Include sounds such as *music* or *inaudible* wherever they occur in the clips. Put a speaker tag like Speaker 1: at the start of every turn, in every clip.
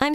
Speaker 1: I'm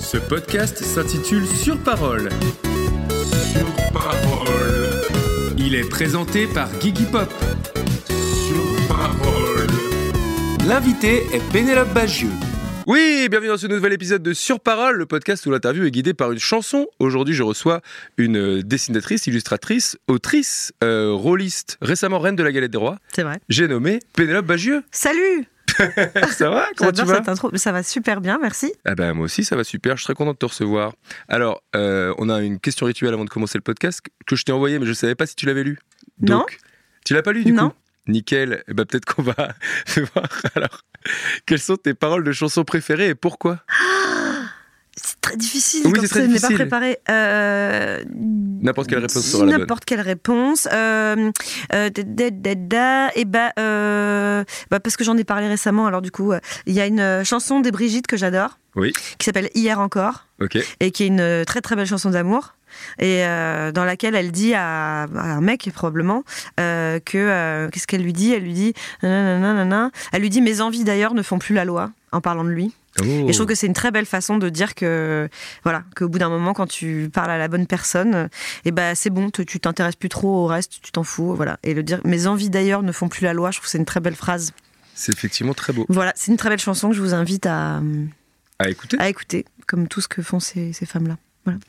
Speaker 2: Ce podcast s'intitule Sur parole. Il est présenté par Gigi Pop. L'invité est Pénélope Bagieux. Oui, bienvenue dans ce nouvel épisode de Sur Parole, le podcast où l'interview est guidée par une chanson. Aujourd'hui, je reçois une euh, dessinatrice, illustratrice, autrice, euh, rôliste, récemment reine de la galette des rois.
Speaker 3: C'est vrai.
Speaker 2: J'ai nommé Pénélope Bagieux.
Speaker 3: Salut
Speaker 2: Ah, Ça va Comment tu
Speaker 3: J'adore
Speaker 2: vas
Speaker 3: cette intro. Ça va super bien, merci.
Speaker 2: Ah ben moi aussi ça va super, je suis très content de te recevoir. Alors, euh, on a une question rituelle avant de commencer le podcast que je t'ai envoyée mais je savais pas si tu l'avais lu.
Speaker 3: Non.
Speaker 2: Donc, tu l'as pas lu du
Speaker 3: Non.
Speaker 2: coup Nickel, eh ben, peut-être qu'on va *laughs* voir. Alors, quelles sont tes paroles de chansons préférées et pourquoi
Speaker 3: C'est très difficile.
Speaker 2: Oui,
Speaker 3: comme
Speaker 2: c'est
Speaker 3: ça,
Speaker 2: très
Speaker 3: je n'ai pas
Speaker 2: difficile.
Speaker 3: préparé. Euh,
Speaker 2: N'importe quelle réponse sera la bonne.
Speaker 3: N'importe quelle réponse. Euh, euh, da- da- da- da. Eh ben, euh, bah, parce que j'en ai parlé récemment, alors du coup, euh, il y a une euh, chanson des Brigitte que j'adore.
Speaker 2: Oui.
Speaker 3: Qui s'appelle Hier encore.
Speaker 2: Ok.
Speaker 3: et qui est une euh, très très belle chanson d'amour et euh, dans laquelle elle dit à, à un mec probablement euh, que euh, qu'est-ce qu'elle lui dit elle lui dit nanana, nanana. elle lui dit mes envies d'ailleurs ne font plus la loi en parlant de lui
Speaker 2: Oh,
Speaker 3: et je trouve que c'est une très belle façon de dire que voilà qu'au bout d'un moment quand tu parles à la bonne personne et ben c'est bon tu tu t'intéresses plus trop au reste tu t'en fous voilà et le dire mes envies d'ailleurs ne font plus la loi je trouve que c'est une très belle phrase
Speaker 2: C'est effectivement très beau.
Speaker 3: voilà c'est une très belle chanson que je vous invite à,
Speaker 2: À écouter.
Speaker 3: à écouter comme tout ce que font ces, ces femmes là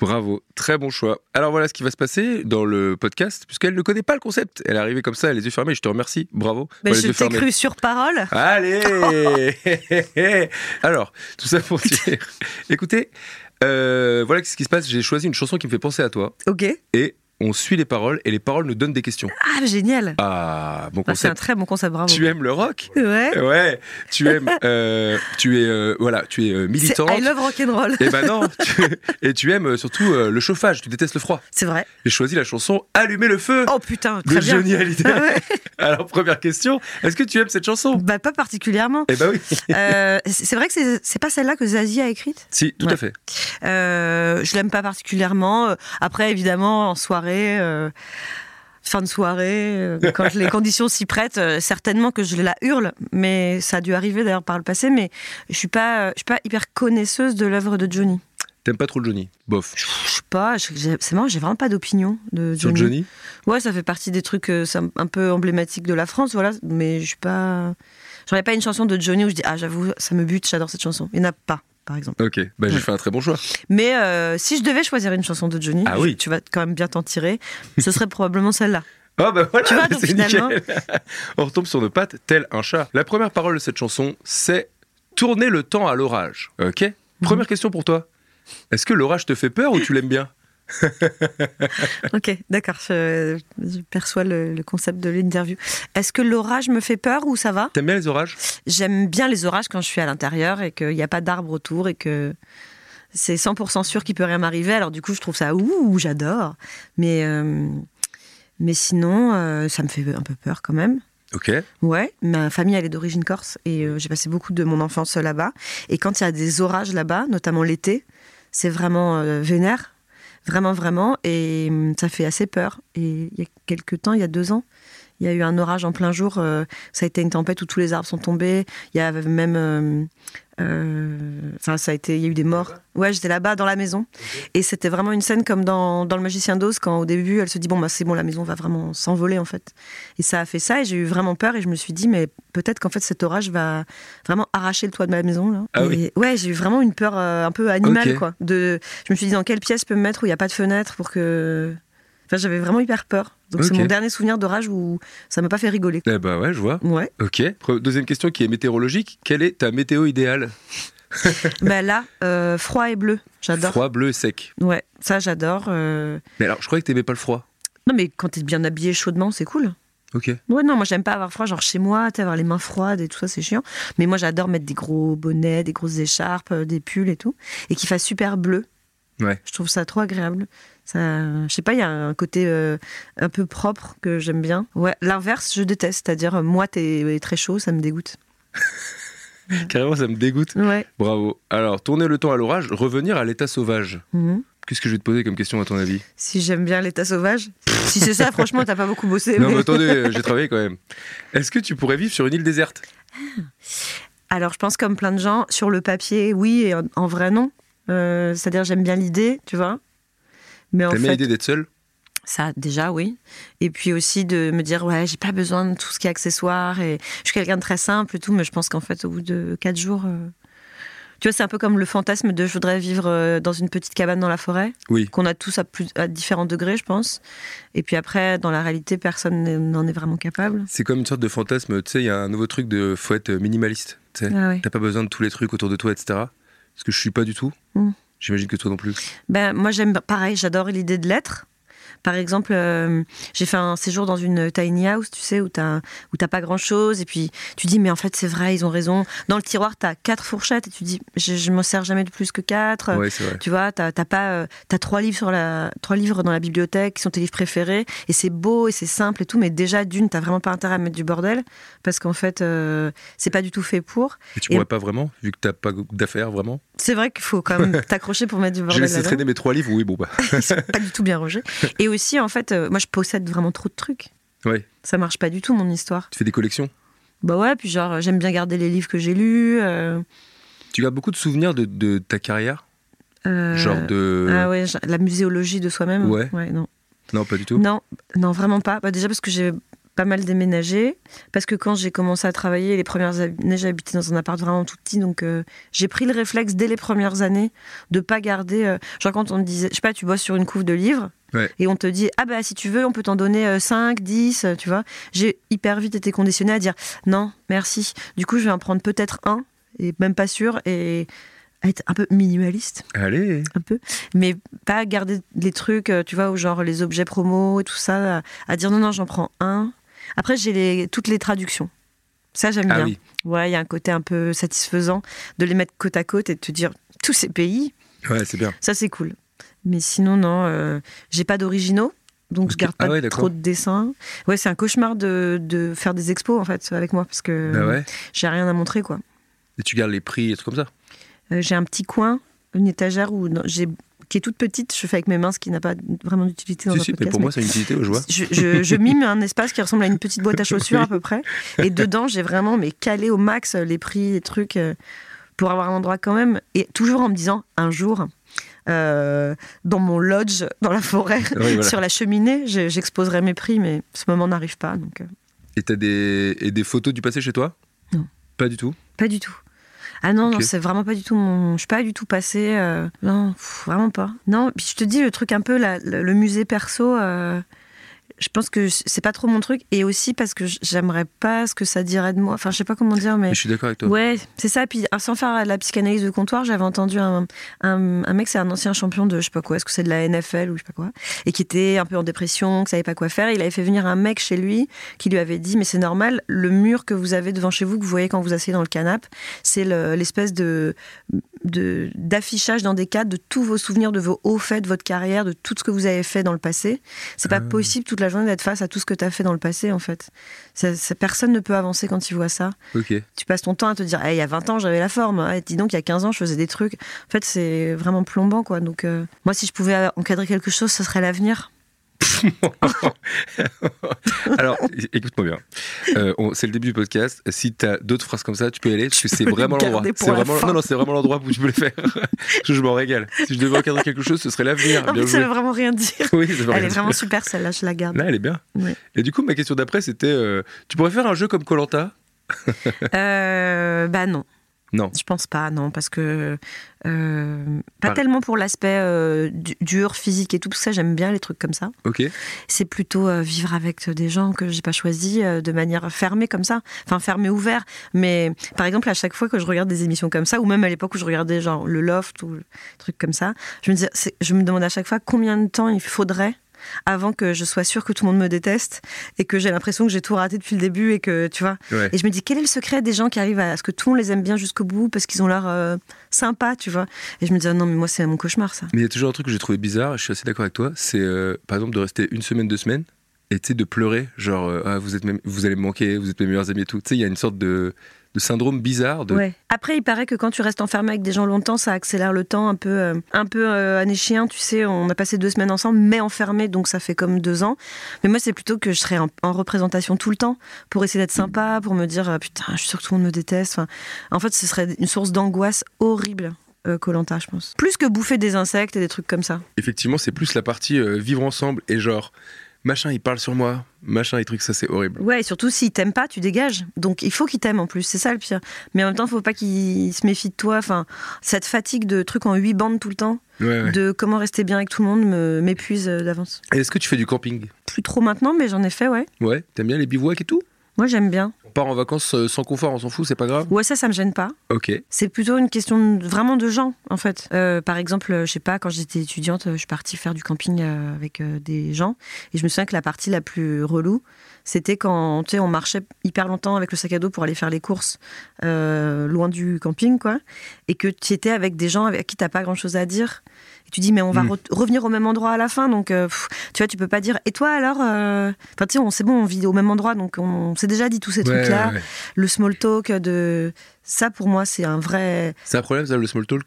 Speaker 2: Bravo, très bon choix. Alors voilà ce qui va se passer dans le podcast, puisqu'elle ne connaît pas le concept. Elle est arrivée comme ça, les yeux fermés. Je te remercie, bravo. Enfin,
Speaker 3: Mais
Speaker 2: les
Speaker 3: Bah, je
Speaker 2: yeux
Speaker 3: t'ai
Speaker 2: fermés.
Speaker 3: cru sur parole
Speaker 2: Allez
Speaker 3: *laughs*
Speaker 2: Alors, tout ça pour dire. Écoutez, euh, voilà ce qui se passe. J'ai choisi une chanson qui me fait penser à toi.
Speaker 3: Ok.
Speaker 2: Et on suit les paroles et les paroles nous donnent des questions.
Speaker 3: Ah, génial.
Speaker 2: Ah, bon
Speaker 3: Bah, c'est un
Speaker 2: concept.
Speaker 3: très bon concept, bravo.
Speaker 2: Tu Euh, aimes le rock
Speaker 3: Ouais.
Speaker 2: Ouais, tu aimes. euh, tu es, euh, voilà, tu es euh,
Speaker 3: C'est I
Speaker 2: militante.
Speaker 3: love rock'n'roll.
Speaker 2: Et ben non, tu- *laughs* et tu aimes euh, surtout euh, le chauffage, tu détestes le froid.
Speaker 3: C'est vrai.
Speaker 2: J'ai choisi la chanson Allumer le feu
Speaker 3: Oh putain,
Speaker 2: de
Speaker 3: très bien.
Speaker 2: Johnny Hallyday.
Speaker 3: Ah ouais.
Speaker 2: *laughs* Alors première question, est-ce que tu aimes cette chanson
Speaker 3: Bah,
Speaker 2: *laughs*
Speaker 3: pas particulièrement.
Speaker 2: Eh ben oui,
Speaker 3: Euh, c'est c'est vrai que c'est c'est pas celle-là que Zazie a écrite.
Speaker 2: si, tout à
Speaker 3: Ouais.
Speaker 2: fait.
Speaker 3: Euh, je l'aime pas particulièrement. Euh, Après, évidemment, en soirée, euh, fin de soirée, euh,
Speaker 2: *laughs*
Speaker 3: quand les conditions s'y prêtent, euh, certainement que je la hurle. Mais ça a dû arriver d'ailleurs par le passé. Mais je suis pas, euh, je suis pas hyper connaisseuse de l'œuvre de Johnny.
Speaker 2: T'aimes pas trop le Johnny Bof.
Speaker 3: Je sais pas. je- j'ai- C'est marrant, j'ai vraiment pas d'opinion de
Speaker 2: Sur Johnny
Speaker 3: Ouais, ça fait partie des trucs euh, ça, un peu emblématiques de la France, voilà. Mais je suis pas. J'en ai pas une chanson de Johnny où je dis Ah, j'avoue, ça me bute, j'adore cette chanson. Il n'y en a pas, par exemple.
Speaker 2: Ok, bah, j'ai
Speaker 3: Ouais.
Speaker 2: fait un très bon choix.
Speaker 3: Mais euh, si je devais choisir une chanson de Johnny,
Speaker 2: Ah oui.
Speaker 3: tu vas quand même bien t'en tirer, ce serait
Speaker 2: *laughs*
Speaker 3: probablement celle-là.
Speaker 2: Ah bah voilà,
Speaker 3: Tu vois,
Speaker 2: mais
Speaker 3: donc
Speaker 2: *laughs* c'est
Speaker 3: finalement-
Speaker 2: nickel. On retombe sur nos pattes tel un chat. La première parole de cette chanson, c'est tourner le temps à l'orage. Ok Première
Speaker 3: Mhm.
Speaker 2: question pour toi. Est-ce que l'orage te fait peur ou tu l'aimes bien
Speaker 3: ok, d'accord, je, je perçois le, le concept de l'interview. Est-ce que l'orage me fait peur ou ça va
Speaker 2: T'aimes bien les orages
Speaker 3: J'aime bien les orages quand je suis à l'intérieur et qu'il n'y a pas d'arbres autour et que c'est 100% sûr qu'il peut rien m'arriver. Alors du coup, je trouve ça ouh, j'adore. Mais euh, mais sinon, euh, ça me fait un peu peur quand même.
Speaker 2: Ok.
Speaker 3: Ouais, ma famille elle est d'origine corse et euh, j'ai passé beaucoup de mon enfance là-bas. Et quand il y a des orages là-bas, notamment l'été, c'est vraiment euh, vénère, vraiment vraiment, et hum, ça fait assez peur. Et il y a quelques temps, il y a deux ans, il y a eu un orage en plein jour. euh, ça a été une tempête où tous les arbres sont tombés. Il y avait même, euh, euh, enfin ça a été, il y a eu des morts. Ouais, j'étais là-bas dans la maison et c'était vraiment une scène comme dans, dans le Magicien d'Oz quand au début elle se dit bon bah c'est bon la maison va vraiment s'envoler en fait. Et ça a fait ça, et j'ai eu vraiment peur, et je me suis dit, mais peut-être qu'en fait cet orage va vraiment arracher le toit de ma maison. Là.
Speaker 2: Ah
Speaker 3: Et-
Speaker 2: oui.
Speaker 3: Ouais, j'ai eu vraiment une peur euh, un peu animale,
Speaker 2: Ok.
Speaker 3: quoi. De, je me suis dit, dans quelle pièce je peux me mettre où il n'y a pas de fenêtre pour que. Enfin, j'avais vraiment hyper peur. Donc c'est
Speaker 2: Ok.
Speaker 3: mon dernier souvenir d'orage où ça m'a pas fait rigoler.
Speaker 2: Eh bah ouais, je vois.
Speaker 3: Ouais.
Speaker 2: Ok. Pre- Deuxième question qui est météorologique. Quelle est ta météo idéale
Speaker 3: bah là, euh, froid et bleu, j'adore.
Speaker 2: Froid, bleu et sec.
Speaker 3: Ouais, ça j'adore. euh.
Speaker 2: Mais alors, je croyais que t'aimais pas le froid.
Speaker 3: Non, mais quand t'es bien habillé chaudement, c'est cool.
Speaker 2: Ok.
Speaker 3: Ouais, non, moi j'aime pas avoir froid, genre chez moi, tu sais, avoir les mains froides et tout ça, c'est chiant. Mais moi j'adore mettre des gros bonnets, des grosses écharpes, euh, des pulls et tout. Et qu'il fasse super bleu.
Speaker 2: Ouais.
Speaker 3: Je trouve ça trop agréable. Ça, je sais pas, il y a un côté euh, un peu propre que j'aime bien. Ouais, l'inverse, je déteste. C'est-à-dire, euh, moi, t'es très chaud, ça me dégoûte.
Speaker 2: Carrément, ça me dégoûte.
Speaker 3: Ouais.
Speaker 2: Bravo. Alors, tourner le temps à l'orage, revenir à l'état sauvage.
Speaker 3: Mhm.
Speaker 2: Qu'est-ce que je vais te poser comme question à ton avis
Speaker 3: Si j'aime bien l'état
Speaker 2: *laughs*
Speaker 3: sauvage. si c'est ça, franchement, t'as pas beaucoup bossé.
Speaker 2: Non, mais
Speaker 3: mais-
Speaker 2: attendez, euh, j'ai travaillé quand même. Est-ce que tu pourrais vivre sur une île déserte
Speaker 3: Alors, je pense comme plein de gens, sur le papier, oui, et en, en vrai, non. Euh, C'est-à-dire, j'aime bien l'idée, tu vois. Mais en
Speaker 2: T'aimes bien
Speaker 3: fait,
Speaker 2: l'idée d'être seule
Speaker 3: ça, déjà, oui. Et puis aussi de me dire, ouais, j'ai pas besoin de tout ce qui est accessoire. Et je suis quelqu'un de très simple et tout, mais je pense qu'en fait, au bout de quatre jours. euh, Tu vois, c'est un peu comme le fantasme de je voudrais vivre euh, dans une petite cabane dans la forêt,
Speaker 2: Oui.
Speaker 3: qu'on a tous à, plus, à différents degrés, je pense. Et puis après, dans la réalité, personne n'est- n'en est vraiment capable.
Speaker 2: C'est comme une sorte de fantasme, tu sais, il y a un nouveau truc de faut être euh, minimaliste. tu sais.
Speaker 3: Ah ouais.
Speaker 2: T'as pas besoin de tous les trucs autour de toi, etc. Parce que je suis pas du tout.
Speaker 3: Mm.
Speaker 2: J'imagine que toi non plus.
Speaker 3: Ben, moi, j'aime pareil, j'adore l'idée de l'être. Par exemple, euh, j'ai fait un séjour dans une tiny house, tu sais, où t'as où t'as pas grand chose, et puis tu dis, mais en fait, c'est vrai, ils ont raison. Dans le tiroir, t'as quatre fourchettes, et tu dis, je, je m'en sers jamais de plus que quatre.
Speaker 2: Ouais, c'est vrai.
Speaker 3: Tu vois, t'as t'as pas, euh, t'as trois livres sur la, trois livres dans la bibliothèque qui sont tes livres préférés, et c'est beau et c'est simple et tout, mais déjà d'une, t'as vraiment pas intérêt à mettre du bordel parce qu'en fait, euh, c'est pas du tout fait pour.
Speaker 2: Et tu
Speaker 3: Et-
Speaker 2: pourrais pas vraiment, vu que t'as pas d'affaires vraiment.
Speaker 3: C'est vrai qu'il faut quand même t'accrocher pour mettre du
Speaker 2: J'ai
Speaker 3: bordel.
Speaker 2: laissé
Speaker 3: là-dedans.
Speaker 2: traîner mes trois livres, oui, bon
Speaker 3: *laughs*
Speaker 2: bah.
Speaker 3: ils sont pas du tout bien rangés. Et aussi, en fait, euh, moi, je possède vraiment trop de trucs.
Speaker 2: Ouais,
Speaker 3: Ça marche pas du tout, mon histoire.
Speaker 2: tu fais des collections.
Speaker 3: Bah ouais, puis genre, euh, j'aime bien garder les livres que j'ai lus. euh,
Speaker 2: Tu gardes beaucoup de souvenirs de, de ta carrière
Speaker 3: euh,
Speaker 2: Genre de.
Speaker 3: Ah ouais, genre, la muséologie de soi-même.
Speaker 2: Ouais.
Speaker 3: non.
Speaker 2: Non, pas du tout.
Speaker 3: non. Non, vraiment pas. Bah, déjà parce que j'ai pas mal déménagé. Parce que quand j'ai commencé à travailler, les premières années, j'ai habité dans un appart vraiment tout petit. Donc, euh, j'ai pris le réflexe dès les premières années de pas garder. euh, genre, quand on me disait, je sais pas, tu bosses sur une couve de livres.
Speaker 2: Ouais.
Speaker 3: Et on te dit, ah bah si tu veux, on peut t'en donner 5, 10, euh, tu vois. J'ai hyper vite été conditionnée à dire, non, merci. Du coup, je vais en prendre peut-être un, et même pas sûr, et être un peu minimaliste
Speaker 2: Allez
Speaker 3: un peu, mais pas garder les trucs, euh, tu vois, ou genre les objets promo et tout ça, à, à dire non, non, j'en prends un. Après, j'ai les, toutes les traductions. Ça, j'aime
Speaker 2: Ah
Speaker 3: bien.
Speaker 2: oui.
Speaker 3: Ouais, il y a un côté un peu satisfaisant de les mettre côte à côte et de te dire tous ces pays,
Speaker 2: Ouais, c'est bien.
Speaker 3: ça, c'est cool. Mais sinon, non, euh, j'ai pas d'originaux. Donc, je
Speaker 2: Ok.
Speaker 3: garde
Speaker 2: Ah
Speaker 3: pas
Speaker 2: ouais, d'accord.
Speaker 3: trop de dessins. Ouais, c'est un cauchemar de, de faire des expos, en fait, avec moi, parce que
Speaker 2: Bah ouais.
Speaker 3: j'ai rien à montrer, quoi.
Speaker 2: Et tu gardes les prix et trucs comme ça.
Speaker 3: Euh, j'ai un petit coin, une étagère où non, j'ai qui est toute petite, je fais avec mes mains, ce qui n'a pas vraiment d'utilité dans
Speaker 2: si,
Speaker 3: un
Speaker 2: si, mais
Speaker 3: podcast.
Speaker 2: pour moi, c'est une utilité, je vois.
Speaker 3: je, je- je mime un espace qui ressemble à une
Speaker 2: *laughs*
Speaker 3: petite boîte à chaussures à peu près. Et dedans, j'ai vraiment mais calé au max euh, les prix, les trucs, euh, pour avoir un endroit quand même. Et toujours en me disant, un jour, euh, dans mon lodge, dans la forêt,
Speaker 2: Oui, voilà.
Speaker 3: *laughs* sur la cheminée, je- j'exposerai mes prix, mais ce moment n'arrive pas. Donc, euh,
Speaker 2: Et t'as des... et des photos du passé chez toi
Speaker 3: Non.
Speaker 2: Pas du tout.
Speaker 3: Pas du tout. Ah non, non
Speaker 2: Ok.
Speaker 3: c'est vraiment pas du tout mon. Je suis pas du tout passée. euh, Non, pff, vraiment pas. Non, puis je te dis, le truc un peu, la- le le musée perso, euh, je pense que c'est pas trop mon truc. Et aussi parce que j'aimerais pas ce que ça dirait de moi. Enfin, je sais pas comment dire, mais.
Speaker 2: Mais je suis d'accord avec toi.
Speaker 3: Ouais, c'est ça. Puis euh, sans faire de la psychanalyse de comptoir, j'avais entendu un, un, un mec, c'est un ancien champion de je sais pas quoi, est-ce que c'est de la NFL ou je sais pas quoi, et qui était un peu en dépression, qui savait pas quoi faire. Il avait fait venir un mec chez lui qui lui avait dit mais c'est normal, le mur que vous avez devant chez vous, que vous voyez quand vous asseyez dans le canapé, c'est le- l'espèce de de- d'affichage dans des cadres de tous vos souvenirs, de vos hauts faits, de votre carrière, de tout ce que vous avez fait dans le passé. C'est pas possible toute la journée d'être face à tout ce que tu as fait dans le passé en fait. Ça- ça- personne ne peut avancer quand il voit ça
Speaker 2: Ok. *laughs*
Speaker 3: tu passes ton temps à te dire Eh, il y a 20 ans j'avais la forme Eh, dis donc il y a 15 ans je faisais des trucs en fait c'est vraiment plombant quoi donc euh, moi si je pouvais encadrer quelque chose ce serait l'avenir
Speaker 2: Alors, é- écoute-moi bien. Euh, on- c'est le début du podcast. Si t'as d'autres phrases comme ça, tu peux y aller parce
Speaker 3: Je
Speaker 2: que c'est
Speaker 3: peux les
Speaker 2: vraiment l'endroit.
Speaker 3: garder pour
Speaker 2: C'est
Speaker 3: la
Speaker 2: vraiment
Speaker 3: fin.
Speaker 2: non non, c'est vraiment l'endroit où tu peux les
Speaker 3: *laughs*
Speaker 2: faire. Parce que je m'en régale. Si je devais encadrer quelque chose, ce serait l'avenir.
Speaker 3: en
Speaker 2: Ah, Bien
Speaker 3: fait ça
Speaker 2: joué.
Speaker 3: veut vraiment rien dire
Speaker 2: Oui, ça veut *laughs*
Speaker 3: elle
Speaker 2: rien
Speaker 3: est
Speaker 2: dire.
Speaker 3: vraiment super celle-là je la
Speaker 2: *laughs*
Speaker 3: garde
Speaker 2: Là, elle est bien.
Speaker 3: Ouais.
Speaker 2: Et du coup, ma question d'après, c'était euh, tu pourrais faire un jeu comme Colanta
Speaker 3: Euh, bah non
Speaker 2: Non.
Speaker 3: je pense pas non parce que euh, pas
Speaker 2: Pareil.
Speaker 3: tellement pour l'aspect euh, du- dur physique et tout parce que ça j'aime bien les trucs comme ça
Speaker 2: Ok.
Speaker 3: c'est plutôt euh, vivre avec euh, des gens que j'ai pas choisi euh, de manière fermée comme ça, enfin fermée ouvert. Mais par exemple, à chaque fois que je regarde des émissions comme ça, ou même à l'époque où je regardais genre le Loft ou le truc comme ça, je me disais, c'est- je me demande à chaque fois combien de temps il faudrait avant que je sois sûre que tout le monde me déteste et que j'ai l'impression que j'ai tout raté depuis le début et que, tu vois.
Speaker 2: Ouais.
Speaker 3: Et je me dis, quel est le secret des gens qui arrivent à, à ce que tout le monde les aime bien jusqu'au bout parce qu'ils ont l'air euh, sympas, tu vois. Et je me dis, ah non, mais moi, c'est mon cauchemar, ça.
Speaker 2: Mais il y a toujours un truc que j'ai trouvé bizarre, je suis assez d'accord avec toi, c'est euh, par exemple de rester une semaine, deux semaines, et tu sais, de pleurer, genre euh, Ah, vous, êtes mes- vous allez me manquer, vous êtes mes meilleurs amis et tout. Tu sais, il y a une sorte de, de syndrome bizarre de.
Speaker 3: Ouais. Après, il paraît que quand tu restes enfermé avec des gens longtemps, ça accélère le temps un peu, euh, un peu euh, année chien. Tu sais, on a passé deux semaines ensemble, mais enfermé, donc ça fait comme deux ans. Mais moi, c'est plutôt que je serais en, en représentation tout le temps pour essayer d'être sympa, pour me dire euh, putain, je suis sûre que tout le monde me déteste. Enfin, en fait, ce serait une source d'angoisse horrible. euh, Colanta, je pense. Plus que bouffer des insectes et des trucs comme ça.
Speaker 2: Effectivement, c'est plus la partie euh, vivre ensemble et genre, machin, il parle sur moi, machin, il truc, ça c'est horrible.
Speaker 3: Ouais, et surtout s'il t'aime pas, tu dégages. Donc il faut qu'il t'aime en plus, c'est ça le pire. Mais en même temps, faut pas qu'il se méfie de toi. Enfin, cette fatigue de trucs en huit bandes tout le temps.
Speaker 2: Ouais, ouais.
Speaker 3: de comment rester bien avec tout le monde me- m'épuise euh, d'avance.
Speaker 2: Et Est-ce que tu fais du camping
Speaker 3: Plus trop maintenant, mais j'en ai fait, ouais.
Speaker 2: Ouais, t'aimes bien les bivouacs et tout
Speaker 3: Moi, j'aime bien.
Speaker 2: On part en vacances euh, sans confort, on s'en fout, c'est pas grave
Speaker 3: Ouais, ça, ça me gêne pas.
Speaker 2: Ok.
Speaker 3: C'est plutôt une question de- vraiment de gens, en fait. Euh, par exemple, euh, je sais pas, quand j'étais étudiante, euh, je suis partie faire du camping euh, avec euh, des gens. Et je me souviens que la partie la plus relou, c'était quand tu sais, on marchait hyper longtemps avec le sac à dos pour aller faire les courses euh, loin du camping, quoi. Et que tu étais avec des gens avec qui t'as pas grand chose à dire. Et tu dis, mais on va
Speaker 2: Mm.
Speaker 3: re- revenir au même endroit à la fin. Donc, euh, pff, tu vois, tu peux pas dire, et toi alors euh Enfin, tu sais, on- c'est bon, on vit au même endroit. Donc, on, on s'est déjà dit tous ces
Speaker 2: Ouais,
Speaker 3: trucs-là.
Speaker 2: ouais, ouais.
Speaker 3: Le small talk de. Ça, pour moi, c'est un vrai.
Speaker 2: C'est un problème ça, le small talk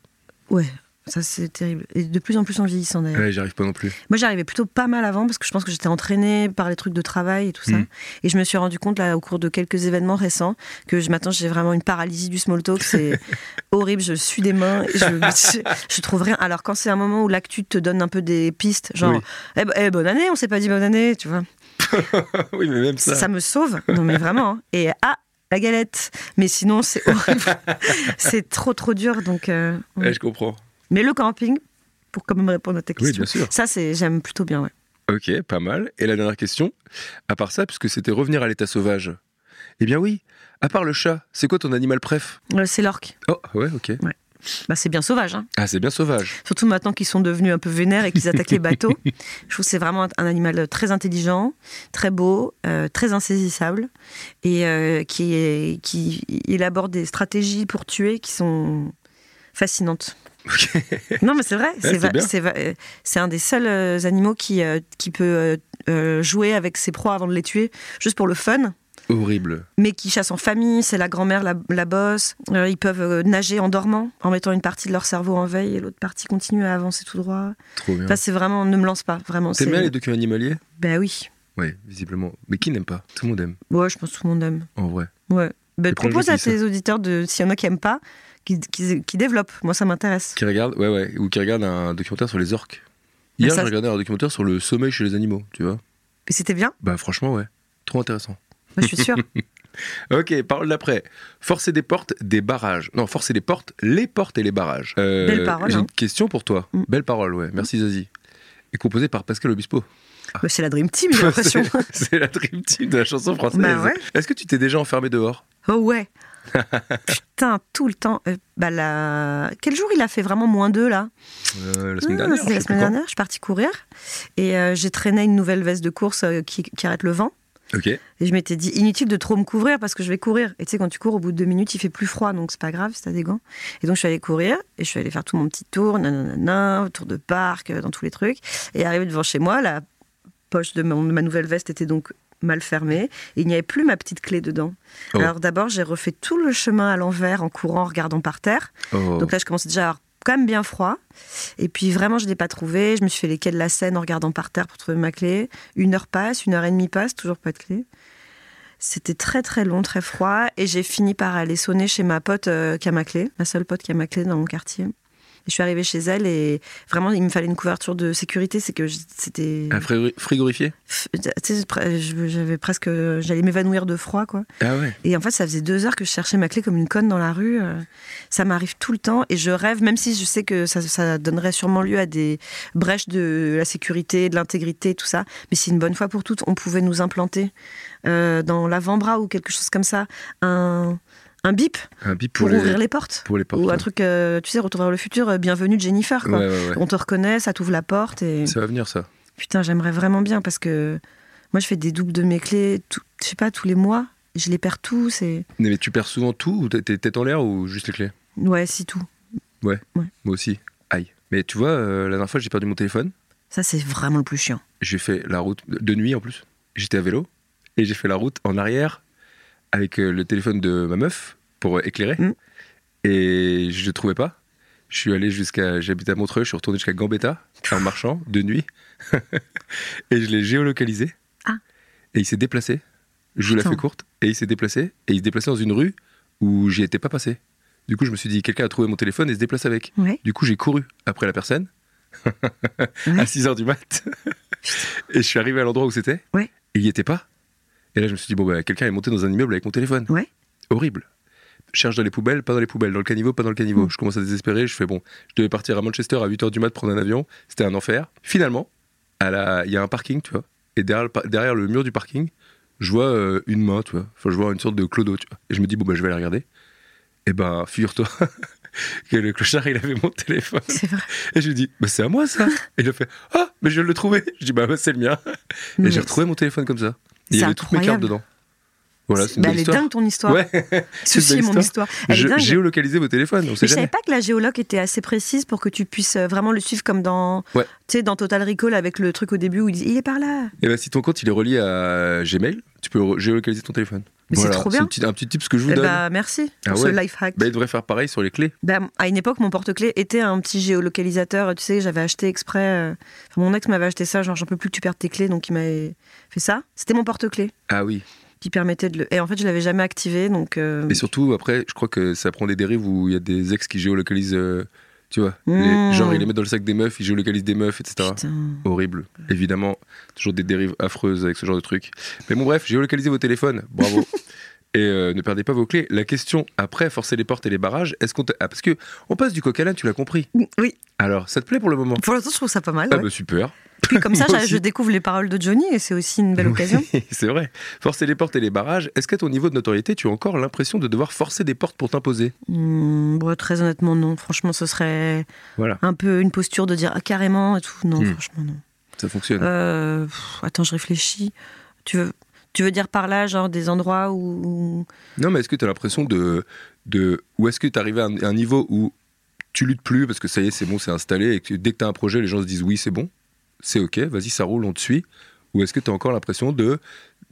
Speaker 3: Ouais, ça c'est terrible. Et de plus en plus en vieillissant d'ailleurs.
Speaker 2: Ouais, j'y arrive pas non plus.
Speaker 3: Moi j'arrivais plutôt pas mal avant parce que je pense que j'étais entraînée par les trucs de travail et tout ça.
Speaker 2: Mm.
Speaker 3: Et je me suis rendu compte là au cours de quelques événements récents que je maintenant j'ai vraiment une paralysie du small
Speaker 2: *laughs*
Speaker 3: talk. C'est horrible, je suis des mains, je, je, je trouve rien. Alors quand c'est un moment où l'actu te donne un peu des pistes, genre
Speaker 2: Oui.
Speaker 3: eh ben- eh, bonne année, on s'est pas dit bonne année, tu vois.
Speaker 2: *laughs* oui, mais même ça.
Speaker 3: Ça me sauve. Non mais vraiment. hein. Et ah la galette. Mais sinon c'est horrible.
Speaker 2: *laughs*
Speaker 3: c'est trop trop dur donc. euh, on-
Speaker 2: Ouais, je comprends.
Speaker 3: mais le camping, pour quand même répondre à ta
Speaker 2: Oui,
Speaker 3: question.
Speaker 2: bien sûr.
Speaker 3: ça, c'est j'aime plutôt bien. Ouais.
Speaker 2: Ok, pas mal. Et la dernière question, à part ça, puisque c'était revenir à l'état sauvage. Eh bien oui, à part le chat, c'est quoi ton animal préf
Speaker 3: Euh, c'est l'orque.
Speaker 2: Oh, ouais, ok.
Speaker 3: Bah, c'est bien sauvage. hein.
Speaker 2: Ah, c'est bien sauvage.
Speaker 3: Surtout maintenant qu'ils sont devenus un peu vénères et qu'ils
Speaker 2: *laughs*
Speaker 3: attaquent les bateaux. Je trouve que c'est vraiment un- un animal très intelligent, très beau, euh, très insaisissable et euh, qui, est- qui élabore des stratégies pour tuer qui sont fascinantes.
Speaker 2: Ok.
Speaker 3: *laughs* Non, mais c'est vrai. c'est
Speaker 2: c'est
Speaker 3: va-
Speaker 2: bien.
Speaker 3: c'est va- euh, c'est un des seuls euh, animaux qui, euh, qui peut euh, euh, jouer avec ses proies avant de les tuer, juste pour le fun.
Speaker 2: Horrible.
Speaker 3: mais qui chassent en famille, c'est la grand-mère, la, la bosse. Euh, ils peuvent euh, nager en dormant, en mettant une partie de leur cerveau en veille et l'autre partie continue à avancer tout droit.
Speaker 2: Trop bien.
Speaker 3: Enfin, c'est vraiment, ne me lance pas, vraiment.
Speaker 2: T'aimes
Speaker 3: c'est-
Speaker 2: bien les documents animaliers
Speaker 3: Ben oui,
Speaker 2: Oui, visiblement. Mais qui n'aime pas Tout le monde aime,
Speaker 3: ouais, je pense que tout le monde aime.
Speaker 2: en vrai.
Speaker 3: Ouais. Ben,
Speaker 2: Et plein de
Speaker 3: propose
Speaker 2: gens
Speaker 3: à
Speaker 2: qui disent
Speaker 3: tes auditeurs, de, s'il y en a qui n'aiment pas, qui, qui- qui développent. Moi, ça m'intéresse.
Speaker 2: Qui regarde, ouais, ouais, ou qui regarde un documentaire sur les orques. Hier,
Speaker 3: Ah, ça-
Speaker 2: j'ai regardé un documentaire sur le sommeil chez les animaux, tu vois.
Speaker 3: Et c'était bien,
Speaker 2: Bah, franchement, ouais. Trop intéressant.
Speaker 3: moi, je
Speaker 2: *laughs*
Speaker 3: suis sûre. Bah,
Speaker 2: Ok, parole d'après. Forcer des portes, des barrages. Non, forcer des portes, les portes et les barrages. Euh,
Speaker 3: Belle parole,
Speaker 2: J'ai
Speaker 3: hein.
Speaker 2: une question pour toi.
Speaker 3: Mm.
Speaker 2: Belle parole, ouais. Merci Zazie. Et composée par Pascal Obispo. *laughs*
Speaker 3: Ben, c'est la Dream Team, j'ai l'impression.
Speaker 2: C'est- C'est la dream team de la chanson française.
Speaker 3: Bah ouais.
Speaker 2: Est-ce que tu t'es déjà enfermé dehors
Speaker 3: *laughs*
Speaker 2: *laughs*
Speaker 3: Oh ouais Putain, tout le temps. Euh, bah, la- Quel jour il a fait vraiment moins deux, là
Speaker 2: Euh, La semaine
Speaker 3: Ah,
Speaker 2: dernière.
Speaker 3: c'est
Speaker 2: je
Speaker 3: la
Speaker 2: sais plus
Speaker 3: semaine dernière, je suis partie courir et euh, j'ai traîné une nouvelle veste de course euh, qui, qui arrête le vent.
Speaker 2: quand. Ok.
Speaker 3: Et je m'étais dit, inutile de trop me couvrir parce que je vais courir. Et tu sais, quand tu cours, au bout de deux minutes, il fait plus froid, donc c'est pas grave si t'as des gants. Et donc je suis allée courir et je suis allée faire tout mon petit tour, nanana, tour de parc, euh, dans tous les trucs. Et arrivée devant chez moi, la poche de, mon- de ma nouvelle veste était donc mal fermée et il n'y avait plus ma petite clé dedans.
Speaker 2: Oh.
Speaker 3: Alors d'abord, j'ai refait tout le chemin à l'envers en courant, en regardant par terre.
Speaker 2: Oh.
Speaker 3: Donc là, je commençais déjà à avoir quand même bien froid. Et puis vraiment, je ne l'ai pas trouvé. Je me suis fait les quais de la Seine en regardant par terre pour trouver ma clé. Une heure passe, une heure et demie passe, toujours pas de clé. C'était très très long, très froid. Et j'ai fini par aller sonner chez ma pote euh, qui a ma clé, ma seule pote qui a ma clé dans mon quartier. Et je suis arrivée chez elle et vraiment, il me fallait une couverture de sécurité. C'est que je- c'était.
Speaker 2: Un frigori- frigorifié
Speaker 3: F- tu sais, pre- je- J'avais presque. J'allais m'évanouir de froid, quoi.
Speaker 2: Ah ouais.
Speaker 3: Et en fait, ça faisait deux heures que je cherchais ma clé comme une conne dans la rue. Euh, Ça m'arrive tout le temps et je rêve, même si je sais que ça, ça donnerait sûrement lieu à des brèches de la sécurité, de l'intégrité, tout ça. Mais si une bonne fois pour toutes, on pouvait nous implanter euh, dans l'avant-bras ou quelque chose comme ça, un, un bip
Speaker 2: Un bip
Speaker 3: pour,
Speaker 2: pour, les...
Speaker 3: ouvrir les portes.
Speaker 2: pour les portes.
Speaker 3: ou un
Speaker 2: ouais.
Speaker 3: truc, euh, tu sais, retour vers le futur, euh, bienvenue Jennifer. Quoi. Mm.
Speaker 2: Ouais, ouais, ouais.
Speaker 3: On te reconnaît, ça t'ouvre la porte et
Speaker 2: Ça va venir, ça.
Speaker 3: Putain, j'aimerais vraiment bien parce que moi, je fais des doubles de mes clés, tout- je sais pas, tous les mois. Je les perds tous et.
Speaker 2: Mais mais tu perds souvent tout ou t'es t'es tête en l'air ou juste les clés
Speaker 3: Ouais, si tout.
Speaker 2: Moi aussi. Aïe. Mais tu vois, euh, la dernière fois, j'ai perdu mon téléphone.
Speaker 3: Ça, c'est vraiment le plus chiant.
Speaker 2: J'ai fait la route de nuit en plus. J'étais à vélo et j'ai fait la route en arrière avec euh, le téléphone de ma meuf pour euh, éclairer.
Speaker 3: Mm.
Speaker 2: Et je le trouvais pas. Je suis allé jusqu'à. J'habite à Montreuil, je suis retourné jusqu'à Gambetta en marchant de nuit. *laughs* et je l'ai géolocalisé.
Speaker 3: Ah.
Speaker 2: Et il s'est déplacé. Je vous la
Speaker 3: Putain.
Speaker 2: fais courte. Et il s'est déplacé. Et il se déplaçait dans une rue où j'y étais pas passé. Du coup, je me suis dit, quelqu'un a trouvé mon téléphone et se déplace avec.
Speaker 3: Ouais.
Speaker 2: Du coup, j'ai couru après la personne à
Speaker 3: Ouais.
Speaker 2: 6 h du mat. et je suis arrivé à l'endroit où c'était.
Speaker 3: Ouais.
Speaker 2: Et il n'y était pas. Et là, je me suis dit, bon, bah, quelqu'un est monté dans un immeuble avec mon téléphone.
Speaker 3: Ouais.
Speaker 2: Horrible. Je Cherche dans les poubelles, pas dans les poubelles. Dans le caniveau, pas dans le caniveau.
Speaker 3: Mmh.
Speaker 2: Je commence à désespérer. Je fais, bon, je devais partir à Manchester à 8 h du mat prendre un avion. C'était un enfer. Finalement, à la- il y a un parking, tu vois. Et derrière le, par- derrière le mur du parking, je vois euh, une main, tu vois. Enfin, je vois une sorte de clodo, tu vois. Et je me dis, bon, bah, je vais aller regarder. Et ben, figure-toi *laughs* que le clochard, il avait mon téléphone.
Speaker 3: *laughs* C'est vrai.
Speaker 2: Et je lui dis, bah, c'est à moi ça. Et il a fait, ah, mais je viens de le trouver. Je dis, bah, ouais, c'est le mien.
Speaker 3: Mais
Speaker 2: Et j'ai retrouvé mon téléphone comme ça. Et il y
Speaker 3: C'est
Speaker 2: avait toutes mes cartes
Speaker 3: incroyable.
Speaker 2: dedans. Voilà, c'est une
Speaker 3: Bah,
Speaker 2: belle
Speaker 3: elle est
Speaker 2: histoire.
Speaker 3: dingue ton histoire.
Speaker 2: Ouais,
Speaker 3: Ceci est
Speaker 2: belle
Speaker 3: mon histoire. Elle est
Speaker 2: Je-
Speaker 3: dingue.
Speaker 2: géolocaliser vos téléphones, on
Speaker 3: Mais
Speaker 2: sait
Speaker 3: je savais
Speaker 2: jamais.
Speaker 3: pas que la géologue était assez précise pour que tu puisses euh, vraiment le suivre comme dans,
Speaker 2: Ouais.
Speaker 3: tu sais, dans Total Recall avec le truc au début où il dit il est par là.
Speaker 2: Et bah, si ton compte il est relié à Gmail, tu peux re- géolocaliser ton téléphone.
Speaker 3: Mais c'est
Speaker 2: voilà,
Speaker 3: trop bien.
Speaker 2: un petit, un petit tips que je vous
Speaker 3: Eh
Speaker 2: donne.
Speaker 3: bah, merci
Speaker 2: Ah
Speaker 3: pour ce
Speaker 2: ouais.
Speaker 3: life hack.
Speaker 2: Bah, il devrait faire pareil sur les clés.
Speaker 3: Bah, à une époque, mon porte-clés était un petit géolocalisateur. Tu sais, j'avais acheté exprès. euh, enfin, mon ex m'avait acheté ça, genre j'en peux plus que tu perdes tes clés, donc il m'avait fait ça. C'était mon porte-clés
Speaker 2: Ah oui.
Speaker 3: qui permettait de le. Et en fait, je l'avais jamais activé, donc. euh,
Speaker 2: Et surtout, après, je crois que ça prend des dérives où il y a des ex qui géolocalisent, euh, tu vois.
Speaker 3: Mmh.
Speaker 2: les- genre, ils les mettent dans le sac des meufs, ils géolocalisent des meufs, etc.
Speaker 3: putain.
Speaker 2: Horrible. Évidemment, toujours des dérives affreuses avec ce genre de truc. Mais bon, bref, géolocalisez vos téléphones.
Speaker 3: *laughs*
Speaker 2: Bravo. Et euh, ne perdez pas vos clés. La question après, forcer les portes et les barrages, est-ce qu'on. te- Ah, parce que on passe du coq à l'âne, tu l'as compris.
Speaker 3: Oui,
Speaker 2: Alors, ça te plaît pour le moment
Speaker 3: pour l'instant, je trouve ça pas mal.
Speaker 2: Ah,
Speaker 3: ouais.
Speaker 2: bah super.
Speaker 3: Puis
Speaker 2: *laughs*
Speaker 3: comme ça,
Speaker 2: moi
Speaker 3: je-
Speaker 2: aussi.
Speaker 3: je découvre les paroles de Johnny et c'est aussi une belle
Speaker 2: *laughs*
Speaker 3: occasion.
Speaker 2: C'est vrai. Forcer les portes et les barrages, est-ce qu'à ton niveau de notoriété, tu as encore l'impression de devoir forcer des portes pour t'imposer
Speaker 3: Hmm, bon, très honnêtement, non. Franchement, ce serait
Speaker 2: Voilà,
Speaker 3: un peu une posture de dire ah, carrément et tout. Non,
Speaker 2: Hmm.
Speaker 3: franchement, non.
Speaker 2: ça fonctionne.
Speaker 3: Euh, pff, attends, je réfléchis. Tu veux, tu veux dire par là, genre des endroits où.
Speaker 2: Non, mais est-ce que tu as l'impression de, de. Ou est-ce que tu arrivé à un, un niveau où tu luttes plus parce que ça y est, c'est bon, c'est installé et que dès que tu as un projet, les gens se disent oui, c'est bon, c'est ok, vas-y, ça roule, on te suit Ou est-ce que tu as encore l'impression de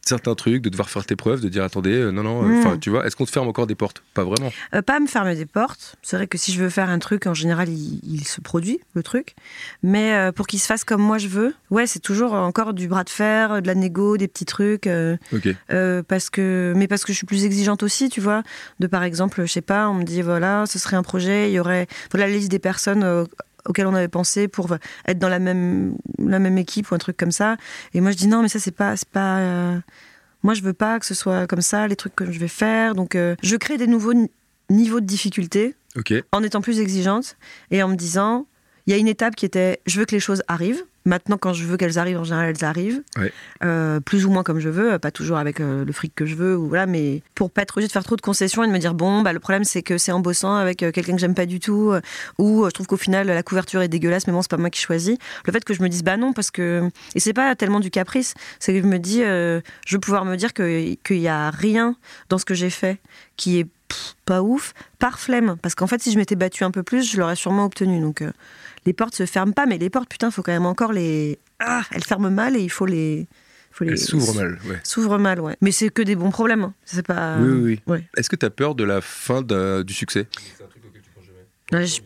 Speaker 2: certains trucs, de devoir faire tes preuves, de dire attendez, euh, non, non, euh,
Speaker 3: Mm.
Speaker 2: enfin, tu vois, est-ce qu'on te ferme encore des portes Pas vraiment.
Speaker 3: Euh, pas me fermer des portes. C'est vrai que si je veux faire un truc, en général, il, il se produit, le truc. Mais euh, pour qu'il se fasse comme moi je veux, ouais, c'est toujours encore du bras de fer, de la négo, des petits trucs. euh,
Speaker 2: Ok.
Speaker 3: Euh, parce que mais parce que je suis plus exigeante aussi tu vois de par exemple je sais pas on me dit voilà ce serait un projet il y aurait voilà la liste des personnes euh, auxquelles on avait pensé pour euh, être dans la même la même équipe ou un truc comme ça et moi je dis non mais ça c'est pas c'est pas euh, moi je veux pas que ce soit comme ça les trucs que je vais faire donc euh, je crée des nouveaux ni- niveaux de difficulté
Speaker 2: Ok.
Speaker 3: en étant plus exigeante et en me disant il y a une étape qui était je veux que les choses arrivent. Maintenant, quand je veux qu'elles arrivent, en général, elles arrivent.
Speaker 2: Ouais.
Speaker 3: Euh, plus ou moins comme je veux, pas toujours avec euh, le fric que je veux, ou voilà, mais pour pas être obligée de faire trop de concessions et de me dire bon, bah, le problème c'est que c'est en bossant avec euh, quelqu'un que j'aime pas du tout, euh, ou euh, je trouve qu'au final la couverture est dégueulasse, mais bon, c'est pas moi qui choisis. Le fait que je me dise bah non, parce que. Et c'est pas tellement du caprice, c'est que je me dis euh, je veux pouvoir me dire que- qu'il y a rien dans ce que j'ai fait qui est pff, pas ouf, par flemme. Parce qu'en fait, si je m'étais battue un peu plus, je l'aurais sûrement obtenu. Donc, euh, les portes se ferment pas, mais les portes, putain, faut quand même encore les. Ah, elles ferment mal et il faut les. Faut les...
Speaker 2: Elle s'ouvre mal, ouais.
Speaker 3: S'ouvrent mal, ouais. Mais c'est que des bons problèmes. hein. C'est pas.
Speaker 2: Oui, oui, oui.
Speaker 3: Ouais.
Speaker 2: Est-ce que tu as peur de la fin d'un- du succès
Speaker 3: Ouais, je-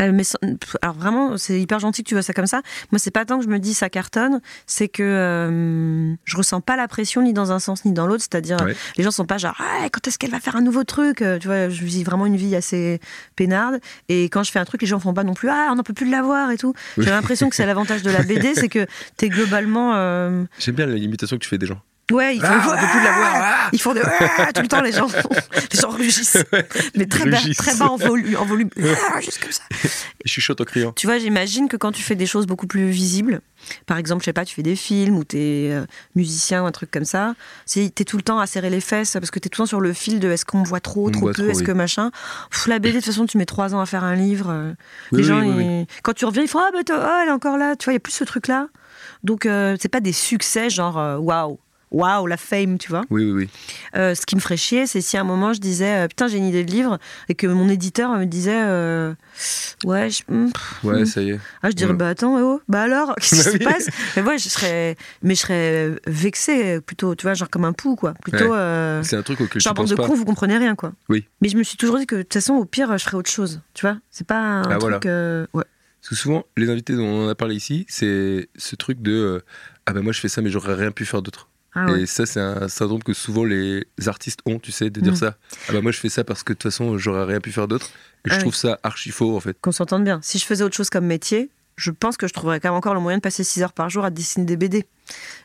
Speaker 3: Euh, mais sans- pff, Alors vraiment, c'est hyper gentil que tu vois ça comme ça. Moi, c'est pas tant que je me dis ça cartonne, c'est que euh, je ressens pas la pression ni dans un sens ni dans l'autre. C'est-à-dire,
Speaker 2: Ouais.
Speaker 3: les gens sont pas genre Ah, quand est-ce qu'elle va faire un nouveau truc Euh, Tu vois, je vis vraiment une vie assez peinarde. Et quand je fais un truc, les gens font pas non plus Ah, on n'en peut plus de l'avoir et tout.
Speaker 2: Oui.
Speaker 3: *laughs* J'ai l'impression que c'est l'avantage de la BD, c'est que t'es globalement euh,
Speaker 2: J'aime bien l'imitation que tu fais des gens.
Speaker 3: Ouais, ils font, Ah, on peut plus de la voir. Ils font de Ah tout le temps les gens, les gens rugissent, mais très bas,
Speaker 2: Rugissent.
Speaker 3: très bas en volume, en volume, Ah, juste comme ça.
Speaker 2: Je suis chaud au criant.
Speaker 3: Tu vois, j'imagine que quand tu fais des choses beaucoup plus visibles, par exemple, je sais pas, tu fais des films ou t'es euh, musicien ou un truc comme ça, c'est t'es tout le temps à serrer les fesses parce que t'es tout le temps sur le fil de est-ce qu'on me voit trop,
Speaker 2: On me
Speaker 3: trop
Speaker 2: voit
Speaker 3: peu,
Speaker 2: trop,
Speaker 3: est-ce
Speaker 2: oui.
Speaker 3: que machin. Pff, la BD, de toute façon, tu mets trois ans à faire un livre. euh,
Speaker 2: Oui,
Speaker 3: les
Speaker 2: oui,
Speaker 3: gens,
Speaker 2: oui, oui.
Speaker 3: ils- quand tu reviens, ils font ah bah t'as- oh, elle est encore là. Tu vois, il y a plus ce truc là. Donc euh, c'est pas des succès genre euh, waouh. Waouh, la fame, tu vois.
Speaker 2: Oui, oui, oui.
Speaker 3: Euh, ce qui me ferait chier, c'est si à un moment je disais euh, Putain, j'ai une idée de livre, et que mon éditeur me disait euh, Ouais, je, hmm,
Speaker 2: Ouais, ça y est.
Speaker 3: ah, je dirais,
Speaker 2: Ouais.
Speaker 3: bah attends, eh oh,
Speaker 2: *laughs*
Speaker 3: bah alors, qu'est-ce qui
Speaker 2: Mm. Bah
Speaker 3: se
Speaker 2: oui.
Speaker 3: passe Mais ouais, je serais, mais je serais vexée euh, plutôt, tu vois, genre comme un pou, quoi. Plutôt,
Speaker 2: Ouais.
Speaker 3: euh,
Speaker 2: C'est un truc auquel je
Speaker 3: genre bande
Speaker 2: pense
Speaker 3: de
Speaker 2: pas.
Speaker 3: cons, vous comprenez rien, quoi.
Speaker 2: Oui.
Speaker 3: Mais je me suis toujours dit que de toute façon, au pire, je ferais autre chose, tu vois. C'est pas un
Speaker 2: Ah,
Speaker 3: truc.
Speaker 2: voilà.
Speaker 3: euh, ouais.
Speaker 2: Parce que souvent, les invités dont on en a parlé ici, c'est ce truc de euh, Ah ben moi je fais ça, mais j'aurais rien pu faire d'autre.
Speaker 3: Ah ouais.
Speaker 2: Et ça, c'est un syndrome que souvent les artistes ont, tu sais, de dire
Speaker 3: Mm.
Speaker 2: ça. Ah bah moi je fais ça parce que de toute façon, j'aurais rien pu faire d'autre. Et
Speaker 3: Ah
Speaker 2: je
Speaker 3: oui.
Speaker 2: trouve ça archi faux en fait.
Speaker 3: Qu'on s'entende bien. Si je faisais autre chose comme métier, je pense que je trouverais quand même encore le moyen de passer 6 heures par jour à dessiner des BD.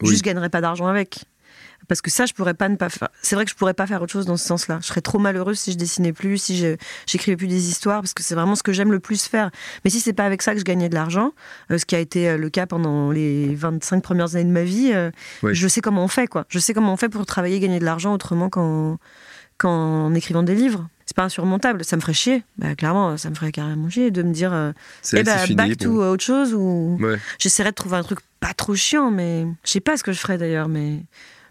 Speaker 2: Oui.
Speaker 3: Juste, je gagnerais pas d'argent avec. Parce que ça, je pourrais pas ne pas faire. C'est vrai que je pourrais pas faire autre chose dans ce sens-là. Je serais trop malheureuse si je dessinais plus, si je- j'écrivais plus des histoires, parce que c'est vraiment ce que j'aime le plus faire. Mais si c'est pas avec ça que je gagnais de l'argent, euh, ce qui a été euh, le cas pendant les 25 premières années de ma vie, euh,
Speaker 2: Oui.
Speaker 3: je sais comment on fait, quoi. Je sais comment on fait pour travailler, gagner de l'argent autrement qu'en qu'en écrivant des livres. C'est pas insurmontable. Ça me ferait chier. Bah, clairement, ça me ferait carrément chier de me dire, euh,
Speaker 2: C'est
Speaker 3: eh ben,
Speaker 2: c'est fini.
Speaker 3: back
Speaker 2: bon.
Speaker 3: to euh, autre chose ou.
Speaker 2: Ouais.
Speaker 3: J'essaierai de trouver un truc pas trop chiant, mais je sais pas ce que je ferais d'ailleurs, mais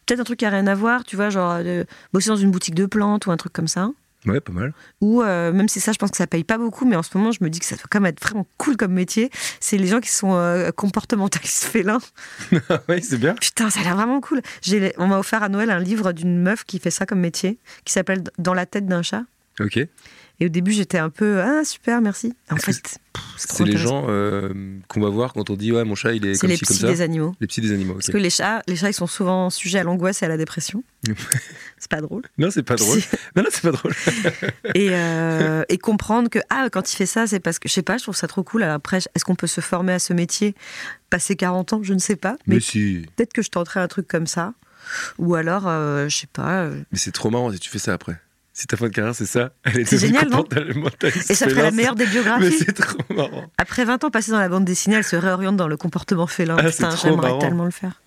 Speaker 3: peut-être un truc qui a rien à voir, tu vois, genre euh, bosser dans une boutique de plantes ou un truc comme ça.
Speaker 2: ouais, pas mal.
Speaker 3: Ou euh, même si ça, je pense que ça paye pas beaucoup, mais en ce moment, je me dis que ça doit quand même être vraiment cool comme métier. C'est les gens qui sont euh, comportementalistes félins. *laughs*
Speaker 2: oui, Ah c'est bien.
Speaker 3: Putain, ça a l'air vraiment cool. J'ai- On m'a offert à Noël un livre d'une meuf qui fait ça comme métier, qui s'appelle Dans la tête d'un chat.
Speaker 2: Ok.
Speaker 3: Et au début, j'étais un peu ah super, merci. En
Speaker 2: Est-ce
Speaker 3: fait,
Speaker 2: que
Speaker 3: pff, c'est trop
Speaker 2: C'est les
Speaker 3: intéressant.
Speaker 2: gens euh, qu'on va voir quand on dit Ouais, mon chat il est
Speaker 3: c'est
Speaker 2: comme
Speaker 3: les
Speaker 2: ci, comme
Speaker 3: psys
Speaker 2: ça.
Speaker 3: des animaux.
Speaker 2: Les petits des animaux. ok.
Speaker 3: Parce que les chats, les chats, ils sont souvent sujets à l'angoisse et à la dépression. *laughs* c'est pas drôle.
Speaker 2: Non, c'est pas
Speaker 3: *laughs*
Speaker 2: drôle.
Speaker 3: Si.
Speaker 2: Non, non, c'est pas drôle.
Speaker 3: Et, euh, et comprendre que, ah, quand il fait ça, c'est parce que, je sais pas, je trouve ça trop cool. Alors après, est-ce qu'on peut se former à ce métier Passer 40 ans, je ne sais pas. Mais,
Speaker 2: Mais si.
Speaker 3: peut-être que je tenterai un truc comme ça. Ou alors, euh, je sais pas. euh,
Speaker 2: Mais c'est trop marrant si tu fais ça après. Si ta fin de carrière, c'est ça, elle est
Speaker 3: C'est
Speaker 2: devenue
Speaker 3: génial, non
Speaker 2: comportementaliste
Speaker 3: Et ça ferait la
Speaker 2: félin.
Speaker 3: meilleure
Speaker 2: *laughs*
Speaker 3: des
Speaker 2: Mais
Speaker 3: biographies.
Speaker 2: c'est trop marrant.
Speaker 3: Après 20 ans passés dans la bande dessinée, elle se réoriente dans le comportement félin.
Speaker 2: Ah, c'est
Speaker 3: Putain,
Speaker 2: trop
Speaker 3: j'aimerais
Speaker 2: marrant.
Speaker 3: tellement le faire.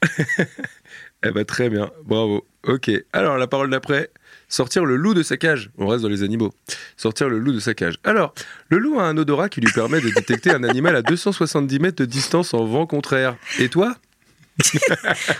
Speaker 2: Eh ben très bien, bravo. Ok, alors la parole d'après, sortir le loup de sa cage. On reste dans les animaux. Sortir le loup de sa cage. Alors, le loup a un odorat qui lui permet de détecter un animal à 270 mètres de distance en vent contraire. Et toi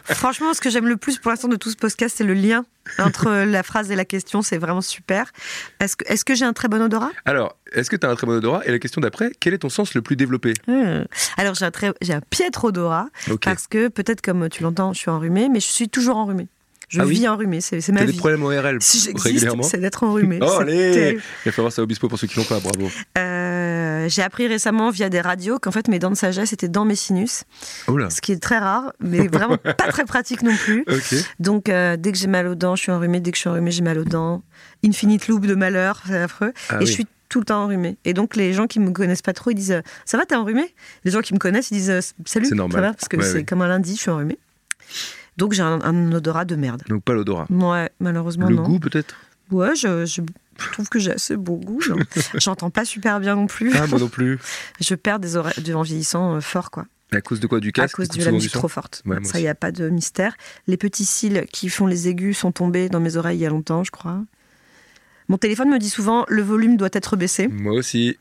Speaker 3: Franchement, ce que j'aime le plus pour l'instant de tout ce podcast, c'est le lien entre la phrase et la question. C'est vraiment super. Est-ce que, est-ce que j'ai un très bon odorat
Speaker 2: Alors, est-ce que tu as un très bon odorat Et la question d'après, quel est ton sens le plus développé
Speaker 3: Hmm. Alors j'ai un, très, j'ai un piètre odorat
Speaker 2: Ok.
Speaker 3: parce que peut-être comme tu l'entends, je suis enrhumée, mais je suis toujours enrhumée. Je
Speaker 2: Ah oui
Speaker 3: vis enrhumée, c'est, c'est ma
Speaker 2: T'as des
Speaker 3: vie.
Speaker 2: problèmes en RL
Speaker 3: Si j'existe,
Speaker 2: régulièrement
Speaker 3: c'est d'être enrhumée.
Speaker 2: Oh
Speaker 3: C'est
Speaker 2: allez
Speaker 3: terrible.
Speaker 2: Il faut voir ça au bispo pour ceux qui l'ont pas, bravo.
Speaker 3: Euh, j'ai appris récemment via des radios qu'en fait mes dents de sagesse étaient dans mes sinus,
Speaker 2: Oh là
Speaker 3: ce qui est très rare,
Speaker 2: *laughs*
Speaker 3: mais vraiment pas très pratique non plus.
Speaker 2: Ok.
Speaker 3: Donc euh, dès que j'ai mal aux dents, je suis enrhumée. Dès que je suis enrhumée, j'ai mal aux dents. Infinite loop de malheur, c'est affreux.
Speaker 2: Ah
Speaker 3: et
Speaker 2: oui.
Speaker 3: je suis tout le temps enrhumée. Et donc les gens qui me connaissent pas trop, ils disent euh, ça va, t'es enrhumée Les gens qui me connaissent, ils disent euh, salut,
Speaker 2: C'est
Speaker 3: ça
Speaker 2: normal.
Speaker 3: va parce que
Speaker 2: Ouais,
Speaker 3: c'est
Speaker 2: ouais.
Speaker 3: comme un lundi, je suis enrhumée. Donc j'ai un, un odorat de merde.
Speaker 2: Donc pas l'odorat.
Speaker 3: Ouais, malheureusement
Speaker 2: le
Speaker 3: non.
Speaker 2: goût peut-être
Speaker 3: ouais, je, je trouve que j'ai assez beau goût.
Speaker 2: *laughs*
Speaker 3: non. J'entends pas super bien non plus.
Speaker 2: Ah moi non plus.
Speaker 3: Je perds des oreilles en vieillissant euh, fort quoi
Speaker 2: À cause de quoi Du
Speaker 3: à
Speaker 2: casque
Speaker 3: cause
Speaker 2: t'écoutes
Speaker 3: de la
Speaker 2: souvent
Speaker 3: musique
Speaker 2: son
Speaker 3: trop forte.
Speaker 2: Ouais, moi
Speaker 3: ça, il n'y a pas de mystère. Les petits cils qui font les aigus sont tombés dans mes oreilles il y a longtemps, je crois. Mon téléphone me dit souvent le volume doit être baissé.
Speaker 2: Moi aussi.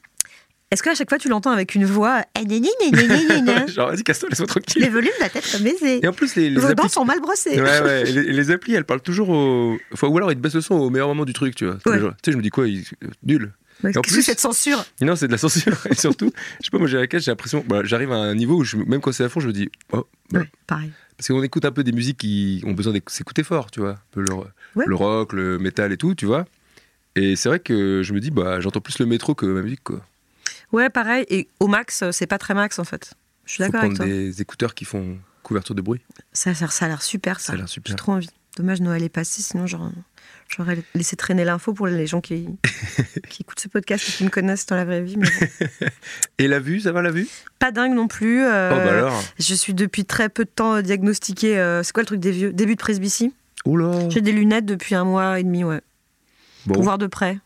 Speaker 3: Est-ce que à chaque fois tu l'entends avec une voix eh, gna, gna, gna, gna, gna, gna,
Speaker 2: *laughs*
Speaker 3: gna.
Speaker 2: Genre, vas-y, casse-toi, laisse-moi *laughs*
Speaker 3: Le
Speaker 2: tranquille.
Speaker 3: volume doit être baissé.
Speaker 2: Et en plus, les, les
Speaker 3: Vos dents
Speaker 2: applis.
Speaker 3: sont mal brossées.
Speaker 2: Ouais,
Speaker 3: *laughs*
Speaker 2: ouais, et les, et les applis, elles parlent toujours au. Enfin, ou alors, ils te baissent le son au meilleur moment du truc, tu vois. Tous les
Speaker 3: Ouais.
Speaker 2: jours. Tu sais, je me dis quoi il- Nul.
Speaker 3: Ouais,
Speaker 2: Et en
Speaker 3: Qu'est-ce que
Speaker 2: plus-
Speaker 3: cette censure
Speaker 2: Non, c'est de la censure. *laughs* Et surtout, je sais pas, moi, j'ai la cage, j'ai l'impression. voilà, J'arrive à un niveau où, je- même quand c'est à fond, je me dis. Oh, bah,
Speaker 3: Ouais, Pareil.
Speaker 2: Parce qu'on écoute un peu des musiques qui ont besoin de s'écouter fort, tu vois. Un peu le,
Speaker 3: Ouais.
Speaker 2: le rock, le métal et tout, tu vois. Et c'est vrai que je me dis, bah, j'entends plus le métro que ma musique, quoi.
Speaker 3: Ouais, pareil. Et au max, euh, c'est pas très max en fait. Je suis
Speaker 2: Faut
Speaker 3: d'accord avec
Speaker 2: prendre
Speaker 3: toi.
Speaker 2: des écouteurs qui font couverture de bruit.
Speaker 3: Ça, ça, ça a l'air super ça.
Speaker 2: Ça a l'air super.
Speaker 3: J'ai trop envie. Dommage, Noël est passé, sinon j'aurais- j'aurais laissé traîner l'info pour les
Speaker 2: *laughs*
Speaker 3: gens qui, qui écoutent ce podcast et qui me connaissent dans la vraie vie. mais bon.
Speaker 2: Et la vue, ça va la vue
Speaker 3: Pas dingue non plus. euh,
Speaker 2: Oh bah alors
Speaker 3: Je suis depuis très peu de temps diagnostiquée. euh, c'est quoi le truc des vieux Début de presbytie.
Speaker 2: Oula
Speaker 3: J'ai des lunettes depuis un mois et demi, ouais. Pour
Speaker 2: Bon,
Speaker 3: voir
Speaker 2: *laughs*
Speaker 3: de près.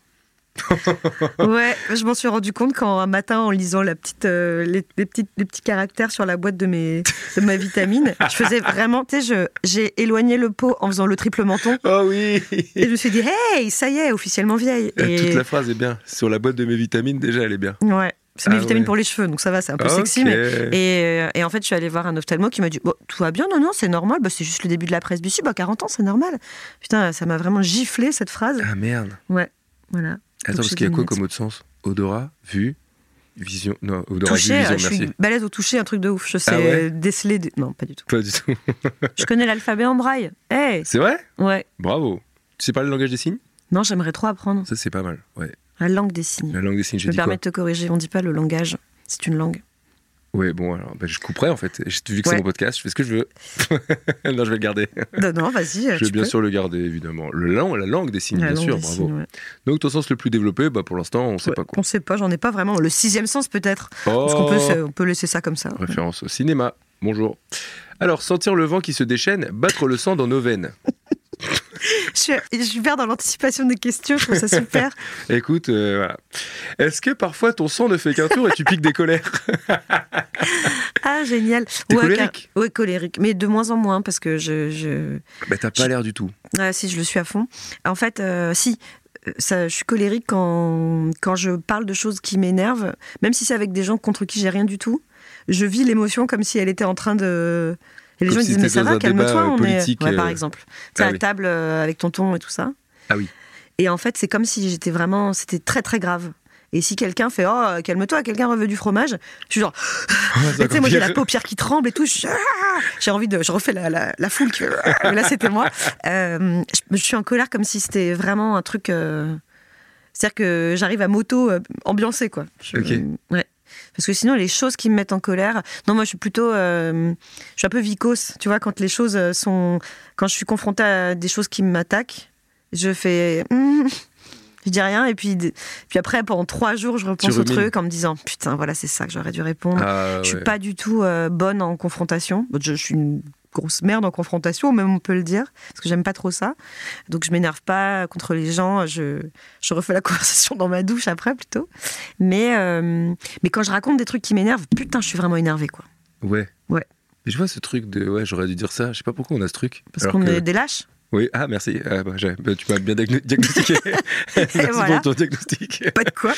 Speaker 3: ouais, je m'en suis rendu compte quand un matin en lisant la petite, euh, les, les petites, les petits caractères sur la boîte de, mes, de ma vitamine, je faisais vraiment, tu sais, je- j'ai éloigné le pot en faisant le triple menton
Speaker 2: oh oui
Speaker 3: et je me suis dit, hey, ça y est, officiellement vieille.
Speaker 2: *laughs* Euh,
Speaker 3: Et-
Speaker 2: Toute la phrase est bien. Sur la boîte de mes vitamines, déjà, elle est bien.
Speaker 3: Ouais, c'est mes
Speaker 2: Ah
Speaker 3: vitamines
Speaker 2: ouais. Ah,
Speaker 3: pour les cheveux, donc ça va, c'est un peu sexy,
Speaker 2: Ok.
Speaker 3: mais Et, euh, et en fait, je suis allée voir un ophtalmo qui m'a dit bon, Tout va bien, non, non, c'est normal, bah, c'est juste le début de la presbytie, bah, 40 ans, c'est normal. Putain, ça m'a vraiment giflé cette phrase.
Speaker 2: Ah merde.
Speaker 3: Ouais, voilà.
Speaker 2: Attends,
Speaker 3: Donc,
Speaker 2: parce
Speaker 3: j'ai
Speaker 2: qu'il y a
Speaker 3: des
Speaker 2: quoi
Speaker 3: lunettes.
Speaker 2: comme autre sens Odorat, vue, vision. Non, odorat,
Speaker 3: Toucher,
Speaker 2: vue,
Speaker 3: euh,
Speaker 2: vision,
Speaker 3: je
Speaker 2: merci. Ah
Speaker 3: suis balèze au toucher, un truc de ouf. Je sais euh,
Speaker 2: ouais
Speaker 3: déceler. des- Non, pas du tout.
Speaker 2: Pas du tout. *laughs*
Speaker 3: Je connais l'alphabet en braille. Hey
Speaker 2: C'est vrai
Speaker 3: Ouais.
Speaker 2: Bravo. Tu sais parler le langage des signes
Speaker 3: Non, j'aimerais trop apprendre
Speaker 2: Ça, c'est pas mal. Ouais.
Speaker 3: la langue des signes.
Speaker 2: La langue des signes,
Speaker 3: Je
Speaker 2: j'ai
Speaker 3: me
Speaker 2: dit quoi
Speaker 3: permets de te corriger, on dit pas le langage, c'est une langue.
Speaker 2: Ouais, bon, alors, bah, je couperai en fait. J'ai vu que c'est
Speaker 3: Ouais. Euh,
Speaker 2: mon podcast, je fais ce que je veux. *laughs* non, je vais le garder.
Speaker 3: Non, non, vas-y.
Speaker 2: Je vais bien sûr le garder, évidemment. Le lang- la langue des signes, bien sûr, bravo. Donc, ton sens le plus développé, bah, pour l'instant, on sait pas quoi.
Speaker 3: On sait pas, j'en ai pas vraiment. Le sixième sens peut-être. Parce qu'on
Speaker 2: Oh
Speaker 3: peut, se- on peut laisser ça comme ça.
Speaker 2: Référence au cinéma. Bonjour. Alors, sentir le vent qui se déchaîne, battre le sang dans nos veines.
Speaker 3: Je suis, je suis hyper dans l'anticipation des questions, je trouve
Speaker 2: *laughs*
Speaker 3: ça super.
Speaker 2: Écoute, euh, voilà. Est-ce que parfois ton sang ne fait qu'un tour et tu piques des colères
Speaker 3: Ah, génial.
Speaker 2: T'es
Speaker 3: car-
Speaker 2: colérique
Speaker 3: Ouais, colérique. Mais de moins en moins, parce que je. je...
Speaker 2: *laughs* Bah, t'as pas l'air du tout.
Speaker 3: Ah, si, je le suis à fond. En fait, euh, si. euh, Ça, je suis colérique quand, quand je parle de choses qui m'énervent, même si c'est avec des gens contre qui j'ai rien du tout. Je vis l'émotion comme si elle était en train de. Et les
Speaker 2: Comme
Speaker 3: gens
Speaker 2: si
Speaker 3: disent Mais
Speaker 2: c'était
Speaker 3: ça
Speaker 2: dans
Speaker 3: va,
Speaker 2: un débat,
Speaker 3: calme-toi,
Speaker 2: euh,
Speaker 3: on
Speaker 2: politique,
Speaker 3: est. Ouais, par
Speaker 2: euh,
Speaker 3: exemple. Tu sais,
Speaker 2: ah
Speaker 3: à
Speaker 2: oui.
Speaker 3: table euh, avec tonton et tout ça.
Speaker 2: Ah oui.
Speaker 3: Et en fait, c'est comme si j'étais vraiment. C'était très, très grave. Et si quelqu'un fait Oh, calme-toi, quelqu'un veut du fromage, je suis genre Mais tu sais, moi j'ai la paupière qui tremble et tout. je- Ah J'ai envie de. Je refais la, la, la foule qui. ah, Mais là, c'était moi. Euh, je, je suis en colère comme si c'était vraiment un truc. euh, C'est-à-dire que j'arrive à moto euh, ambiancée, quoi. Je-
Speaker 2: Ok.
Speaker 3: Ouais. Parce que sinon, les choses qui me mettent en colère. Non, moi, je suis plutôt. euh, je suis un peu vicose. Tu vois, quand les choses euh, sont. Quand je suis confrontée à des choses qui m'attaquent, je fais. *laughs* Hmm je dis rien. Et puis, puis après, pendant trois jours, je repense au
Speaker 2: rumines.
Speaker 3: truc en me disant Putain, voilà, c'est ça que j'aurais dû répondre.
Speaker 2: Ah,
Speaker 3: Je suis
Speaker 2: ouais.
Speaker 3: pas du tout euh, bonne en confrontation. Je, je suis une grosse merde en confrontation, même on peut le dire, parce que j'aime pas trop ça. Donc je m'énerve pas contre les gens. Je, je refais la *laughs* conversation dans ma douche après plutôt. Mais euh, mais quand je raconte des trucs qui m'énervent, putain, je suis vraiment énervée quoi.
Speaker 2: Ouais.
Speaker 3: Ouais.
Speaker 2: Mais je vois ce truc de. Ouais, j'aurais dû dire ça. Je sais pas pourquoi on a ce truc.
Speaker 3: Parce
Speaker 2: Alors
Speaker 3: qu'on
Speaker 2: que-
Speaker 3: est des lâches.
Speaker 2: Oui, ah merci. Ah, bah, j'ai- bah, tu m'as bien diagno- *laughs*
Speaker 3: *laughs*
Speaker 2: diagnostiqué. Merci
Speaker 3: voilà.
Speaker 2: pour ton diagnostic.
Speaker 3: Pas de
Speaker 2: *laughs*
Speaker 3: quoi.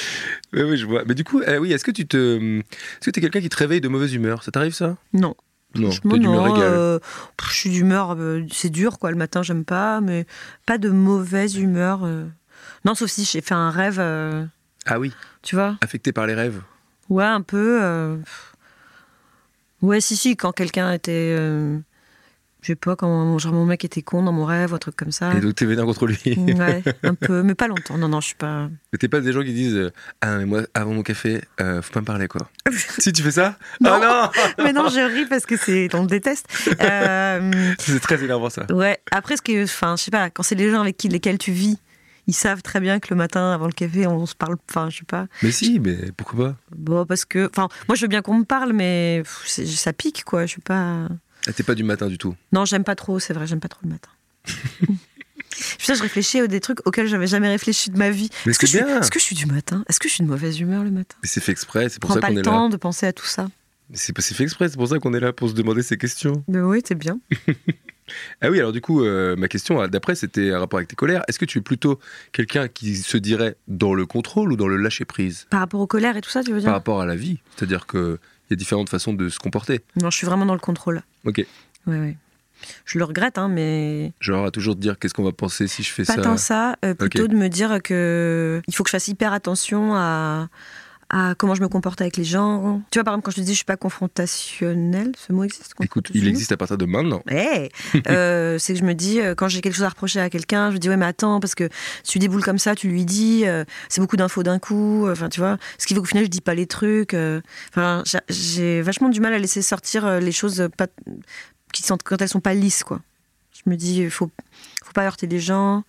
Speaker 2: oui, oui, je vois. Mais du coup, euh, oui, est-ce que tu te. Est-ce que t'es quelqu'un qui te réveille de mauvaise humeur Ça t'arrive ça
Speaker 3: Non.
Speaker 2: Non,
Speaker 3: Franchement,
Speaker 2: t'es d'humeur
Speaker 3: non,
Speaker 2: égale.
Speaker 3: euh, pff, je suis d'humeur, euh, c'est dur quoi. Le matin, j'aime pas, mais pas de mauvaise humeur. euh. Non, sauf si j'ai fait un rêve, euh,
Speaker 2: Ah oui,
Speaker 3: tu vois.
Speaker 2: affecté par les rêves.
Speaker 3: Ouais, un peu. euh, pff. Ouais, si, si, quand quelqu'un était. euh, Je sais pas, quand genre mon mec était con dans mon rêve, un truc comme ça.
Speaker 2: Et donc t'es vénère contre lui.
Speaker 3: Ouais, un peu, mais pas longtemps. Non, non, je suis pas.
Speaker 2: *laughs* Mais t'es pas des gens qui disent euh, Ah, mais moi, avant mon café, euh, faut pas me parler
Speaker 3: *laughs*
Speaker 2: quoi. si tu fais ça
Speaker 3: Non.
Speaker 2: Ah non *laughs*
Speaker 3: *laughs* Mais non, je ris parce que c'est. On le déteste. Euh,
Speaker 2: C'est très énervant ça.
Speaker 3: ouais, après, ce que. Enfin, je sais pas, quand c'est les gens avec qui, lesquels tu vis, ils savent très bien que le matin, avant le café, on se parle. Enfin, je sais pas.
Speaker 2: Mais si, mais pourquoi pas
Speaker 3: Bon, parce que. Enfin, moi, je veux bien qu'on me parle, mais pff, c'est- ça pique, quoi. Je suis pas.
Speaker 2: Ah, T'es pas du matin du tout.
Speaker 3: Non, j'aime pas trop, c'est vrai, j'aime pas trop le matin. Putain, je réfléchis à des trucs auxquels j'avais jamais réfléchi de ma vie.
Speaker 2: Mais
Speaker 3: Est-ce que,
Speaker 2: c'est
Speaker 3: je suis-
Speaker 2: bien.
Speaker 3: est-ce que je suis du matin Est-ce que je suis de mauvaise humeur le matin
Speaker 2: Mais c'est fait exprès, c'est
Speaker 3: Je
Speaker 2: pour ça
Speaker 3: prends pas
Speaker 2: qu'on
Speaker 3: le
Speaker 2: est là.
Speaker 3: temps de penser à tout ça.
Speaker 2: C'est pas- c'est fait exprès, c'est pour ça qu'on est là pour se demander ces questions.
Speaker 3: Mais oui, c'est bien.
Speaker 2: Ah oui, alors du coup, euh, ma question euh, d'après, c'était un rapport avec tes colères. Est-ce que tu es plutôt quelqu'un qui se dirait dans le contrôle ou dans le lâcher-prise
Speaker 3: Par rapport aux colères et tout ça, tu veux dire
Speaker 2: par rapport à la vie C'est-à-dire qu'il y a différentes façons de se comporter.
Speaker 3: Non, je suis vraiment dans le contrôle.
Speaker 2: Ok.
Speaker 3: Ouais, ouais. Je le regrette, hein, mais
Speaker 2: Genre à toujours te dire qu'est-ce qu'on va penser si je fais
Speaker 3: pas
Speaker 2: ça.
Speaker 3: tant ça. euh, plutôt
Speaker 2: Ok.
Speaker 3: de me dire que il faut que je fasse hyper attention à, à comment je me comporte avec les gens. Tu vois, par exemple, quand je te dis je suis pas confrontationnelle, ce mot existe
Speaker 2: Écoute, il
Speaker 3: confrontationnelle
Speaker 2: existe à partir de maintenant.
Speaker 3: Hey Euh, c'est que je me dis, euh, quand j'ai quelque chose à reprocher à quelqu'un, je me dis, ouais, mais attends, parce que si tu déboules comme ça, tu lui dis, euh, c'est beaucoup d'infos d'un coup, euh, enfin, tu vois, ce qui fait qu'au final, je dis pas les trucs. euh, Enfin, j'a- j'ai vachement du mal à laisser sortir euh, les choses euh, pas, qui sont, quand elles sont pas lisses, quoi. Je Je me dis, il faut, faut pas heurter les gens.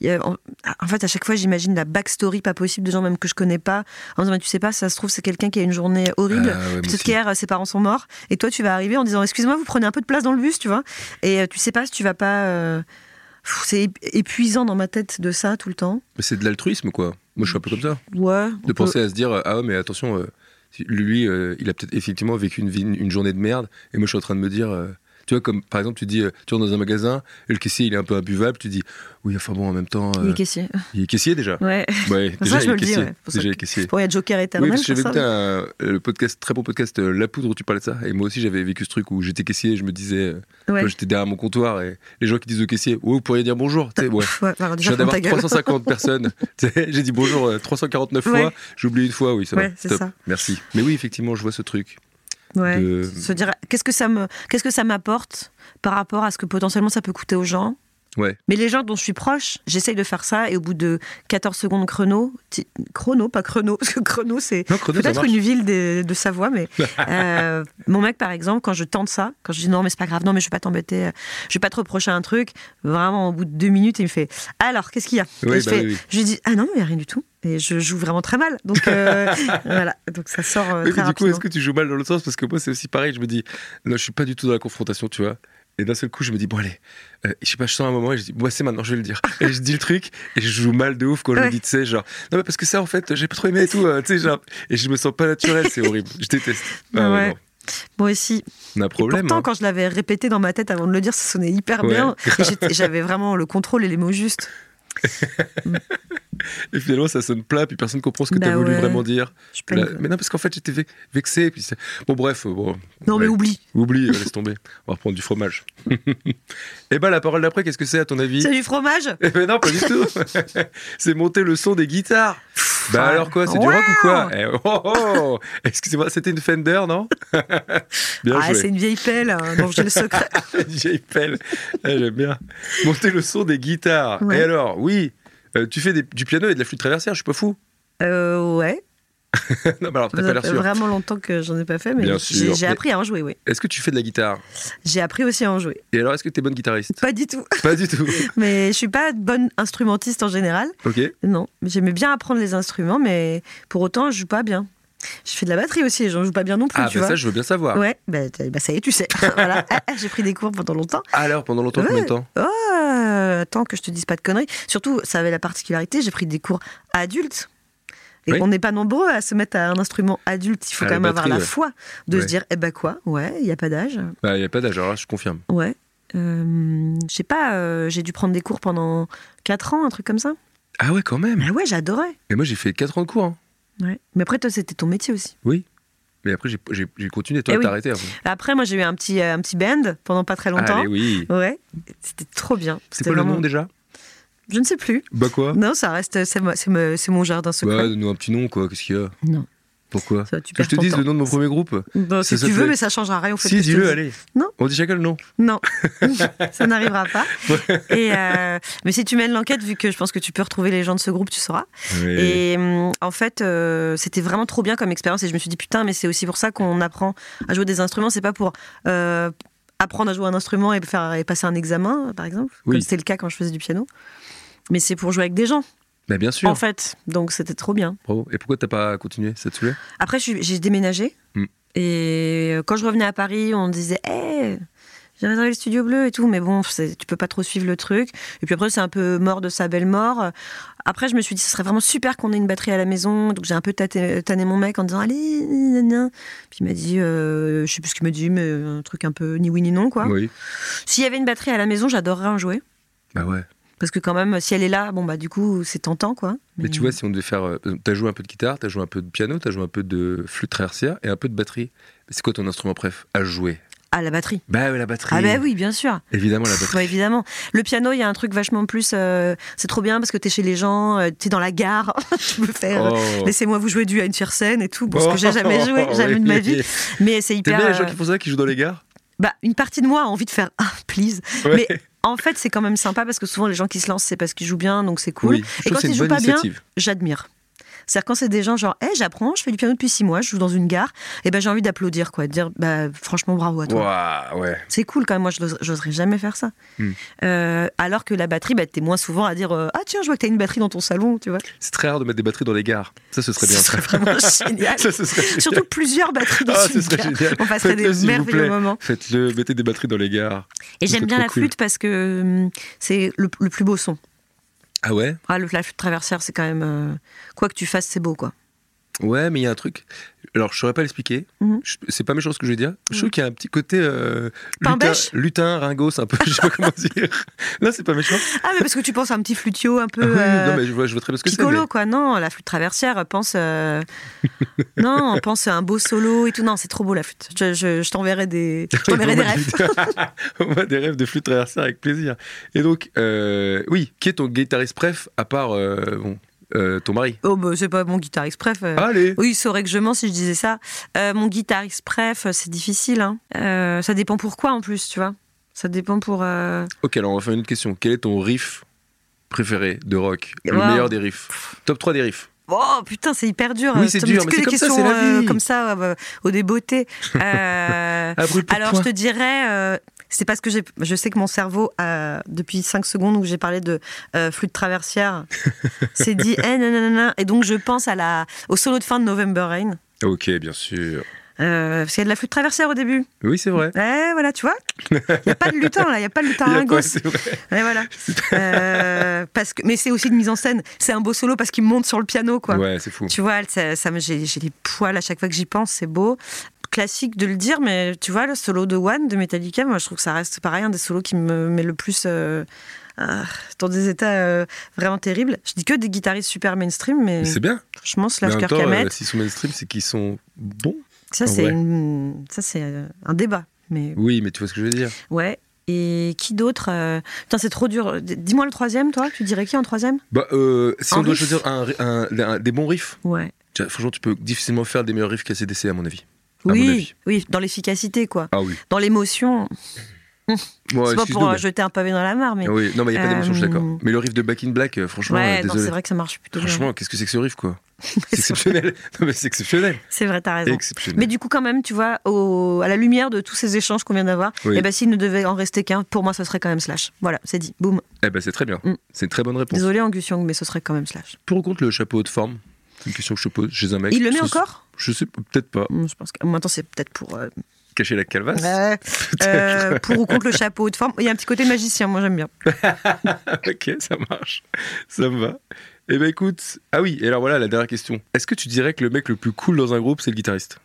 Speaker 3: Il y a- en, en fait, à chaque fois, j'imagine la backstory pas possible de gens même que je connais pas. En disant, mais tu sais pas, ça se trouve, c'est quelqu'un qui a une journée horrible.
Speaker 2: Ah ouais, moi
Speaker 3: Peut-être
Speaker 2: aussi.
Speaker 3: qu'hier, ses parents sont morts. Et toi, tu vas arriver en disant, excuse-moi, vous prenez un peu de place dans le bus, tu vois. Et euh, tu sais pas si tu vas pas. euh, pff, C'est ép- épuisant dans ma tête de ça tout le temps.
Speaker 2: Mais c'est de l'altruisme, quoi. Moi, je suis un peu comme ça.
Speaker 3: Ouais. on
Speaker 2: De
Speaker 3: peut-
Speaker 2: penser à se dire, euh, ah ouais, mais attention, euh, si- lui, euh, il a peut-être effectivement vécu une, vie- une journée de merde, et moi, je suis en train de me dire. euh, tu vois, comme par exemple, tu dis, euh, tu rentres dans un magasin, et le caissier, il est un peu imbuvable, tu dis, oui, enfin bon, en même temps, euh,
Speaker 3: Oui, caissier.
Speaker 2: il est caissier déjà. *laughs*
Speaker 3: Ouais.
Speaker 2: Ouais,
Speaker 3: Pour ça,
Speaker 2: déjà,
Speaker 3: je
Speaker 2: il
Speaker 3: me
Speaker 2: est
Speaker 3: le dis,
Speaker 2: caissier.
Speaker 3: ouais. Pour ça
Speaker 2: Déjà, il est
Speaker 3: que-
Speaker 2: caissier.
Speaker 3: Pour être Joker
Speaker 2: Oui,
Speaker 3: éternel.
Speaker 2: parce que j'avais
Speaker 3: pour
Speaker 2: écouté
Speaker 3: ça,
Speaker 2: un euh, le podcast, très bon podcast euh, La Poudre où tu parlais de ça. Et moi aussi, j'avais vécu ce truc où j'étais caissier et je me disais, euh,
Speaker 3: ouais.
Speaker 2: quand j'étais derrière mon comptoir et les gens qui disent au caissier, ouais, vous pourriez dire bonjour. Tu sais,
Speaker 3: *laughs*
Speaker 2: ouais.
Speaker 3: Pff, ouais, alors
Speaker 2: Je
Speaker 3: déjà,
Speaker 2: viens
Speaker 3: ferme ta
Speaker 2: d'avoir
Speaker 3: gueule. *laughs*
Speaker 2: 350 personnes. *laughs* Tu sais, J'ai dit bonjour euh, 349 fois.
Speaker 3: Ouais.
Speaker 2: J'ai oublié une fois, oui, ça
Speaker 3: Ouais,
Speaker 2: va.
Speaker 3: c'est
Speaker 2: Top.
Speaker 3: ça.
Speaker 2: Merci. Mais oui, effectivement, je vois ce truc.
Speaker 3: Ouais.
Speaker 2: de-
Speaker 3: Se dire qu'est-ce que ça me qu'est-ce que ça m'apporte par rapport à ce que potentiellement ça peut coûter aux gens.
Speaker 2: Ouais.
Speaker 3: Mais les gens dont je suis proche, j'essaye de faire ça et au bout de 14 secondes chrono, ti- chrono pas chrono *laughs* parce que chrono c'est
Speaker 2: Non, chrono, ça
Speaker 3: peut-être
Speaker 2: marche.
Speaker 3: une ville de, de
Speaker 2: *laughs*
Speaker 3: Savoie mais euh, mon mec par exemple quand je tente ça, quand je dis non mais c'est pas grave, non mais je vais pas t'embêter, euh, je vais pas te reprocher un truc, vraiment au bout de deux minutes il me fait alors qu'est-ce qu'il y a
Speaker 2: Oui,
Speaker 3: Et je,
Speaker 2: bah
Speaker 3: fais-
Speaker 2: oui, oui.
Speaker 3: je lui dis ah non mais il y a rien du tout et je joue vraiment très mal
Speaker 2: *laughs*
Speaker 3: donc euh, voilà donc ça sort euh,
Speaker 2: Oui,
Speaker 3: très
Speaker 2: mais du coup,
Speaker 3: rapidement.
Speaker 2: est-ce que tu joues mal dans l'autre sens Parce que moi, c'est aussi pareil. Je me dis, non, je suis pas du tout dans la confrontation, tu vois. Et d'un seul coup, je me dis, bon, allez, euh, je sais pas, je sens un moment et je dis, bon, bah, c'est maintenant, je vais le dire. Et je dis le truc et je joue mal de ouf quand je le
Speaker 3: Ouais.
Speaker 2: dis, tu sais, genre, non, mais parce que ça, en fait, j'ai pas trop aimé et tout, euh, tu sais, genre, et je me sens pas naturel, c'est horrible. Je déteste. Ah, ouais,
Speaker 3: Ouais.
Speaker 2: non.
Speaker 3: Moi aussi
Speaker 2: On a un problème.
Speaker 3: et pourtant,
Speaker 2: hein.
Speaker 3: quand je l'avais répété dans ma tête avant de le dire, ça sonnait hyper
Speaker 2: Ouais. *laughs*
Speaker 3: bien. Et j'étais- J'avais vraiment le contrôle et les mots justes.
Speaker 2: Et finalement, ça sonne plat, puis personne comprend ce que
Speaker 3: Bah
Speaker 2: t'as voulu
Speaker 3: ouais.
Speaker 2: vraiment dire.
Speaker 3: Je suis pas
Speaker 2: Puis là,
Speaker 3: une-
Speaker 2: mais non, parce qu'en fait, j'étais ve- vexé. et Puis c'est- bon, bref, euh, bon,
Speaker 3: Non, mais
Speaker 2: ouais.
Speaker 3: oublie.
Speaker 2: oublie, euh, laisse tomber. *laughs* On va reprendre du fromage. *laughs* et ben, la parole d'après, qu'est-ce que c'est à ton avis
Speaker 3: C'est du fromage
Speaker 2: Eh ben non, pas du tout. *laughs* c'est monter le son des guitares. Bah
Speaker 3: ah,
Speaker 2: alors quoi, c'est du rock ou quoi Eh, oh, oh. Excusez-moi, c'était une Fender, non *laughs* Bien
Speaker 3: Ah, c'est
Speaker 2: joué.
Speaker 3: une vieille pelle hein, dont j'ai
Speaker 2: *laughs*
Speaker 3: le secret.
Speaker 2: DJ Pell. Ah, J'aime bien. Monter le son des guitares.
Speaker 3: Ouais.
Speaker 2: Et alors, oui, euh, tu fais des- du piano et de la flûte traversière, je suis pas fou. *laughs*
Speaker 3: Euh, ouais.
Speaker 2: non, mais alors, t'as pas l'air
Speaker 3: Ça fait
Speaker 2: sûr.
Speaker 3: vraiment longtemps que j'en ai pas fait, mais
Speaker 2: Bien
Speaker 3: j'ai-
Speaker 2: sûr.
Speaker 3: j'ai
Speaker 2: Mais-
Speaker 3: appris à en jouer, oui.
Speaker 2: Est-ce que tu fais de la guitare
Speaker 3: J'ai appris aussi à en jouer.
Speaker 2: Et alors, est-ce que t'es bonne guitariste
Speaker 3: Pas du tout. *laughs*
Speaker 2: Pas du *laughs* tout.
Speaker 3: Mais je suis pas bonne instrumentiste en général.
Speaker 2: Ok.
Speaker 3: Non. J'aimais bien apprendre les instruments, mais pour autant, je joue pas bien. Je fais de la batterie aussi, et j'en joue pas bien non plus,
Speaker 2: Ah,
Speaker 3: tu
Speaker 2: bah ça,
Speaker 3: vois.
Speaker 2: je veux bien savoir.
Speaker 3: Ouais, bah, t'as- bah, ça y est, tu sais. *laughs* voilà. Ah, ah, j'ai pris des cours pendant longtemps.
Speaker 2: Alors, pendant longtemps, combien de
Speaker 3: Ouais.
Speaker 2: temps
Speaker 3: Euh, attends que je te dise pas de conneries. Surtout, ça avait la particularité, j'ai pris des cours adultes. Et
Speaker 2: Oui.
Speaker 3: on n'est pas nombreux à se mettre à un instrument adulte. Il faut
Speaker 2: À
Speaker 3: quand
Speaker 2: la
Speaker 3: même avoir
Speaker 2: batterie,
Speaker 3: la
Speaker 2: ouais.
Speaker 3: foi de
Speaker 2: Ouais.
Speaker 3: se dire, eh ben quoi, ouais, il n'y a pas d'âge.
Speaker 2: Bah, il n'y a pas d'âge, alors là, je confirme.
Speaker 3: Ouais. Euh, je sais pas, euh, j'ai dû prendre des cours pendant 4 ans, un truc comme ça.
Speaker 2: Ah ouais, quand même.
Speaker 3: Bah ouais, j'adorais.
Speaker 2: Et moi, j'ai fait 4 ans de cours. hein.
Speaker 3: Ouais. Mais après, toi, c'était ton métier aussi.
Speaker 2: Mais après, j'ai- j'ai j'ai continué. Toi,
Speaker 3: Eh
Speaker 2: t'as
Speaker 3: oui.
Speaker 2: arrêté. après.
Speaker 3: Après, moi, j'ai eu un petit, euh, un petit band pendant pas très longtemps.
Speaker 2: Allez, oui.
Speaker 3: Ouais, c'était trop bien.
Speaker 2: Ah, C'est
Speaker 3: C'était
Speaker 2: quoi le
Speaker 3: vraiment-
Speaker 2: nom déjà
Speaker 3: Je ne sais plus.
Speaker 2: Bah quoi
Speaker 3: Non, ça reste, c'est mo- c'est mo- c'est mon jardin
Speaker 2: Bah,
Speaker 3: secret.
Speaker 2: donne-nous un petit nom, quoi. Qu'est-ce qu'il y a
Speaker 3: Non,
Speaker 2: Pourquoi
Speaker 3: ça, tu
Speaker 2: Que
Speaker 3: perds
Speaker 2: je te
Speaker 3: ton
Speaker 2: dise
Speaker 3: temps.
Speaker 2: le nom de mon premier groupe
Speaker 3: Bon,
Speaker 2: Ça
Speaker 3: si tu
Speaker 2: s'appelait-
Speaker 3: veux, mais ça changera rien au fait.
Speaker 2: Si,
Speaker 3: que je te
Speaker 2: dis-le,
Speaker 3: dise.
Speaker 2: allez.
Speaker 3: Non.
Speaker 2: On dit chacun le nom. *laughs*
Speaker 3: Non, ça n'arrivera pas. Et euh, mais si tu mènes l'enquête, vu que je pense que tu peux retrouver les gens de ce groupe, tu sauras.
Speaker 2: Ouais.
Speaker 3: Et hum, en fait, euh, c'était vraiment trop bien comme expérience. Et je me suis dit putain, mais c'est aussi pour ça qu'on apprend à jouer des instruments. C'est pas pour euh, apprendre à jouer un instrument et faire et passer un examen, par exemple,
Speaker 2: Oui.
Speaker 3: comme c'était le cas quand je faisais du piano. Mais c'est pour jouer avec des gens,
Speaker 2: Bah, bien sûr.
Speaker 3: en fait. Donc c'était trop bien.
Speaker 2: Bravo. Et pourquoi t'as pas continué Ça te saoulait
Speaker 3: Après, je suis- j'ai déménagé.
Speaker 2: Mm.
Speaker 3: Et euh, quand je revenais à Paris, on me disait Hey, j'ai réservé le studio bleu et tout. Mais bon, c'est- tu peux pas trop suivre le truc. Et puis après, c'est un peu mort de sa belle mort. Après, je me suis dit Ce serait vraiment super qu'on ait une batterie à la maison. Donc j'ai un peu tâté- tanné mon mec en disant Allez, nan, nan. Puis il m'a dit euh, Je sais plus ce qu'il m'a dit, mais un truc un peu ni oui ni non, quoi.
Speaker 2: Oui.
Speaker 3: S'il y avait une batterie à la maison, j'adorerais en jouer.
Speaker 2: Bah ouais.
Speaker 3: Parce que quand même, si elle est là, bon, bah du coup, c'est tentant, quoi.
Speaker 2: Mais tu vois, si on devait faire. euh, T'as joué un peu de guitare, t'as joué un peu de piano, t'as joué un peu de flûte traversière et un peu de batterie. Mais C'est quoi ton instrument préf à jouer
Speaker 3: Ah, la batterie.
Speaker 2: Bah ouais, la batterie.
Speaker 3: Ah, bah oui, bien sûr.
Speaker 2: Évidemment,
Speaker 3: *laughs*
Speaker 2: la
Speaker 3: Pff,
Speaker 2: batterie.
Speaker 3: ouais, évidemment. Le piano, il y a un truc vachement plus. euh, c'est trop bien parce que t'es chez les gens, euh, t'es dans la gare, *laughs* tu peux faire. euh,
Speaker 2: Oh.
Speaker 3: Laissez-moi vous jouer du à une sur scène et tout, parce que j'ai jamais joué,
Speaker 2: *laughs* Oh,
Speaker 3: jamais de ma vie.
Speaker 2: oui.
Speaker 3: Mais c'est
Speaker 2: T'aimes
Speaker 3: hyper.
Speaker 2: bien les gens
Speaker 3: euh,
Speaker 2: qui font ça, qui jouent dans les gares
Speaker 3: bah, une partie de moi a envie de faire ah, please.
Speaker 2: Ouais.
Speaker 3: *laughs* Mais en fait, c'est quand même sympa parce que souvent les gens qui se lancent, c'est parce qu'ils jouent bien, donc c'est cool.
Speaker 2: Oui, je
Speaker 3: et
Speaker 2: trouve
Speaker 3: quand
Speaker 2: que c'est
Speaker 3: ils
Speaker 2: une
Speaker 3: jouent
Speaker 2: bonne
Speaker 3: pas bien,
Speaker 2: initiative.
Speaker 3: j'admire. C'est-à-dire quand c'est des gens genre, hé, j'apprends, je fais du piano depuis six mois, je joue dans une gare, et ben j'ai envie d'applaudir, quoi, de dire, bah franchement, bravo à toi.
Speaker 2: Ouah, ouais.
Speaker 3: C'est cool quand même, moi je l'os- j'oserais jamais faire ça.
Speaker 2: Hmm.
Speaker 3: Euh, alors que la batterie, bah, t'es moins souvent à dire euh, Ah tiens, je vois que t'as une batterie dans ton salon, tu vois.
Speaker 2: C'est très rare de mettre des batteries dans les gares. Ça, ce serait bien.
Speaker 3: Ce serait
Speaker 2: *laughs*
Speaker 3: vraiment génial.
Speaker 2: Ça, ce serait génial.
Speaker 3: Surtout plusieurs batteries dans
Speaker 2: Ah, ce
Speaker 3: une
Speaker 2: serait
Speaker 3: gare.
Speaker 2: génial.
Speaker 3: On passerait
Speaker 2: Faites-le,
Speaker 3: des
Speaker 2: s'il vous
Speaker 3: merveilleux
Speaker 2: plaît.
Speaker 3: moments.
Speaker 2: Faites-le, mettez des batteries dans les gares.
Speaker 3: Et
Speaker 2: Ce serait
Speaker 3: j'aime bien
Speaker 2: trop
Speaker 3: la
Speaker 2: cool.
Speaker 3: flûte parce que hum, c'est le, le plus beau son.
Speaker 2: Ah ouais
Speaker 3: Ah, le, la flûte traversière, c'est quand même. euh, quoi que tu fasses, c'est beau, quoi.
Speaker 2: Ouais, mais il y a un truc. Alors, je saurais pas l'expliquer.
Speaker 3: Mhm.
Speaker 2: Je- C'est pas méchant ce que je veux dire. Je trouve qu'il y a un petit côté euh,
Speaker 3: Pain
Speaker 2: lutin,
Speaker 3: bêche
Speaker 2: lutin, ringos, un peu. *laughs* Je sais pas comment dire. Non, c'est pas méchant.
Speaker 3: Ah, mais parce que tu penses à un petit flutio un peu.
Speaker 2: Ah Oui,
Speaker 3: euh,
Speaker 2: non, mais je vois, je vois très bien ce que c'est.
Speaker 3: Piccolo,
Speaker 2: mais-
Speaker 3: quoi, non, la flûte traversière, pense.
Speaker 2: *laughs*
Speaker 3: euh, non, pense à un beau solo et tout. Non, c'est trop beau la flûte. Je, je- je t'enverrai des, je t'enverrai des
Speaker 2: On voit
Speaker 3: rêves.
Speaker 2: des- *laughs* On voit des rêves de flux traversière avec plaisir. Et donc, euh, oui, qui est ton guitariste préf à part euh, bon, euh, ton mari
Speaker 3: Oh, bah, c'est pas mon guitariste préf. euh.
Speaker 2: Allez
Speaker 3: Oui, il saurait que je mens si je disais ça. Euh, mon guitariste préf, c'est difficile. hein. Euh, ça dépend pour quoi en plus, tu vois. Ça dépend pour. euh,
Speaker 2: Ok, alors on va faire une autre question. Quel est ton riff préféré de rock Le
Speaker 3: Wow.
Speaker 2: meilleur des riffs Top 3 des riffs
Speaker 3: Oh putain, c'est hyper dur.
Speaker 2: Oui,
Speaker 3: Euh,
Speaker 2: c'est
Speaker 3: ça me
Speaker 2: dur,
Speaker 3: dit
Speaker 2: mais
Speaker 3: que
Speaker 2: c'est
Speaker 3: des
Speaker 2: comme ça,
Speaker 3: questions
Speaker 2: c'est la
Speaker 3: euh,
Speaker 2: vie.
Speaker 3: comme ça, euh,
Speaker 2: *laughs*
Speaker 3: au débeauté. Euh,
Speaker 2: Ah, brûle pour
Speaker 3: alors
Speaker 2: toi.
Speaker 3: je te dirais, euh, c'est parce que j'ai, je sais que mon cerveau, a, depuis 5 secondes où j'ai parlé de euh,
Speaker 2: *laughs*
Speaker 3: flûte traversière, s'est dit, eh, nanana, et donc je pense à la, au solo de fin de November Rain.
Speaker 2: Ok, bien sûr.
Speaker 3: Euh, parce qu'il y a de la flûte traversière au début.
Speaker 2: Oui, c'est vrai.
Speaker 3: Eh, voilà, tu vois. Il n'y a pas de lutin, là. Il n'y a pas de lutin
Speaker 2: Il y a
Speaker 3: ringos.
Speaker 2: quoi, c'est vrai. *laughs*
Speaker 3: Ouais, voilà. Euh, parce que, mais c'est aussi une mise en scène. C'est un beau solo parce qu'il monte sur le piano, quoi.
Speaker 2: Ouais, c'est fou.
Speaker 3: Tu vois, ça, ça me- j'ai j'ai les poils à chaque fois que j'y pense, c'est beau. Classique de le dire, mais tu vois, le solo de One de Metallica, moi je trouve que ça reste pareil, un des solos qui me met le plus euh, ah, dans des états euh, vraiment terribles. Je dis que des guitaristes super mainstream, mais
Speaker 2: Mais C'est bien.
Speaker 3: franchement,
Speaker 2: Mais
Speaker 3: Slash
Speaker 2: en même
Speaker 3: Kirk
Speaker 2: temps,
Speaker 3: Hammett,
Speaker 2: euh, s'ils sont mainstream, c'est qu'ils sont bons.
Speaker 3: ça c'est
Speaker 2: ouais.
Speaker 3: une- ça, c'est, euh, un débat. Mais
Speaker 2: Oui, mais tu vois ce que je veux dire.
Speaker 3: ouais. Et qui d'autre euh, Putain, c'est trop dur. D- Dis-moi le troisième, toi. Tu dirais qui en troisième
Speaker 2: Bah, euh, si
Speaker 3: Un
Speaker 2: on doit
Speaker 3: riff.
Speaker 2: choisir un, un- un- des bons riffs,
Speaker 3: Ouais.
Speaker 2: tu vois, franchement, tu peux difficilement faire des meilleurs riffs qu'ACDC, à mon avis. À mon
Speaker 3: Oui,
Speaker 2: avis.
Speaker 3: oui, dans l'efficacité, quoi.
Speaker 2: Ah oui.
Speaker 3: Dans l'émotion.
Speaker 2: Ouais,
Speaker 3: c'est pas
Speaker 2: si,
Speaker 3: pour
Speaker 2: non,
Speaker 3: euh,
Speaker 2: mais-
Speaker 3: jeter un pavé dans la mare, mais.
Speaker 2: Ah oui, non, mais il n'y a pas d'émotion, je suis
Speaker 3: Euh,
Speaker 2: d'accord. Mais le riff de Back in Black, euh, franchement,
Speaker 3: Ouais,
Speaker 2: euh,
Speaker 3: non,
Speaker 2: désolé.
Speaker 3: c'est vrai que ça marche plutôt bien.
Speaker 2: franchement, qu'est-ce que c'est que ce riff,
Speaker 3: *laughs*
Speaker 2: quoi C'est exceptionnel. non, mais c'est exceptionnel.
Speaker 3: C'est vrai, t'as raison.
Speaker 2: Exceptionnel.
Speaker 3: Mais du coup, quand même, tu vois, au- à la lumière de tous ces échanges qu'on vient d'avoir,
Speaker 2: Oui.
Speaker 3: eh ben, s'il ne devait en rester qu'un, pour moi, ce serait quand même Slash. Voilà, c'est dit. Boum.
Speaker 2: Eh ben, c'est très bien.
Speaker 3: Mm.
Speaker 2: C'est une très bonne réponse.
Speaker 3: Désolé, Angus Young, mais ce serait quand même Slash.
Speaker 2: Pour ou contre le chapeau de forme C'est une question que je pose chez un mec.
Speaker 3: Il le met
Speaker 2: Je-
Speaker 3: encore
Speaker 2: Je sais peut-être pas.
Speaker 3: Hum, Je pense que. Maintenant, c'est peut-être
Speaker 2: *laughs*
Speaker 3: pour. euh,
Speaker 2: Cacher la calvasse.
Speaker 3: euh, euh, pour ou contre le chapeau de forme. Il y a un petit côté magicien, moi, j'aime bien.
Speaker 2: *laughs* ok, ça marche. Ça me va. Eh ben écoute. Ah oui, et alors voilà la dernière question. Est-ce que tu dirais que le mec le plus cool dans un groupe, c'est le guitariste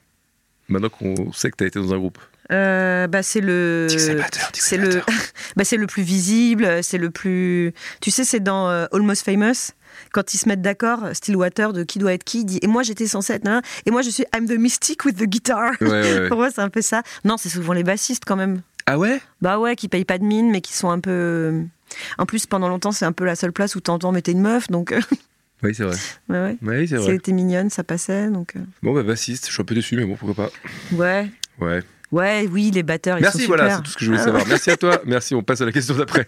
Speaker 2: Maintenant qu'on sait que t'as été dans un groupe.
Speaker 3: Euh, bah, c'est le.
Speaker 2: Dis que c'est le batteur, dis que c'est
Speaker 3: C'est
Speaker 2: le
Speaker 3: le,
Speaker 2: batteur.
Speaker 3: *laughs* bah, c'est le plus visible, c'est le plus. Tu sais, c'est dans euh, Almost Famous, quand ils se mettent d'accord, Stillwater, de qui doit être qui, il dit Et moi j'étais censé être. nanana, et moi je suis I'm the mystic with the guitar.
Speaker 2: Ouais, ouais, ouais.
Speaker 3: *laughs* Pour moi, c'est un peu ça. Non, c'est souvent les bassistes quand même.
Speaker 2: Ah ouais
Speaker 3: Bah ouais, qui payent pas de mine, mais qui sont un peu. En plus, pendant longtemps, c'est un peu la seule place où t'entends, mais t'es une meuf, donc. *laughs* euh,
Speaker 2: Oui, c'est vrai.
Speaker 3: ouais, ouais.
Speaker 2: Oui, c'est
Speaker 3: Si elle
Speaker 2: vrai.
Speaker 3: était mignonne, ça passait, donc. euh,
Speaker 2: Bon, bah, bassiste, je suis un peu déçu, mais bon, pourquoi pas.
Speaker 3: Ouais.
Speaker 2: Ouais.
Speaker 3: Ouais, oui, les batteurs, ils sont
Speaker 2: Merci, voilà,
Speaker 3: super. Ah
Speaker 2: c'est tout ce que je voulais savoir. Merci à toi. Merci, on passe à la question d'après.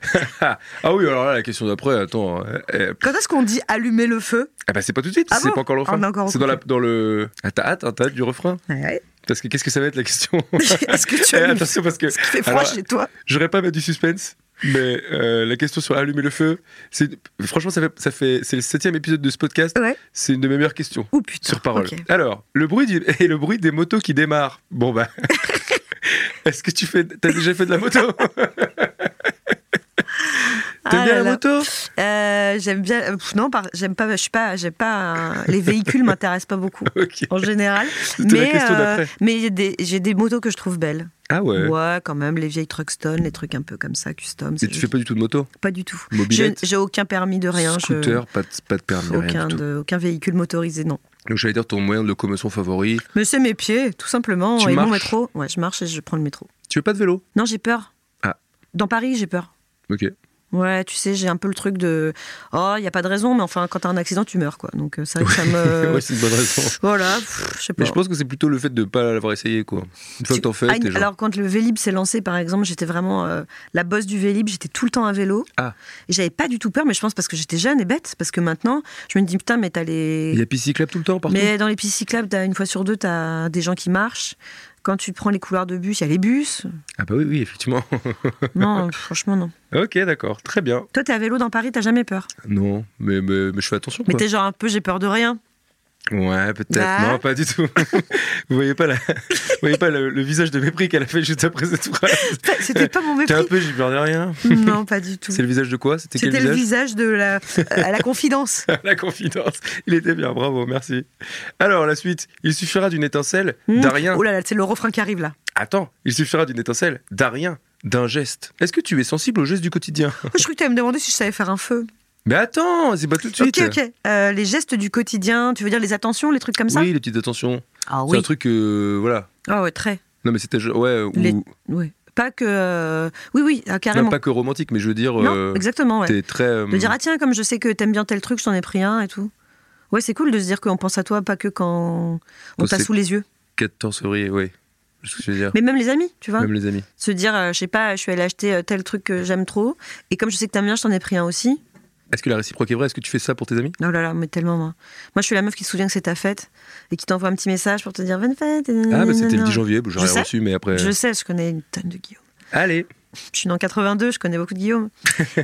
Speaker 2: *laughs* ah oui, alors là, la question d'après, attends. euh, euh,
Speaker 3: Quand est-ce qu'on dit allumer le feu
Speaker 2: ah bah, c'est pas tout de suite,
Speaker 3: Ah
Speaker 2: c'est
Speaker 3: bon
Speaker 2: pas encore le
Speaker 3: Ah, on
Speaker 2: refrain.
Speaker 3: a encore
Speaker 2: c'est dans, la, dans le. Ah, t'as hâte, hein, t'as hâte du refrain Parce que qu'est-ce que ça va être la question
Speaker 3: *laughs* Est-ce que tu
Speaker 2: Eh,
Speaker 3: allumes
Speaker 2: Attention, parce que.
Speaker 3: Parce qu'il fait froid
Speaker 2: alors, euh,
Speaker 3: chez toi.
Speaker 2: J'aurais pas mettre du suspense, mais euh, la question sur allumer le feu, c'est franchement, ça fait, ça fait, c'est le septième épisode de ce podcast.
Speaker 3: Ouais.
Speaker 2: C'est une de mes meilleures questions.
Speaker 3: Ou putain.
Speaker 2: Sur parole.
Speaker 3: Ah, ok.
Speaker 2: Alors, le bruit du- *laughs* et le bruit des motos qui démarrent. Bon
Speaker 3: *laughs*
Speaker 2: bah, est-ce que tu fais, t'as déjà fait de la moto T'aimes
Speaker 3: Ah
Speaker 2: bien
Speaker 3: là
Speaker 2: la
Speaker 3: là.
Speaker 2: moto
Speaker 3: Euh, J'aime bien. euh, pff, non, par- j'aime pas. Je suis pas. J'aime pas. un- les véhicules m'intéressent
Speaker 2: *laughs*
Speaker 3: pas beaucoup
Speaker 2: Ok.
Speaker 3: en général.
Speaker 2: C'était la
Speaker 3: Mais
Speaker 2: question
Speaker 3: euh,
Speaker 2: d'après.
Speaker 3: mais j'ai des, j'ai des motos que je trouve belles.
Speaker 2: Ah ouais.
Speaker 3: Ouais. quand même les vieilles Truckstone, les trucs un peu comme ça, custom.
Speaker 2: Et
Speaker 3: c'est
Speaker 2: tu fais pas du tout de moto
Speaker 3: pas du tout. Je-
Speaker 2: Mobilette
Speaker 3: J'ai aucun permis de rien. je-
Speaker 2: Scooter, pas, de, pas de permis, rien
Speaker 3: Aucun,
Speaker 2: du tout.
Speaker 3: de- aucun véhicule motorisé, non.
Speaker 2: Donc j'allais dire ton moyen de locomotion favori.
Speaker 3: Mais c'est mes pieds, tout simplement.
Speaker 2: Tu
Speaker 3: et mon
Speaker 2: marches
Speaker 3: métro. Ouais, je marche et je prends le métro.
Speaker 2: Tu veux pas de vélo
Speaker 3: Non, j'ai peur.
Speaker 2: Ah.
Speaker 3: Dans Paris, j'ai peur.
Speaker 2: Ok.
Speaker 3: Ouais, tu sais, j'ai un peu le truc de oh, il y a pas de raison, mais enfin, quand t'as un accident, tu meurs quoi. Donc euh, c'est vrai que ça
Speaker 2: *laughs*
Speaker 3: me.
Speaker 2: Ouais, c'est une bonne
Speaker 3: *laughs*
Speaker 2: raison.
Speaker 3: Voilà, pff, je sais pas.
Speaker 2: Mais je pense que c'est plutôt le fait de ne pas l'avoir essayé, quoi. Une fois
Speaker 3: Tu-
Speaker 2: que t'en fais,
Speaker 3: Ah,
Speaker 2: t'es genre...
Speaker 3: Alors, quand le Vélib s'est lancé, par exemple, j'étais vraiment euh, la bosse du Vélib, j'étais tout le temps à vélo.
Speaker 2: Ah.
Speaker 3: Et J'avais pas du tout peur, mais je pense parce que j'étais jeune et bête, parce que maintenant, je me dis, putain, mais t'as
Speaker 2: Il y
Speaker 3: les.
Speaker 2: a pistes cyclables tout le temps, partout
Speaker 3: Mais dans les pistes cyclables, t'as- une fois sur deux, t'as des gens qui marchent. Quand tu prends les couloirs de bus, il y a
Speaker 2: *laughs*
Speaker 3: les bus.
Speaker 2: Ah bah oui, oui, effectivement. *laughs*
Speaker 3: Non, franchement, non.
Speaker 2: ok, d'accord, très bien.
Speaker 3: Toi, t'es à vélo dans Paris, t'as jamais peur.
Speaker 2: Non, mais, mais, mais je fais attention,
Speaker 3: Mais
Speaker 2: quoi.
Speaker 3: t'es genre un peu, j'ai peur de rien.
Speaker 2: Ouais, peut-être.
Speaker 3: Bah.
Speaker 2: Non, pas du tout. *laughs* Vous voyez pas, la... Vous voyez pas le, le visage de mépris qu'elle a fait juste après cette phrase
Speaker 3: C'était pas mon
Speaker 2: T'es un
Speaker 3: mépris.
Speaker 2: peu, j'y perds de rien.
Speaker 3: Non, pas du tout.
Speaker 2: C'est le visage de quoi C'était quel
Speaker 3: C'était le
Speaker 2: visage
Speaker 3: visage de la, à la confidence.
Speaker 2: *laughs* La confidence. Il était bien, bravo, merci. Alors, la suite. Il suffira d'une étincelle,
Speaker 3: Hmm.
Speaker 2: d'un rien.
Speaker 3: Oh là là, c'est le refrain
Speaker 2: *laughs*
Speaker 3: qui arrive là.
Speaker 2: Attends, il suffira d'une étincelle, d'un rien, d'un geste. Est-ce que tu es sensible aux gestes du quotidien
Speaker 3: Oh, Je croyais que tu allais me demander si je savais faire un feu.
Speaker 2: Mais attends, c'est pas tout de suite.
Speaker 3: Ok, ok. Euh, les gestes du quotidien, tu veux dire les attentions, les trucs comme ça
Speaker 2: Oui, les petites attentions.
Speaker 3: Ah
Speaker 2: C'est un truc, euh, voilà.
Speaker 3: Ah ouais, très.
Speaker 2: Non, mais c'était, ouais, euh,
Speaker 3: Les-
Speaker 2: ou-
Speaker 3: Oui. Pas que. euh, Oui, oui, ah,
Speaker 2: non,
Speaker 3: carrément.
Speaker 2: pas que romantique, mais je veux dire, euh,
Speaker 3: Non, exactement, ouais.
Speaker 2: t'es très. euh,
Speaker 3: De dire, ah tiens, comme je sais que t'aimes bien tel truc, je t'en ai pris un et tout. Ouais, c'est cool de se dire qu'on pense à toi, pas que quand on
Speaker 2: Quand
Speaker 3: t'a
Speaker 2: c'est-
Speaker 3: sous les yeux.
Speaker 2: 14 février, oui. C'est ce que je veux dire.
Speaker 3: Mais même les amis, tu vois.
Speaker 2: Même les amis.
Speaker 3: Se dire, euh, je sais pas, je suis allée acheter euh, tel truc que j'aime trop, et comme je sais que t'aimes bien, je t'en ai pris un aussi.
Speaker 2: Est-ce que la réciproque est vraie Est-ce que tu fais ça pour tes amis
Speaker 3: Oh là là, mais tellement moi. Moi, je suis la meuf qui se souvient que c'est ta fête et qui t'envoie un petit message pour te dire bonne fête.
Speaker 2: Ah, bah c'était le 10 janvier, bah, j'ai
Speaker 3: Je
Speaker 2: rien
Speaker 3: sais.
Speaker 2: reçu, mais après.
Speaker 3: Je sais, je connais une tonne de Guillaume.
Speaker 2: Allez
Speaker 3: Je suis née en 82, je connais beaucoup de
Speaker 2: *laughs*
Speaker 3: Guillaume.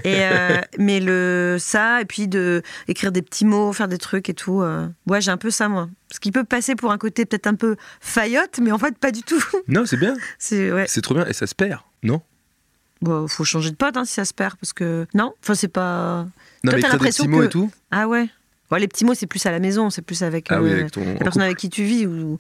Speaker 3: et euh, mais le ça et puis de écrire des petits mots, faire des trucs et tout. euh, Ouais, j'ai un peu ça moi. Ce qui peut passer pour un côté peut-être un peu faillotte, mais en fait pas du tout. *laughs*
Speaker 2: Non, c'est bien.
Speaker 3: C'est ouais.
Speaker 2: C'est trop bien. Et ça se perd, non
Speaker 3: Bon, faut changer de pote hein, si ça se perd parce que non, enfin c'est pas.
Speaker 2: Non, mais
Speaker 3: Toi, t'as
Speaker 2: écrire des
Speaker 3: l'impression
Speaker 2: petits mots
Speaker 3: que-
Speaker 2: et tout.
Speaker 3: Ah ouais. Ouais, les petits mots c'est plus à la maison, c'est plus avec.
Speaker 2: Ah oui,
Speaker 3: euh,
Speaker 2: avec ton.
Speaker 3: la personne avec qui tu vis. Ou,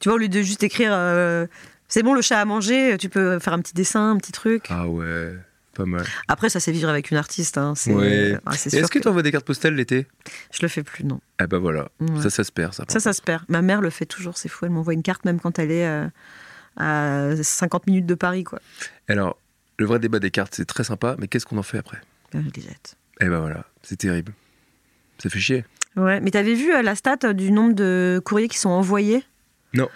Speaker 3: tu vois, au lieu de juste écrire euh, c'est bon, le chat a mangé, tu peux faire un petit dessin, un petit truc.
Speaker 2: Ah ouais, pas mal.
Speaker 3: Après, ça, c'est vivre avec une artiste. Hein, c'est
Speaker 2: Ouais.
Speaker 3: ah, c'est
Speaker 2: Et
Speaker 3: sûr
Speaker 2: Est-ce que
Speaker 3: que
Speaker 2: tu envoies des cartes postales l'été
Speaker 3: je le fais plus, non.
Speaker 2: Ah bah voilà,
Speaker 3: Ouais.
Speaker 2: ça, ça se perd, ça.
Speaker 3: Ça, ça se perd. Ma mère le fait toujours, c'est fou. Elle m'envoie une carte, même quand elle est euh, à 50 minutes de Paris, quoi.
Speaker 2: Alors, le vrai débat des cartes, c'est très sympa, mais qu'est-ce qu'on en fait après
Speaker 3: Elle les jette.
Speaker 2: Eh ben voilà, c'est terrible. Ça fait chier.
Speaker 3: Ouais, mais t'avais vu euh, la stat euh, du nombre de courriers qui sont envoyés
Speaker 2: Non.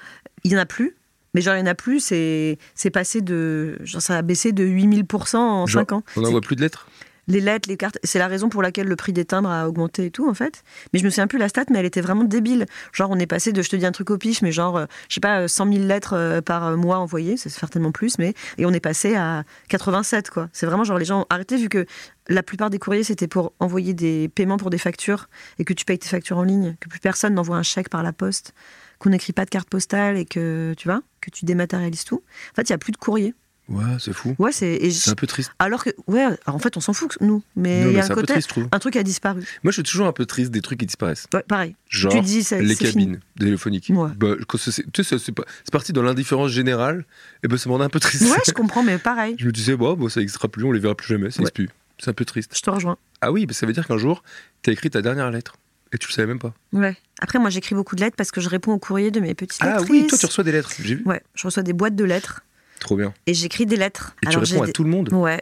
Speaker 3: Il n'y en a plus. Mais genre, il n'y en a plus, c'est c'est passé de. Genre, ça a baissé de 8000% en
Speaker 2: Genre,
Speaker 3: 5 ans.
Speaker 2: On
Speaker 3: C'est
Speaker 2: n'envoie plus de lettres
Speaker 3: les lettres, les cartes, c'est la raison pour laquelle le prix des timbres a augmenté et tout, en fait. Mais je me souviens plus la stat, mais elle était vraiment débile. Genre, on est passé de je te dis un truc au pif, mais genre, euh, je sais pas, euh, 100 000 lettres euh, par euh, mois envoyées, c'est certainement plus, mais. Et on est passé à 87, quoi. C'est vraiment genre, les gens ont arrêté, vu que la plupart des courriers, c'était pour envoyer des paiements pour des factures et que tu payes tes factures en ligne, que plus personne n'envoie un chèque par la poste, qu'on n'écrit pas de carte postale et que, tu vois, que tu dématérialises tout. En fait, il n'y a plus de courrier.
Speaker 2: Ouais, c'est fou.
Speaker 3: Ouais, c'est. et je-
Speaker 2: C'est un peu triste.
Speaker 3: Alors que, ouais, en fait, on s'en fout, nous. Mais
Speaker 2: Non,
Speaker 3: il y
Speaker 2: mais
Speaker 3: a
Speaker 2: c'est
Speaker 3: un
Speaker 2: un peu
Speaker 3: côté
Speaker 2: triste, je trouve.
Speaker 3: un truc a disparu.
Speaker 2: Moi, je suis toujours un peu triste des trucs qui disparaissent.
Speaker 3: Ouais, pareil.
Speaker 2: Genre,
Speaker 3: tu te dis, ça,
Speaker 2: les
Speaker 3: Euh, c'est
Speaker 2: cabines téléphoniques.
Speaker 3: Ouais.
Speaker 2: Bah, quand ça, c'est- tu sais, ça, c'est pas- c'est parti dans l'indifférence générale, et ben ça m'en a un peu triste. *laughs*
Speaker 3: fini. Ouais, je comprends, mais pareil.
Speaker 2: je me disais, bon, bon, ça n'existera plus, on les verra plus jamais, ça
Speaker 3: Ouais.
Speaker 2: n'existe plus. C'est un peu triste.
Speaker 3: Je te rejoins.
Speaker 2: Ah oui, bah, ça veut dire qu'un jour, t'as écrit ta dernière lettre, et tu le savais même pas.
Speaker 3: Ouais. Après, moi, j'écris beaucoup de lettres parce que je réponds au courrier de mes petites
Speaker 2: Ah
Speaker 3: lettres.
Speaker 2: oui, toi, tu reçois des lettres, j'ai vu.
Speaker 3: Ouais, je reçois des boîtes de lettres
Speaker 2: Trop bien.
Speaker 3: et j'écris des lettres.
Speaker 2: Et tu
Speaker 3: j'ai
Speaker 2: réponds à
Speaker 3: des-
Speaker 2: tout le monde
Speaker 3: Ouais,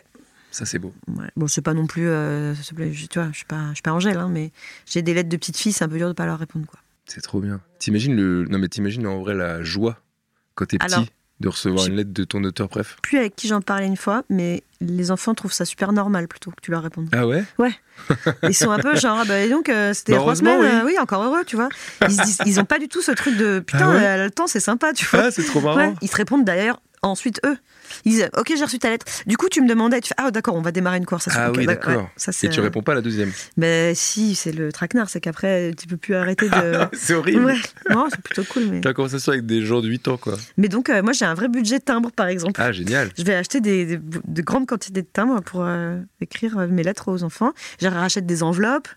Speaker 2: Ça, c'est beau.
Speaker 3: ouais. Bon, c'est pas non plus. euh, c'est pas- je- tu vois, je suis pas, je suis pas Angèle, hein, mais j'ai des lettres de petites filles, c'est un peu dur de pas leur répondre, quoi.
Speaker 2: C'est trop bien. T'imagines le. Non, mais t'imagines en vrai la joie quand t'es
Speaker 3: Alors,
Speaker 2: petit de recevoir
Speaker 3: je-
Speaker 2: une lettre de ton auteur, bref.
Speaker 3: Plus avec qui j'en parlais une fois, mais les enfants trouvent ça super normal plutôt que tu leur répondes.
Speaker 2: Ah ouais
Speaker 3: Ils sont un peu genre, ah bah et donc, euh, c'était
Speaker 2: Bah,
Speaker 3: trois
Speaker 2: heureusement,
Speaker 3: semaines, euh, oui. encore heureux, tu vois. Ils, se disent- ils ont pas du tout ce truc de putain,
Speaker 2: Ah ouais
Speaker 3: euh, le temps, c'est sympa, tu vois.
Speaker 2: Ah, c'est trop marrant
Speaker 3: Ouais, ils te répondent d'ailleurs ensuite eux. Ils disent OK, j'ai reçu ta lettre. Du coup, tu me demandais, tu fais Ah, d'accord, on va démarrer une conversation.
Speaker 2: Ah
Speaker 3: Ok,
Speaker 2: oui,
Speaker 3: ouais,
Speaker 2: d'accord.
Speaker 3: ouais, ça, c'est-
Speaker 2: Et tu réponds pas à la
Speaker 3: *laughs*
Speaker 2: deuxième.
Speaker 3: Mais si, c'est le traquenard, c'est qu'après, tu peux plus
Speaker 2: *laughs*
Speaker 3: arrêter de.
Speaker 2: c'est horrible
Speaker 3: Ouais, non, c'est plutôt cool. Mais,
Speaker 2: Ah T'as une conversation avec des gens de 8 ans, quoi.
Speaker 3: mais donc, euh, moi, j'ai un vrai budget timbre, par exemple.
Speaker 2: Ah, génial
Speaker 3: Je vais acheter des, des- de grandes quantités de timbres pour euh, écrire euh, mes lettres aux enfants. Je rachète des enveloppes.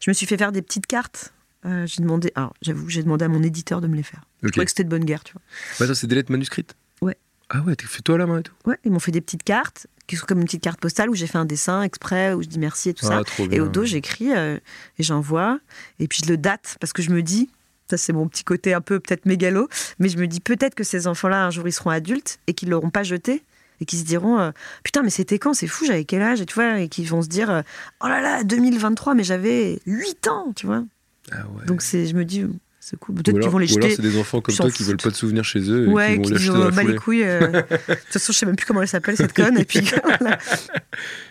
Speaker 3: Je me suis fait faire des petites cartes. Euh, j'ai demandé, alors j'avoue, j'ai demandé à mon éditeur de me les faire. Je
Speaker 2: Ok.
Speaker 3: trouvais que c'était de bonne guerre, tu vois.
Speaker 2: Bah, attends, c'est des lettres manuscrites
Speaker 3: Ouais.
Speaker 2: Ah ouais, t'es- fais-toi à la main et tout.
Speaker 3: Ouais, ils m'ont fait des petites cartes, qui sont comme une petite carte postale où j'ai fait un dessin exprès, où je dis merci et tout
Speaker 2: ah,
Speaker 3: ça.
Speaker 2: trop bien.
Speaker 3: Et au dos, j'écris euh, et j'envoie. Et puis je le date parce que je me dis, ça c'est mon petit côté un peu peut-être mégalo, mais je me dis peut-être que ces enfants-là, un jour, ils seront adultes et qu'ils ne l'auront pas jeté et et qui se diront euh, Putain, mais c'était quand C'est fou, j'avais quel âge Et tu vois, et qui vont se dire euh, Oh là là, 2023, mais j'avais 8 ans, tu vois.
Speaker 2: Ah ouais.
Speaker 3: Donc c'est, je me dis C'est cool.
Speaker 2: Ou
Speaker 3: Peut-être qu'ils
Speaker 2: alors-
Speaker 3: vont les
Speaker 2: ou alors
Speaker 3: jeter.
Speaker 2: c'est des enfants comme
Speaker 3: Ils s'en
Speaker 2: toi qui veulent
Speaker 3: foutent.
Speaker 2: pas de souvenirs chez eux et
Speaker 3: Ouais,
Speaker 2: qui vont
Speaker 3: qui
Speaker 2: l'acheter
Speaker 3: disent
Speaker 2: dans la
Speaker 3: oh, bah
Speaker 2: foulée.
Speaker 3: les
Speaker 2: *laughs*
Speaker 3: couilles. euh, De toute façon, je sais même plus comment elle s'appelle cette conne. Et puis *laughs* voilà.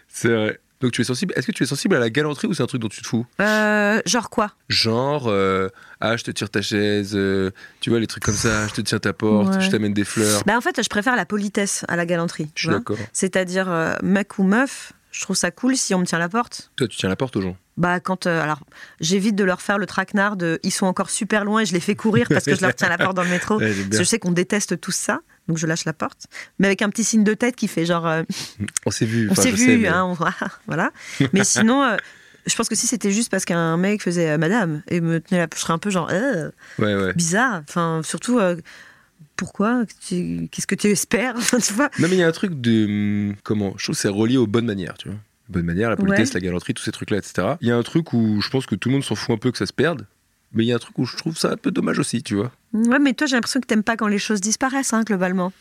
Speaker 2: C'est vrai. Donc tu es sensible. Est-ce que tu es sensible à la galanterie ou c'est un truc dont tu te fous
Speaker 3: Euh, genre quoi
Speaker 2: Genre, euh, ah, je te tire ta chaise, euh, tu vois, les trucs comme ça, je te tiens ta porte,
Speaker 3: Ouais.
Speaker 2: je t'amène des fleurs.
Speaker 3: Bah en fait, je préfère la politesse à la galanterie.
Speaker 2: Je
Speaker 3: tu
Speaker 2: suis
Speaker 3: vois.
Speaker 2: d'accord.
Speaker 3: C'est-à-dire euh, mec ou meuf, je trouve ça cool si on me tient la porte.
Speaker 2: Toi, tu tiens la porte aux gens.
Speaker 3: Bah quand euh, alors j'évite de leur faire le traquenard de ils sont encore super loin et je les fais courir parce que je leur tiens la porte dans
Speaker 2: *laughs*
Speaker 3: le métro.
Speaker 2: Ouais, j'aime
Speaker 3: Parce
Speaker 2: Eh bien.
Speaker 3: que je sais qu'on déteste tous ça. Donc je lâche la porte, mais avec un petit signe de tête qui fait genre euh,
Speaker 2: On s'est vu.
Speaker 3: on
Speaker 2: enfin,
Speaker 3: s'est
Speaker 2: je
Speaker 3: vu,
Speaker 2: sais, mais-
Speaker 3: hein, on- *laughs* voilà. Mais sinon, euh, je pense que si c'était juste parce qu'un mec faisait euh, Madame et me tenait la, je serais un peu genre Euh,
Speaker 2: Ouais, ouais.
Speaker 3: bizarre. Enfin surtout euh, pourquoi Tu- Qu'est-ce que tu espères *laughs* Enfin, Tu vois
Speaker 2: Non, mais il y a un truc de. hum, Comment Je trouve que c'est relié aux bonnes manières, tu vois. Les bonnes manières, la politesse, la galanterie, tous ces trucs-là, etc. Il y a un truc où je pense que tout le monde s'en fout un peu que ça se perde. Mais il y a un truc où je trouve ça un peu dommage aussi, tu vois.
Speaker 3: Ouais, mais toi, j'ai l'impression que t'aimes pas quand les choses disparaissent, hein, globalement.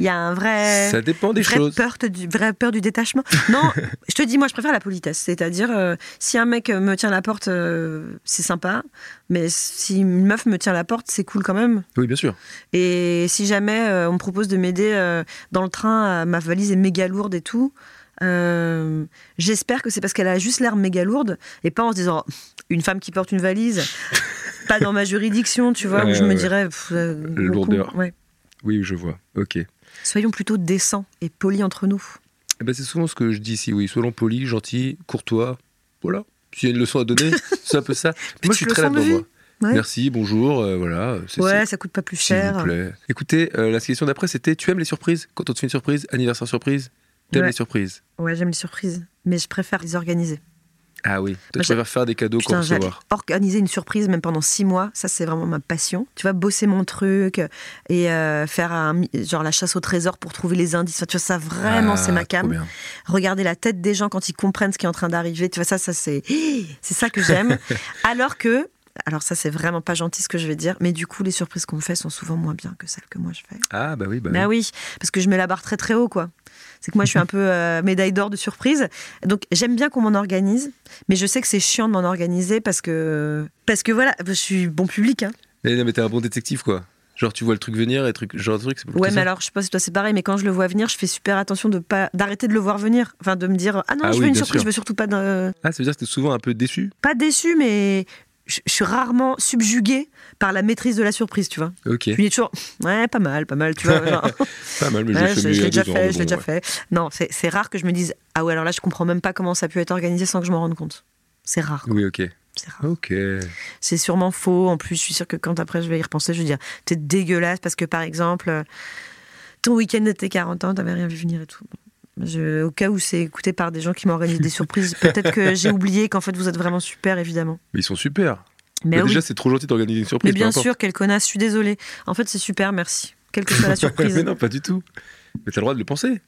Speaker 3: Il y a un vrai.
Speaker 2: ça dépend des
Speaker 3: vraie
Speaker 2: choses.
Speaker 3: Peur te- du, vraie peur du détachement. Non,
Speaker 2: *laughs*
Speaker 3: je te dis, moi, je préfère la politesse. C'est-à-dire, euh, si un mec me tient la porte, euh, c'est sympa. Mais si une meuf me tient la porte, c'est cool quand même.
Speaker 2: Oui, bien sûr.
Speaker 3: Et si jamais euh, on me propose de m'aider euh, dans le train, euh, ma valise est méga lourde et tout. euh, J'espère que c'est parce qu'elle a juste l'air méga lourde et pas en se disant Oh, une femme qui porte
Speaker 2: *laughs*
Speaker 3: une valise, pas dans ma juridiction, tu vois, où
Speaker 2: Ouais,
Speaker 3: je me
Speaker 2: ouais.
Speaker 3: dirais pff, euh, beaucoup.
Speaker 2: lourdeur.
Speaker 3: Ouais.
Speaker 2: Oui, je vois. Ok.
Speaker 3: Soyons plutôt décents et polis entre nous.
Speaker 2: Eh ben, c'est souvent ce que je dis ici, oui. Selon poli, gentil, courtois. Voilà. S'il y a une leçon à
Speaker 3: *laughs*
Speaker 2: donner, c'est un peu ça.
Speaker 3: Petite
Speaker 2: moi, je suis très
Speaker 3: leçon de
Speaker 2: là-dedans,
Speaker 3: vie.
Speaker 2: moi.
Speaker 3: Ouais.
Speaker 2: Merci, bonjour, euh, voilà. c'est-
Speaker 3: Ouais,
Speaker 2: c'est-
Speaker 3: ça coûte pas plus
Speaker 2: S'il
Speaker 3: cher.
Speaker 2: vous plaît. Écoutez, euh, la question d'après, c'était tu aimes les surprises Quand on te fait une surprise, anniversaire surprise, t'aimes
Speaker 3: Ouais.
Speaker 2: les surprises
Speaker 3: Ouais, j'aime les surprises, mais je préfère les organiser.
Speaker 2: Ah oui. Toi,
Speaker 3: Moi,
Speaker 2: tu préfères faire des cadeaux qu'en
Speaker 3: Putain, j'ai-
Speaker 2: recevoir.
Speaker 3: organiser une surprise même pendant six mois, ça c'est vraiment ma passion. Tu vois, bosser mon truc et euh, faire un mi- genre la chasse au trésor pour trouver les indices. Enfin, tu vois, ça vraiment
Speaker 2: Ah,
Speaker 3: c'est ma
Speaker 2: trop
Speaker 3: cam.
Speaker 2: bien.
Speaker 3: Regarder la tête des gens quand ils comprennent ce qui est en train d'arriver. Tu vois, ça, ça c'est *gasps* c'est ça que
Speaker 2: *laughs*
Speaker 3: j'aime. Alors que alors ça c'est vraiment pas gentil ce que je vais dire, mais du coup les surprises qu'on me fait sont souvent moins bien que celles que moi je fais.
Speaker 2: Ah bah oui, bah
Speaker 3: Bah
Speaker 2: oui.
Speaker 3: oui, parce que je mets la barre très très haut, quoi. C'est que moi,
Speaker 2: *laughs*
Speaker 3: je suis un peu euh, médaille d'or de surprise. Donc, j'aime bien qu'on m'en organise, mais je sais que c'est chiant de m'en organiser parce que. Parce que voilà, je suis bon public. hein.
Speaker 2: Mais, Eh, non, mais t'es un bon détective, quoi. Genre, tu vois le truc venir et truc, genre le truc, c'est plutôt
Speaker 3: Ouais,
Speaker 2: ça.
Speaker 3: mais alors, je sais pas si toi, c'est pareil, mais quand je le vois venir, je fais super attention de pas d'arrêter de le voir venir. Enfin, de me dire Ah non,
Speaker 2: Ah
Speaker 3: je
Speaker 2: oui,
Speaker 3: veux une
Speaker 2: bien
Speaker 3: surprise,
Speaker 2: sûr.
Speaker 3: je veux surtout pas. d'un-
Speaker 2: Ah, ça veut dire que t'es souvent un peu déçu
Speaker 3: Pas déçu, mais je je suis rarement subjuguée par la maîtrise de la surprise, tu vois.
Speaker 2: Ok.
Speaker 3: Je me dis toujours Ouais, pas mal, pas mal, tu vois.
Speaker 2: *laughs*
Speaker 3: genre.
Speaker 2: Pas mal, mais je
Speaker 3: Ouais, je
Speaker 2: le fais mieux
Speaker 3: je
Speaker 2: à
Speaker 3: l'ai déjà
Speaker 2: deux ans,
Speaker 3: fait,
Speaker 2: mais
Speaker 3: je
Speaker 2: bon,
Speaker 3: l'ai déjà
Speaker 2: ouais.
Speaker 3: fait. Non, c'est c'est rare que je me dise ah ouais alors là je comprends même pas comment ça a pu être organisé sans que je m'en rende compte. C'est rare, quoi.
Speaker 2: Oui, ok.
Speaker 3: c'est rare.
Speaker 2: Ok.
Speaker 3: C'est sûrement faux. En plus, je suis sûre que quand après je vais y repenser, je vais dire t'es dégueulasse parce que par exemple euh, ton week-end de tes 40 ans, t'avais rien vu venir et tout. Je- au cas où c'est écouté par des gens qui m'organisent
Speaker 2: *laughs*
Speaker 3: des surprises, peut-être que j'ai oublié qu'en fait vous êtes vraiment super évidemment.
Speaker 2: Mais ils sont super. Mais
Speaker 3: Mais, oui.
Speaker 2: Bah, déjà, c'est trop gentil d'organiser une surprise.
Speaker 3: mais bien
Speaker 2: peu *laughs* importe.
Speaker 3: sûr, quelle connasse, je suis désolée. En fait, c'est super, merci. Quelle que
Speaker 2: *laughs*
Speaker 3: soit la surprise.
Speaker 2: mais non, pas du tout. Mais t'as le droit de le penser.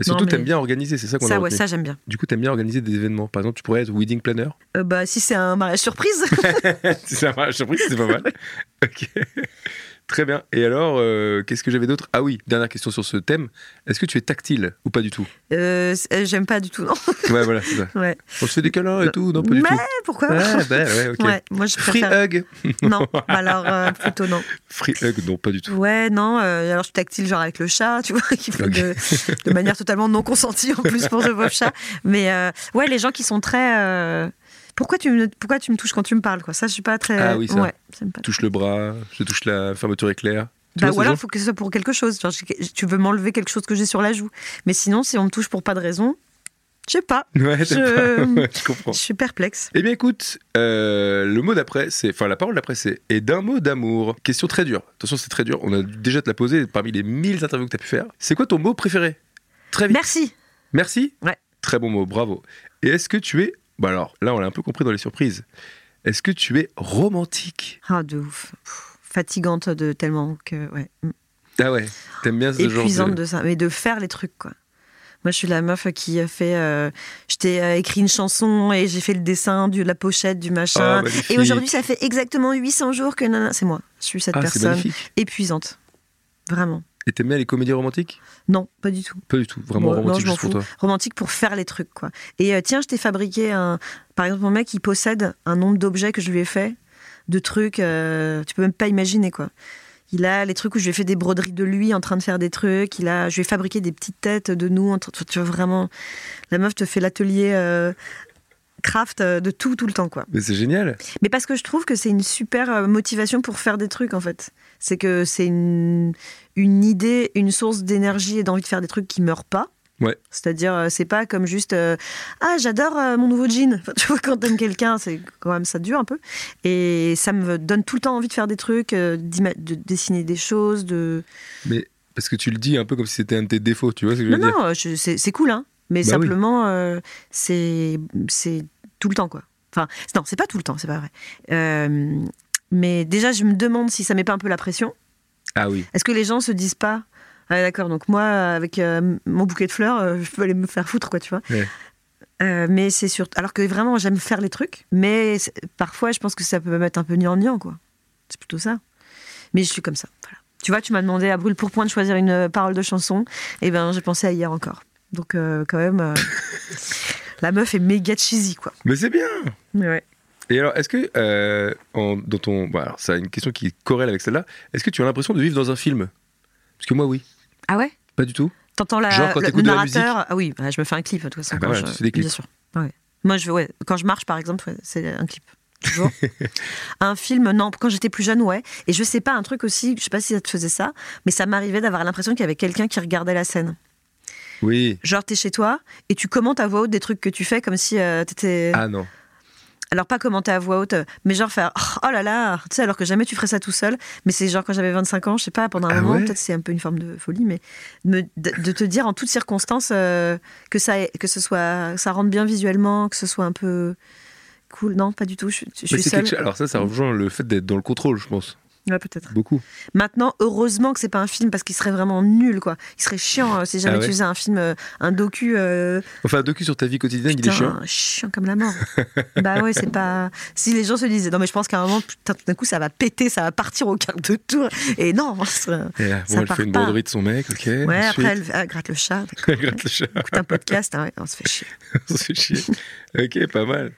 Speaker 2: Et surtout,
Speaker 3: mais-
Speaker 2: t'aimes bien organiser, c'est ça qu'on a
Speaker 3: ça, ouais,
Speaker 2: retenu.
Speaker 3: ça j'aime bien.
Speaker 2: Du coup, t'aimes bien organiser des événements. Par exemple, tu pourrais être wedding planner.
Speaker 3: Euh, bah, si c'est un mariage surprise,
Speaker 2: Si ça marche, surprise, c'est pas
Speaker 3: *laughs*
Speaker 2: mal. ok. Très bien. Et alors, euh, qu'est-ce que j'avais d'autre Ah oui, dernière question sur ce thème. Est-ce que tu es tactile ou pas du tout
Speaker 3: Euh, c- euh, j'aime pas du tout, non.
Speaker 2: Ouais, voilà, c'est ça.
Speaker 3: Ouais.
Speaker 2: On se fait des câlins et tout Non, pas
Speaker 3: Mais
Speaker 2: du tout.
Speaker 3: pourquoi *laughs*
Speaker 2: Ah, bah, ouais, ok.
Speaker 3: Ouais, moi je
Speaker 2: Free
Speaker 3: préfère.
Speaker 2: hug
Speaker 3: Non, bah alors euh, plutôt non.
Speaker 2: Free hug, non, pas du tout.
Speaker 3: Ouais, non, euh, alors je suis tactile, genre avec le chat, tu vois, qui fait
Speaker 2: Ok.
Speaker 3: de, de manière totalement non consentie en plus pour ce pauvre chat. Mais euh, ouais, les gens qui sont très. euh, pourquoi, tu me, pourquoi tu me touches quand tu me parles, quoi Ça, je suis pas très.
Speaker 2: Ah oui, ça.
Speaker 3: Ouais, j'aime pas.
Speaker 2: Je touche le bras, je touche la fermeture éclair. Tu
Speaker 3: Bah,
Speaker 2: vois,
Speaker 3: ou
Speaker 2: ces
Speaker 3: alors,
Speaker 2: gens
Speaker 3: il faut que ce soit pour quelque chose. Genre, j'ai- tu veux m'enlever quelque chose que j'ai sur la joue. Mais sinon, si on me touche pour pas de raison, je sais pas.
Speaker 2: Ouais, Eh, t'es
Speaker 3: Je-
Speaker 2: pas- *laughs* ouais, je comprends.
Speaker 3: Je suis perplexe.
Speaker 2: Eh bien, écoute, euh, le mot d'après, c'est, enfin, la parole d'après, c'est et d'un mot d'amour. Question très dure. Attention, c'est très dur. On a déjà te la posé parmi les 1000 interviews que tu as pu faire. C'est quoi ton mot préféré Très vite.
Speaker 3: Merci.
Speaker 2: Merci.
Speaker 3: Ouais.
Speaker 2: Très bon mot, bravo. Et est-ce que tu es, bah alors, là, on l'a un peu compris dans les surprises. Est-ce que tu es romantique
Speaker 3: Ah, de ouf. Pff, Fatigante de tellement que. Ouais.
Speaker 2: Ah ouais. T'aimes bien ce genre
Speaker 3: épuisante
Speaker 2: de.
Speaker 3: de ça, mais de faire les trucs quoi. Moi, je suis la meuf qui a fait. euh, je t'ai euh, écrit une chanson et j'ai fait le dessin du- de la pochette, du machin.
Speaker 2: Oh, magnifique.
Speaker 3: et aujourd'hui, ça fait exactement 800 jours que. Nana... C'est moi. Je suis cette
Speaker 2: Ah, c'est
Speaker 3: personne
Speaker 2: magnifique.
Speaker 3: épuisante. Vraiment.
Speaker 2: Et Et t'aimais les comédies romantiques
Speaker 3: Non, pas du tout.
Speaker 2: Pas du tout, vraiment
Speaker 3: Moi, non,
Speaker 2: romantique
Speaker 3: je m'en
Speaker 2: juste pour
Speaker 3: fous.
Speaker 2: toi.
Speaker 3: Romantique pour faire les trucs, quoi. Et euh, tiens, je t'ai fabriqué un. Par exemple, mon mec, il possède un nombre d'objets que je lui ai fait, de trucs, euh, tu peux même pas imaginer, quoi. Il a les trucs où je lui ai fait des broderies de lui en train de faire des trucs. Il a, je lui ai fabriqué des petites têtes de nous. en train- tu vois vraiment, la meuf te fait l'atelier euh, craft euh, de tout tout le temps, quoi.
Speaker 2: Mais c'est génial.
Speaker 3: Mais parce que je trouve que c'est une super euh, motivation pour faire des trucs, en fait. C'est que c'est une, une idée, une source d'énergie et d'envie de faire des trucs qui meurent pas.
Speaker 2: Ouais.
Speaker 3: C'est-à-dire, euh, c'est pas comme juste euh, Ah, j'adore euh, mon nouveau jean. Enfin, tu vois, *laughs* quand t'aimes quelqu'un, c'est quand même ça dure un peu. Et ça me donne tout le temps envie de faire des trucs, euh, d'ima- de dessiner des choses. De...
Speaker 2: Parce que tu le dis un peu comme si c'était un de tes défauts, tu vois ce que je veux
Speaker 3: Non,
Speaker 2: dire
Speaker 3: non, euh, je- c'est c'est cool, hein. Mais
Speaker 2: Bah oui.
Speaker 3: simplement, euh, c'est c'est tout le temps, quoi. Enfin, c'est- non, c'est pas tout le temps, c'est pas vrai. Euh, mais déjà, je me demande si ça met pas un peu la pression.
Speaker 2: Ah oui.
Speaker 3: Est-ce que les gens se disent pas Ah, ouais, d'accord, donc moi, avec euh, mon bouquet de fleurs, euh, je peux aller me faire foutre, quoi, tu vois.
Speaker 2: Ouais.
Speaker 3: Euh, mais c'est sûr. Alors que vraiment, j'aime faire les trucs, mais c'est- parfois, je pense que ça peut me être un peu gnangnan, quoi. C'est plutôt ça. Mais je suis comme ça. Voilà. Tu vois, tu m'as demandé à brûle pour point de choisir une euh, parole de chanson. Et ben, j'ai pensé à hier encore. Donc, euh, quand même, euh, la meuf est méga cheesy, quoi.
Speaker 2: Mais c'est bien
Speaker 3: Ouais.
Speaker 2: Et alors, est-ce que, euh, en- dans ton. Bon, alors, ça a une question qui corrèle avec celle-là. Est-ce que tu as l'impression de vivre dans un film Parce que moi, oui.
Speaker 3: Ah ouais
Speaker 2: Pas du tout.
Speaker 3: T'entends la,
Speaker 2: Genre quand
Speaker 3: le,
Speaker 2: t'écoutes
Speaker 3: le
Speaker 2: de la musique
Speaker 3: narrateur Ah oui, bah, je me fais un clip de toute façon.
Speaker 2: Ah bah
Speaker 3: quand
Speaker 2: ouais,
Speaker 3: je-
Speaker 2: tu fais des clips.
Speaker 3: Bien sûr. ouais. Moi, je, ouais, quand je marche, par exemple, ouais, c'est un clip.
Speaker 2: *laughs*
Speaker 3: Toujours. un film, non, quand j'étais plus jeune, ouais. Et je sais pas, un truc aussi, je sais pas si ça te faisait ça, mais ça m'arrivait d'avoir l'impression qu'il y avait quelqu'un qui regardait la scène.
Speaker 2: Oui.
Speaker 3: Genre, t'es chez toi et tu commentes à voix haute des trucs que tu fais comme si euh, t'étais.
Speaker 2: Ah non.
Speaker 3: Alors, pas commenter à voix haute, euh, mais genre faire oh là là, tu sais, alors que jamais tu ferais ça tout seul. Mais c'est genre quand j'avais 25 ans, je sais pas, pendant un
Speaker 2: Ah
Speaker 3: moment,
Speaker 2: ouais
Speaker 3: peut-être c'est un peu une forme de folie, mais me- de, de te dire en toutes circonstances euh, que, ça, ait- que ce soit, que ça rentre bien visuellement, que ce soit un peu cool. Non, pas du tout, je, je
Speaker 2: Mais
Speaker 3: suis
Speaker 2: c'est
Speaker 3: seule.
Speaker 2: quelque chose- Alors, ça, ça rejoint le fait d'être dans le contrôle, je pense.
Speaker 3: Ouais, peut-être.
Speaker 2: Beaucoup.
Speaker 3: Maintenant, heureusement que c'est pas un film parce qu'il serait vraiment nul, quoi. Il serait chiant euh, si jamais
Speaker 2: Ah ouais
Speaker 3: tu faisais un film, euh, un docu. euh,
Speaker 2: Enfin, un docu sur ta vie quotidienne, il est chiant.
Speaker 3: Putain, chiant comme la mort. *laughs* bah ouais, c'est pas. Si les gens se disent, non, mais je pense qu'à un moment, putain, tout d'un coup, ça va péter, ça va partir au quart de tour. Et non, ça-
Speaker 2: Et là, bon,
Speaker 3: Ça
Speaker 2: elle
Speaker 3: part
Speaker 2: fait une
Speaker 3: pas.
Speaker 2: broderie de son mec, ok.
Speaker 3: ouais,
Speaker 2: ensuite,
Speaker 3: après, elle ah, gratte le chat, d'accord,
Speaker 2: *laughs* elle gratte le chat, *laughs*
Speaker 3: écoute un podcast, hein, ouais, on se fait chier.
Speaker 2: on se fait chier. Ok, pas mal.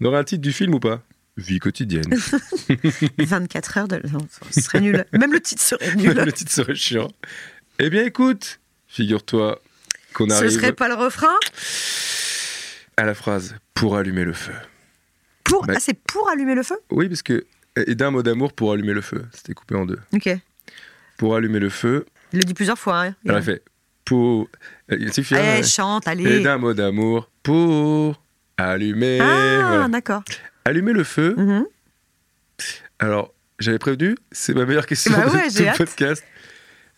Speaker 2: On aurait un titre du film ou pas Vie quotidienne.
Speaker 3: 24 heures de. Non, ce serait nul. Même le
Speaker 2: *laughs*
Speaker 3: titre serait *laughs* nul.
Speaker 2: le titre serait chiant. Eh bien, écoute, figure-toi qu'on
Speaker 3: Ce
Speaker 2: arrive
Speaker 3: serait pas le refrain
Speaker 2: à la phrase pour allumer le feu.
Speaker 3: pour...
Speaker 2: Bah-
Speaker 3: Ah, c'est pour allumer le feu
Speaker 2: Oui, parce que. Et d'un mot d'amour pour allumer le feu. C'était coupé en deux.
Speaker 3: Ok.
Speaker 2: Pour allumer le feu,
Speaker 3: Il le dit plusieurs fois. hein.
Speaker 2: elle a fait. Pour. Il suffit. hein,
Speaker 3: Allez,
Speaker 2: ouais.
Speaker 3: chante,
Speaker 2: Et
Speaker 3: allez.
Speaker 2: d'un mot d'amour pour allumer.
Speaker 3: Ah,
Speaker 2: voilà.
Speaker 3: d'accord.
Speaker 2: Allumer le feu.
Speaker 3: Mhm.
Speaker 2: Alors, j'avais prévenu, c'est ma meilleure question
Speaker 3: Bah ouais,
Speaker 2: de
Speaker 3: j'ai
Speaker 2: tout
Speaker 3: hâte.
Speaker 2: podcast.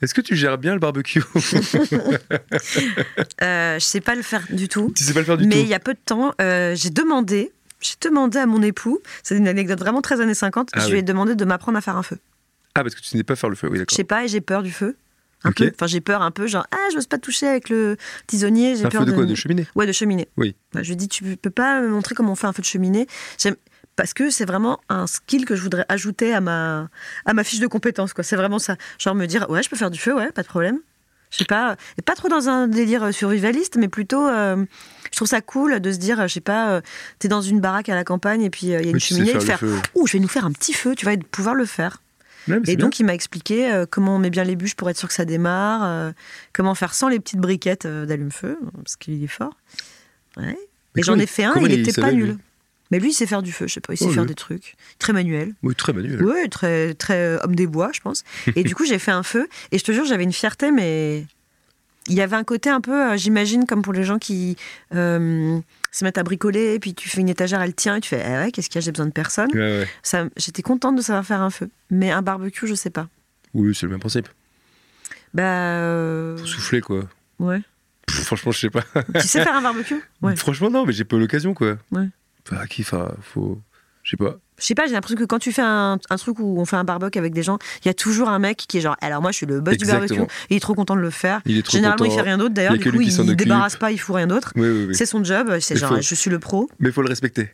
Speaker 2: Est-ce que tu gères bien le
Speaker 3: *laughs*
Speaker 2: barbecue
Speaker 3: Euh, je sais pas le faire du tout.
Speaker 2: Tu sais pas le faire du
Speaker 3: Mais il
Speaker 2: tout.
Speaker 3: y a peu de temps, euh, j'ai demandé, j'ai demandé à mon époux, c'est une anecdote vraiment très années 50,
Speaker 2: Ah
Speaker 3: je
Speaker 2: oui.
Speaker 3: lui ai demandé de m'apprendre à faire un feu.
Speaker 2: Ah, parce que tu n'es pas faire le feu, oui,
Speaker 3: Je
Speaker 2: d'accord.
Speaker 3: sais pas, et j'ai peur du feu. Un
Speaker 2: Ok.
Speaker 3: peu. Enfin, j'ai peur un peu, genre, ah, je n'ose pas toucher avec le tisonnier, j'ai
Speaker 2: Un
Speaker 3: peur
Speaker 2: feu de quoi De cheminée
Speaker 3: Ouais, de cheminée.
Speaker 2: Oui.
Speaker 3: Ouais, je lui ai dit, tu peux pas me montrer comment on fait un feu de cheminée J'aime- Parce que c'est vraiment un skill que je voudrais ajouter à ma, à ma fiche de compétences. quoi. C'est vraiment ça. Genre me dire, ouais, je peux faire du feu, ouais, pas de problème. Je sais pas, et pas trop dans un délire euh, survivaliste, mais plutôt, euh, je trouve ça cool de se dire, je sais pas, euh, t'es dans une baraque à la campagne et puis euh, il y a une
Speaker 2: Oui, tu sais
Speaker 3: cheminée, et de
Speaker 2: faire
Speaker 3: faire,
Speaker 2: le feu.
Speaker 3: ouh, je vais nous faire un petit feu, tu vas pouvoir le faire.
Speaker 2: Ouais, mais c'est
Speaker 3: Et
Speaker 2: bien.
Speaker 3: donc, il m'a expliqué euh, comment on met bien les bûches pour être sûr que ça démarre, euh, comment faire sans les petites briquettes euh, d'allume-feu, parce qu'il est fort. Ouais.
Speaker 2: Mais
Speaker 3: Et j'en
Speaker 2: comment
Speaker 3: ai
Speaker 2: il-
Speaker 3: fait un,
Speaker 2: comment
Speaker 3: il
Speaker 2: il
Speaker 3: était
Speaker 2: savait,
Speaker 3: pas
Speaker 2: lui
Speaker 3: nul. Mais lui, il sait faire du feu, je sais pas, il sait
Speaker 2: Oh,
Speaker 3: faire
Speaker 2: lui.
Speaker 3: des trucs. Très manuel.
Speaker 2: Oui, très manuel.
Speaker 3: Ouais, très, très euh, homme des bois, je pense.
Speaker 2: *laughs*
Speaker 3: Et du coup, j'ai fait un feu, et je te jure, j'avais une fierté, mais il y avait un côté un peu, euh, j'imagine, comme pour les gens qui euh, se mettent à bricoler, et puis tu fais une étagère, elle tient, et tu fais, ah ouais, qu'est-ce qu'il y a, j'ai besoin de personne.
Speaker 2: Ouais, ouais.
Speaker 3: Ça- J'étais contente de savoir faire un feu. Mais un barbecue, je sais pas.
Speaker 2: Oui, c'est le même principe.
Speaker 3: Bah. euh,
Speaker 2: Faut souffler, quoi.
Speaker 3: Ouais.
Speaker 2: Pff, franchement, je sais pas.
Speaker 3: tu sais faire un barbecue Ouais.
Speaker 2: Franchement, non, mais j'ai pas eu l'occasion, quoi.
Speaker 3: Ouais.
Speaker 2: Enfin, à qui Enfin, faut. Je sais pas.
Speaker 3: Je sais pas, j'ai l'impression que quand tu fais un, un truc où on fait un barbecue avec des gens, il y a toujours un mec qui est genre, alors moi je suis le boss du
Speaker 2: Exactement.
Speaker 3: barbecue, et il est trop content de le faire.
Speaker 2: Il est trop
Speaker 3: Généralement
Speaker 2: content.
Speaker 3: il fait rien d'autre,
Speaker 2: Il
Speaker 3: d'ailleurs,
Speaker 2: y a
Speaker 3: du
Speaker 2: que lui
Speaker 3: coup
Speaker 2: qui s'en
Speaker 3: il
Speaker 2: occupe.
Speaker 3: débarrasse pas, il fout rien d'autre.
Speaker 2: Oui, oui, oui.
Speaker 3: C'est son job, c'est
Speaker 2: Il
Speaker 3: genre,
Speaker 2: faut- *laughs*
Speaker 3: je suis le pro.
Speaker 2: Mais faut le respecter.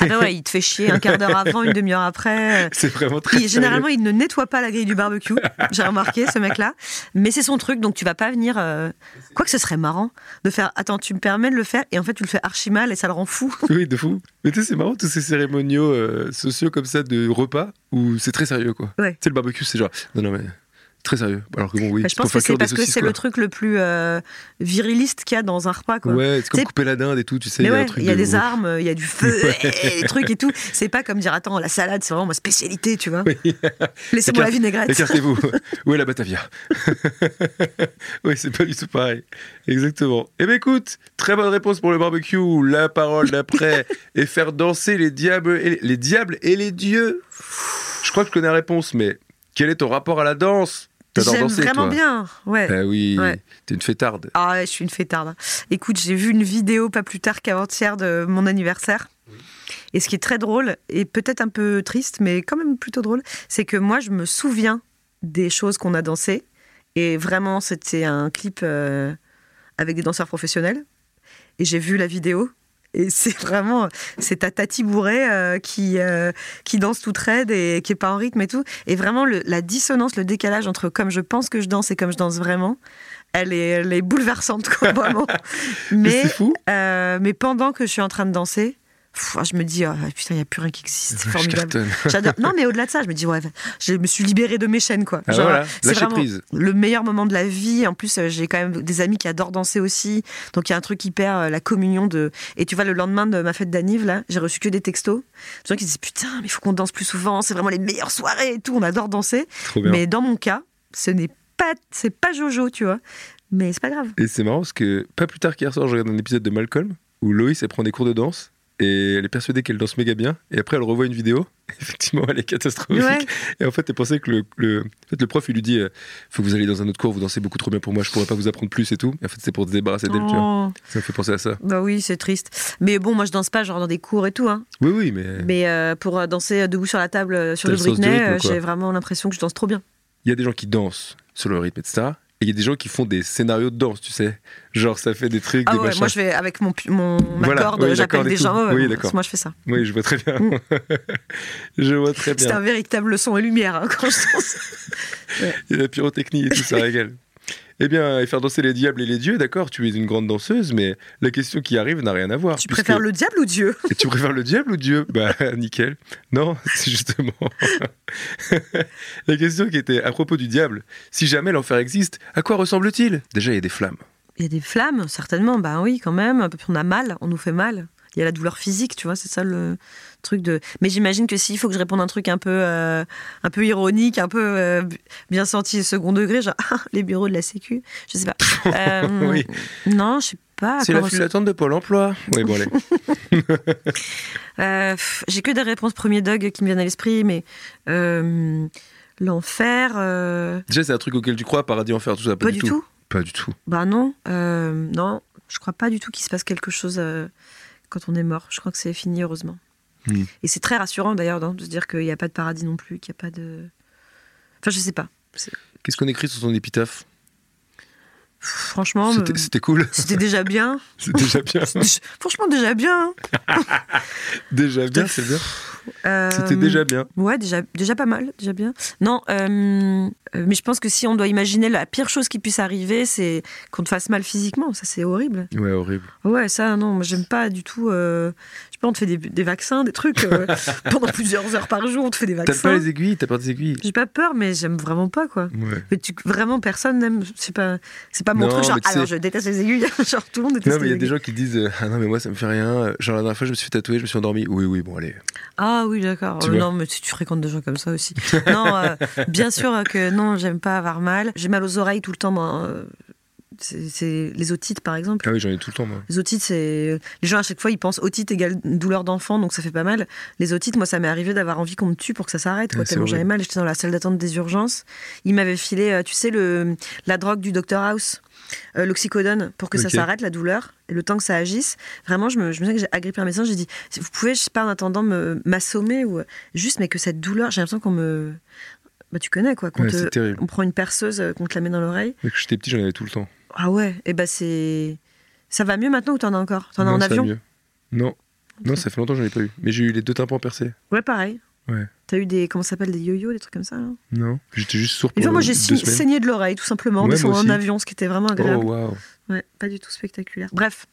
Speaker 3: Ah ben ouais, il te fait chier un quart d'heure avant, une
Speaker 2: *laughs*
Speaker 3: demi-heure après.
Speaker 2: C'est vraiment très
Speaker 3: Il- généralement, il ne nettoie pas la grille du
Speaker 2: *laughs*
Speaker 3: barbecue. J'ai remarqué ce mec-là. Mais c'est son truc, donc tu vas pas venir. euh, Quoi que ce serait marrant de faire. Attends, tu me permets de le faire et en fait tu le fais archi mal et ça le rend fou.
Speaker 2: Oui, de fou. Mais tu sais, c'est marrant, tous ces cérémoniaux euh, sociaux comme ça de repas où c'est très sérieux, quoi.
Speaker 3: Ouais.
Speaker 2: Tu sais, le barbecue, c'est genre. Non, non, mais. Très sérieux. Alors que bon, oui, tu
Speaker 3: Enfin, Bah, je
Speaker 2: peux
Speaker 3: pense que
Speaker 2: faire
Speaker 3: c'est
Speaker 2: cuire des
Speaker 3: parce que
Speaker 2: saucisses,
Speaker 3: c'est
Speaker 2: quoi.
Speaker 3: le truc le plus euh, viriliste qu'il y a dans un repas. Quoi.
Speaker 2: Ouais, c'est comme
Speaker 3: C'est-
Speaker 2: couper la dinde et tout, tu sais.
Speaker 3: Mais
Speaker 2: il y a, un
Speaker 3: ouais,
Speaker 2: truc
Speaker 3: il y a
Speaker 2: de-
Speaker 3: des armes, il y a du feu, et des trucs et tout. C'est pas comme dire attends, la salade, c'est vraiment ma spécialité, tu vois.
Speaker 2: *laughs* Oui.
Speaker 3: Laissez-moi la
Speaker 2: *laughs*
Speaker 3: vinaigrette.
Speaker 2: Écartez-vous. Où est la Batavia *laughs* Oui, c'est pas du tout pareil. Exactement. Eh bien, écoute, très bonne réponse pour le barbecue. La parole
Speaker 3: *laughs*
Speaker 2: d'après et faire danser les diables et les, les diables et les dieux. Je crois que je connais la réponse, mais quel est ton rapport à la danse T'adores
Speaker 3: J'aime
Speaker 2: danser,
Speaker 3: vraiment
Speaker 2: toi.
Speaker 3: bien. Ouais.
Speaker 2: Bah oui,
Speaker 3: Ouais.
Speaker 2: t'es une fêtarde.
Speaker 3: Ah ouais, je suis une fêtarde. Écoute, j'ai vu une vidéo pas plus tard qu'avant-hier de mon anniversaire. Et ce qui est très drôle, et peut-être un peu triste, mais quand même plutôt drôle, c'est que moi, je me souviens des choses qu'on a dansées. Et vraiment, c'était un clip euh, avec des danseurs professionnels. Et j'ai vu la vidéo. Et *laughs* c'est vraiment, c'est ta tati bourrée euh, qui, euh, qui danse toute raide et qui est pas en rythme et tout. Et vraiment, le- la dissonance, le décalage entre comme je pense que je danse et comme je danse vraiment, elle est, elle est bouleversante, quoi, vraiment.
Speaker 2: Mais
Speaker 3: Mais,
Speaker 2: c'est fou.
Speaker 3: euh, mais pendant que je suis en train de danser, pff, je me dis, Ah, putain, il n'y a plus rien qui existe,
Speaker 2: *laughs*
Speaker 3: c'est
Speaker 2: Je
Speaker 3: formidable.
Speaker 2: cartonne.
Speaker 3: J'adore. Non, mais au-delà de ça, je me dis, ouais, je me suis libérée de mes chaînes, quoi.
Speaker 2: Ah,
Speaker 3: Genre,
Speaker 2: voilà,
Speaker 3: c'est
Speaker 2: lâcher
Speaker 3: vraiment
Speaker 2: prise.
Speaker 3: le meilleur moment de la vie. En plus, euh, j'ai quand même des amis qui adorent danser aussi. Donc, il y a un truc hyper, euh, la communion de. Et tu vois, le lendemain de ma fête d'anniv, là, j'ai reçu que des textos. Des gens qui disent, putain, mais il faut qu'on danse plus souvent, c'est vraiment les meilleures soirées et tout, on adore danser.
Speaker 2: Trop bien.
Speaker 3: Mais dans mon cas, ce n'est pas, c'est pas Jojo, tu vois. Mais c'est pas grave.
Speaker 2: Et c'est marrant parce que pas plus tard qu'hier soir, je regarde un épisode de Malcolm où Loïs elle prend des cours de danse et elle est persuadée qu'elle danse méga bien. Et après, elle revoit une vidéo. *laughs* Effectivement, elle est catastrophique.
Speaker 3: Ouais.
Speaker 2: Et en fait, elle pensait que le, le- en fait, le prof il lui dit euh, Faut que vous allez dans un autre cours, vous dansez beaucoup trop bien pour moi, je pourrais pas vous apprendre plus et tout. Et en fait, *laughs* c'est pour se débarrasser d'elle, tu vois.
Speaker 3: Oh,
Speaker 2: Ça me fait penser à ça.
Speaker 3: bah oui, c'est triste. Mais bon, moi je danse pas genre dans des cours et tout. Hein.
Speaker 2: Oui, oui, mais
Speaker 3: Mais euh, pour euh, danser euh, debout sur la table euh, sur
Speaker 2: T'as
Speaker 3: le
Speaker 2: le sens du
Speaker 3: Britney,
Speaker 2: rythme,
Speaker 3: euh,
Speaker 2: quoi.
Speaker 3: j'ai vraiment l'impression que je danse trop bien.
Speaker 2: il y a des gens qui dansent sur le rythme, etc. Et il y a des gens qui font des scénarios de danse, tu sais. Genre, ça fait des trucs,
Speaker 3: Ah
Speaker 2: des
Speaker 3: ouais,
Speaker 2: machins.
Speaker 3: moi je vais avec mon, pu- mon ma
Speaker 2: Voilà,
Speaker 3: corde,
Speaker 2: oui, la
Speaker 3: j'appelle
Speaker 2: corde et
Speaker 3: des
Speaker 2: tout.
Speaker 3: gens. ouais,
Speaker 2: Oui,
Speaker 3: ouais,
Speaker 2: d'accord.
Speaker 3: moi je Mm. fais ça.
Speaker 2: Oui, je vois très bien. *laughs* je vois très bien.
Speaker 3: C'est un véritable leçon et lumière hein, quand je danse.
Speaker 2: *laughs* Il y a la pyrotechnie et tout, ça régale. Eh bien, et faire danser les diables et les dieux, d'accord, tu es une grande danseuse, mais la question qui arrive n'a rien à voir.
Speaker 3: tu
Speaker 2: puisque-
Speaker 3: préfères le diable ou Dieu
Speaker 2: Et tu préfères le diable ou Dieu Bah, *laughs* nickel. Non, *laughs* c'est justement. la question qui était à propos du diable, si jamais l'enfer existe, à quoi ressemble-t-il Déjà, il y a des flammes.
Speaker 3: Il y a des flammes, certainement. Bah oui, quand même. Puis On a mal, on nous fait mal. Il y a la douleur physique, tu vois, c'est ça le truc de. Mais j'imagine que s'il faut que je réponde un truc un peu, euh, un peu ironique, un peu euh, bien senti et second degré, genre *laughs* Ah, les bureaux de la Sécu,
Speaker 2: *laughs*
Speaker 3: je sais pas. Euh,
Speaker 2: Oui.
Speaker 3: Non, je sais pas. à
Speaker 2: C'est
Speaker 3: Ah, quoi
Speaker 2: la file d'attente de Pôle emploi. Oui,
Speaker 3: *laughs*
Speaker 2: bon, allez.
Speaker 3: Euh, pff, J'ai que des réponses premier dog qui me viennent à l'esprit, mais euh, l'enfer, euh,
Speaker 2: Déjà, c'est un truc auquel tu crois, paradis, enfer, tout ça. Pas,
Speaker 3: pas du tout.
Speaker 2: Pas du tout.
Speaker 3: Bah non, euh, non, je crois pas du tout qu'il se passe quelque chose euh, quand on est mort. Je crois que c'est fini, heureusement.
Speaker 2: Hmm.
Speaker 3: Et c'est très rassurant d'ailleurs hein, de se dire qu'il n'y a pas de paradis non plus, qu'il n'y a pas de. Enfin, je sais pas.
Speaker 2: Qu'est-ce qu'on écrit sur ton épitaphe
Speaker 3: Pff, Franchement,
Speaker 2: C'était- *laughs*
Speaker 3: euh,
Speaker 2: C'était cool.
Speaker 3: c'était déjà bien.
Speaker 2: C'est déjà
Speaker 3: *laughs*
Speaker 2: bien.
Speaker 3: C'était déjà- Franchement, déjà bien.
Speaker 2: Déjà bien, c'est bien.
Speaker 3: hein. Euh,
Speaker 2: C'était déjà bien.
Speaker 3: Ouais, déjà, déjà pas mal, déjà bien. Non, euh, euh, mais je pense que si on doit imaginer la pire chose qui puisse arriver, c'est qu'on te fasse mal physiquement. Ça, c'est horrible.
Speaker 2: Ouais, horrible.
Speaker 3: Ouais, ça, non, moi, j'aime pas du tout. euh, je sais pas, on te fait des, des vaccins, des trucs.
Speaker 2: *laughs*
Speaker 3: euh, pendant plusieurs heures par jour, on te fait des
Speaker 2: T'as pas
Speaker 3: vaccins.
Speaker 2: les aiguilles, t'as pas des aiguilles.
Speaker 3: J'ai pas peur, mais j'aime vraiment pas, quoi.
Speaker 2: Ouais.
Speaker 3: Mais tu, vraiment, personne n'aime. C'est pas, c'est pas mon
Speaker 2: Non,
Speaker 3: truc. Genre,
Speaker 2: mais tu sais-
Speaker 3: alors, je déteste les aiguilles. *laughs* genre, tout le monde déteste
Speaker 2: Non, mais il y a
Speaker 3: les
Speaker 2: des
Speaker 3: aiguilles.
Speaker 2: gens qui disent euh, Ah non, mais moi ça me fait rien. Euh, Genre la dernière fois, je me suis fait tatouer, je me suis endormi. Oui, oui, bon, allez.
Speaker 3: Ah oui, d'accord.
Speaker 2: Tu
Speaker 3: Euh,
Speaker 2: vois.
Speaker 3: Non, mais tu, tu fréquentes des gens comme ça
Speaker 2: *laughs*
Speaker 3: aussi. non, euh, bien sûr euh, que non, j'aime pas avoir mal. J'ai mal aux oreilles tout le temps. moi, euh, c'est- C'est les otites, par exemple.
Speaker 2: Ah oui, j'en ai tout le temps, moi.
Speaker 3: Les otites, c'est. Les gens, à chaque fois, ils pensent otite égale douleur d'enfant, donc ça fait pas mal. Les otites, moi, ça m'est arrivé d'avoir envie qu'on me tue pour que ça s'arrête, quoi,
Speaker 2: Ouais, c'est
Speaker 3: tellement
Speaker 2: horrible.
Speaker 3: j'avais mal. J'étais dans la salle d'attente des urgences. Ils m'avaient filé, euh, tu sais, le, la drogue du Dr House, euh, l'oxycodone, pour que ça
Speaker 2: Ok.
Speaker 3: s'arrête, la douleur, et le temps que ça agisse. Vraiment, je me, je me souviens que j'ai agrippé un médecin, j'ai dit Vous pouvez, je sais pas, en attendant, me- m'assommer, ou euh, juste, mais que cette douleur, j'ai l'impression qu'on me. Bah, tu connais, quoi. qu'on
Speaker 2: Ouais,
Speaker 3: te-
Speaker 2: c'est terrible.
Speaker 3: On prend une perceuse, euh, qu'on te la met dans l'oreille.
Speaker 2: Dès que j'étais petit, j'en avais tout le temps.
Speaker 3: eh ben, Ah ouais, et bah c'est. Ça va mieux maintenant ou t'en as encore T'en as
Speaker 2: Non,
Speaker 3: en
Speaker 2: ça va
Speaker 3: avion
Speaker 2: mieux. Non. Non, ça fait longtemps que j'en ai pas eu. Mais j'ai eu les deux tympans percés.
Speaker 3: Ouais, pareil.
Speaker 2: Ouais.
Speaker 3: T'as eu des, comment ça s'appelle, des yo-yo, des trucs comme ça là
Speaker 2: Non. J'étais juste sourd
Speaker 3: Une
Speaker 2: pour
Speaker 3: fois, moi, j'ai
Speaker 2: deux
Speaker 3: si-
Speaker 2: semaines.
Speaker 3: saigné de l'oreille, tout simplement, en
Speaker 2: Ouais,
Speaker 3: descendant
Speaker 2: moi
Speaker 3: en
Speaker 2: aussi.
Speaker 3: avion, ce qui était vraiment
Speaker 2: Oh,
Speaker 3: agréable.
Speaker 2: waouh.
Speaker 3: Ouais, pas du tout spectaculaire. Bref,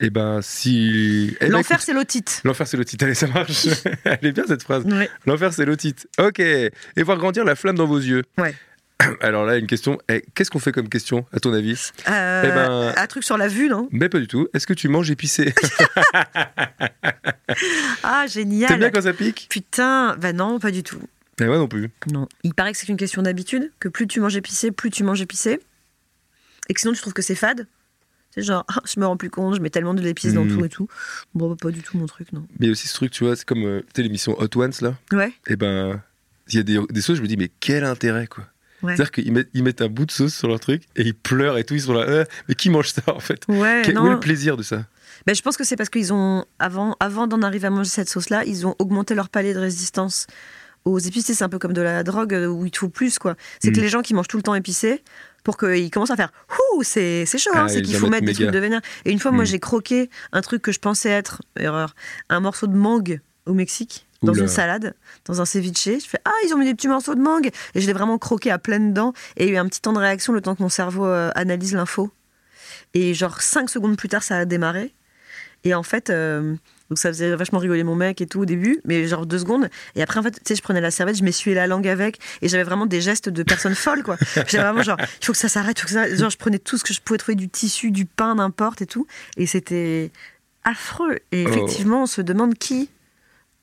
Speaker 2: Eh ben, si. Eh ben,
Speaker 3: l'enfer,
Speaker 2: écoute,
Speaker 3: c'est l'otite.
Speaker 2: L'enfer, c'est l'otite. *laughs* Allez, ça
Speaker 3: *laughs*
Speaker 2: marche. Elle est bien cette phrase.
Speaker 3: Ouais.
Speaker 2: L'enfer, c'est l'otite. Ok. Et voir grandir la flamme dans vos yeux.
Speaker 3: Ouais.
Speaker 2: *clears throat* Alors là, une question. Eh, Qu'est-ce qu'on fait comme question, à ton avis
Speaker 3: Euh,
Speaker 2: Eh ben-
Speaker 3: Un truc sur la vue, non
Speaker 2: Mais pas du tout. Est-ce que tu manges épicé *laughs*
Speaker 3: Ah,
Speaker 2: T'aimes bien
Speaker 3: génial
Speaker 2: quand ça pique
Speaker 3: Putain, bah non, pas du tout.
Speaker 2: Mais moi Ben non plus.
Speaker 3: Non. Il paraît que c'est une question d'habitude, que plus tu manges épicé, plus tu manges épicé. Et que sinon, tu trouves que c'est fade. C'est genre, *laughs* Ah, je me rends plus compte, je mets tellement de l'épice dans
Speaker 2: Mhm.
Speaker 3: tout et tout. Bon, bah, pas du tout mon truc, non.
Speaker 2: Mais il y a aussi ce truc, tu vois, c'est comme euh, tu sais, l'émission Hot Ones, là.
Speaker 3: Ouais.
Speaker 2: Eh ben, il y a des, des sauces, je me dis, mais quel intérêt, quoi.
Speaker 3: Ouais.
Speaker 2: C'est-à-dire qu'ils mettent, ils mettent un bout de sauce sur leur truc et ils pleurent et tout, ils sont là, Euh, mais qui mange ça en fait
Speaker 3: Ouais,
Speaker 2: Quel- Où est
Speaker 3: Euh, non.
Speaker 2: le plaisir de ça
Speaker 3: Ben, je pense que c'est parce qu'ils ont, avant, avant d'en arriver à manger cette sauce-là, ils ont augmenté leur palais de résistance aux épices. C'est un peu comme de la drogue euh, où il te faut plus, quoi. C'est que
Speaker 2: Mm.
Speaker 3: les gens qui mangent tout le temps épicé, pour qu'ils commencent à faire Ouh, c'est c'est chaud, hein,
Speaker 2: Ah,
Speaker 3: c'est
Speaker 2: ils
Speaker 3: qu'il
Speaker 2: en
Speaker 3: faut
Speaker 2: mettent
Speaker 3: mettre des
Speaker 2: méga.
Speaker 3: trucs de vénère. Et une fois, moi,
Speaker 2: Mm.
Speaker 3: j'ai croqué un truc que je pensais être, erreur, un morceau de mangue au Mexique. Dans
Speaker 2: Oula.
Speaker 3: une salade, dans un ceviche, je fais Ah, ils ont mis des petits morceaux de mangue Et je l'ai vraiment croqué à pleines dents. Et il y a eu un petit temps de réaction le temps que mon cerveau euh, analyse l'info. Et genre 5 secondes plus tard, ça a démarré. Et en fait, euh, donc ça faisait vachement rigoler mon mec et tout au début, mais genre deux secondes. Et après, en fait, tu sais, je prenais la serviette, je m'essuyais la langue avec, et j'avais vraiment des gestes de personne
Speaker 2: *laughs*
Speaker 3: folle, quoi. J'avais vraiment genre, il faut que ça s'arrête, il faut que ça. Genre, je prenais tout ce que je pouvais trouver, du tissu, du pain, n'importe et tout. Et c'était affreux. Et
Speaker 2: Oh.
Speaker 3: effectivement, on se demande qui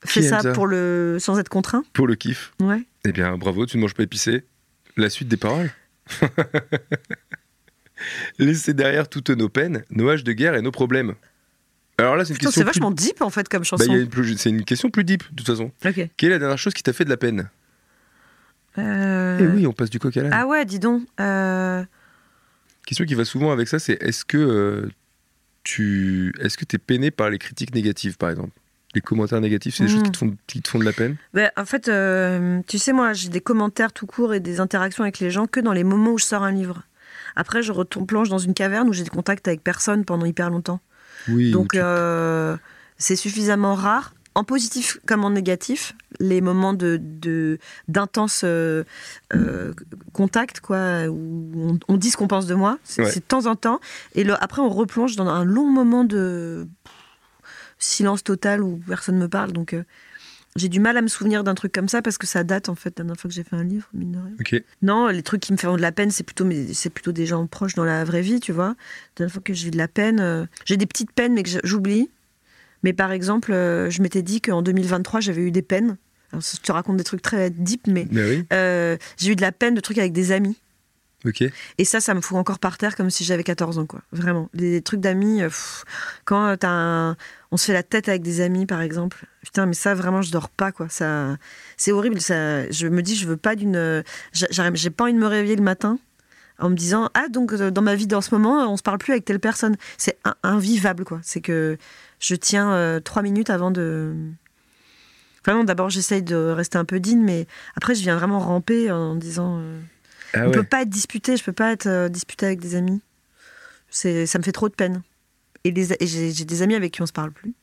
Speaker 3: fait
Speaker 2: aime
Speaker 3: ça,
Speaker 2: ça
Speaker 3: pour le sans être contraint.
Speaker 2: Pour le kiff.
Speaker 3: Ouais.
Speaker 2: Eh bien, bravo, tu ne manges pas épicé. La suite des paroles *laughs* Laissez derrière toutes nos peines, nos haches de guerre et nos problèmes. Alors là, c'est une
Speaker 3: Putain,
Speaker 2: question.
Speaker 3: C'est
Speaker 2: plus-
Speaker 3: vachement deep en fait comme
Speaker 2: Bah,
Speaker 3: chanson.
Speaker 2: il y a une plus- C'est une question plus deep, de toute façon.
Speaker 3: Ok.
Speaker 2: Quelle est la dernière chose qui t'a fait de la peine
Speaker 3: Euh,
Speaker 2: Eh oui, on passe du coq à l'âne.
Speaker 3: Ah ouais, dis donc. euh,
Speaker 2: question qui va souvent avec ça, c'est est-ce que euh, tu est-ce que es peiné par les critiques négatives, par exemple Les commentaires négatifs, c'est des
Speaker 3: Mm.
Speaker 2: choses qui te, font, qui te font de la peine
Speaker 3: Ben, en fait, euh, tu sais, moi, j'ai des commentaires tout court et des interactions avec les gens que dans les moments où je sors un livre. Après, je retourne plonge dans une caverne où j'ai des contacts avec personne pendant hyper longtemps.
Speaker 2: Oui.
Speaker 3: Donc, euh, c'est suffisamment rare, en positif comme en négatif, les moments de de- d'intense euh, euh, contact, quoi, où on, on dit ce qu'on pense de moi. C'est
Speaker 2: Ouais.
Speaker 3: c'est de temps en temps. Et le- après, on replonge dans un long moment de silence total où personne ne me parle. Donc, euh, j'ai du mal à me souvenir d'un truc comme ça parce que ça date, en fait, la dernière fois que j'ai fait un livre, mine de rien.
Speaker 2: Ok.
Speaker 3: Non, les trucs qui me font de la peine, c'est plutôt, mes- c'est plutôt des gens proches dans la vraie vie, tu vois. La dernière fois que j'ai eu de la peine, euh, j'ai des petites peines, mais que je- j'oublie. Mais par exemple, euh, je m'étais dit qu'en 2023, j'avais eu des peines. Alors, je te raconte des trucs très deep, mais
Speaker 2: Bah oui.
Speaker 3: euh, j'ai eu de la peine de trucs avec des amis.
Speaker 2: Ok.
Speaker 3: Et ça, ça me fout encore par terre comme si j'avais 14 ans, quoi. Vraiment. Les trucs d'amis, euh, pff, quand euh, t'as un- on se fait la tête avec des amis, par exemple. Putain, mais ça, vraiment, je dors pas, quoi. Ça, c'est horrible. Ça, je me dis, je veux pas d'une. euh, j'a- j'arrive- J'ai pas envie de me réveiller le matin en me disant, ah, donc euh, dans ma vie, dans ce moment, on se parle plus avec telle personne. C'est in- invivable, quoi. C'est que je tiens euh, trois minutes avant de. Vraiment, d'abord, j'essaye de rester un peu digne, mais après, je viens vraiment ramper en disant. euh,
Speaker 2: Ah
Speaker 3: on
Speaker 2: ouais.
Speaker 3: peut pas être disputé, je peux pas être euh, disputé avec des amis. C'est, ça me fait trop de peine. Et, les- et j'ai, j'ai des amis avec qui on se parle plus.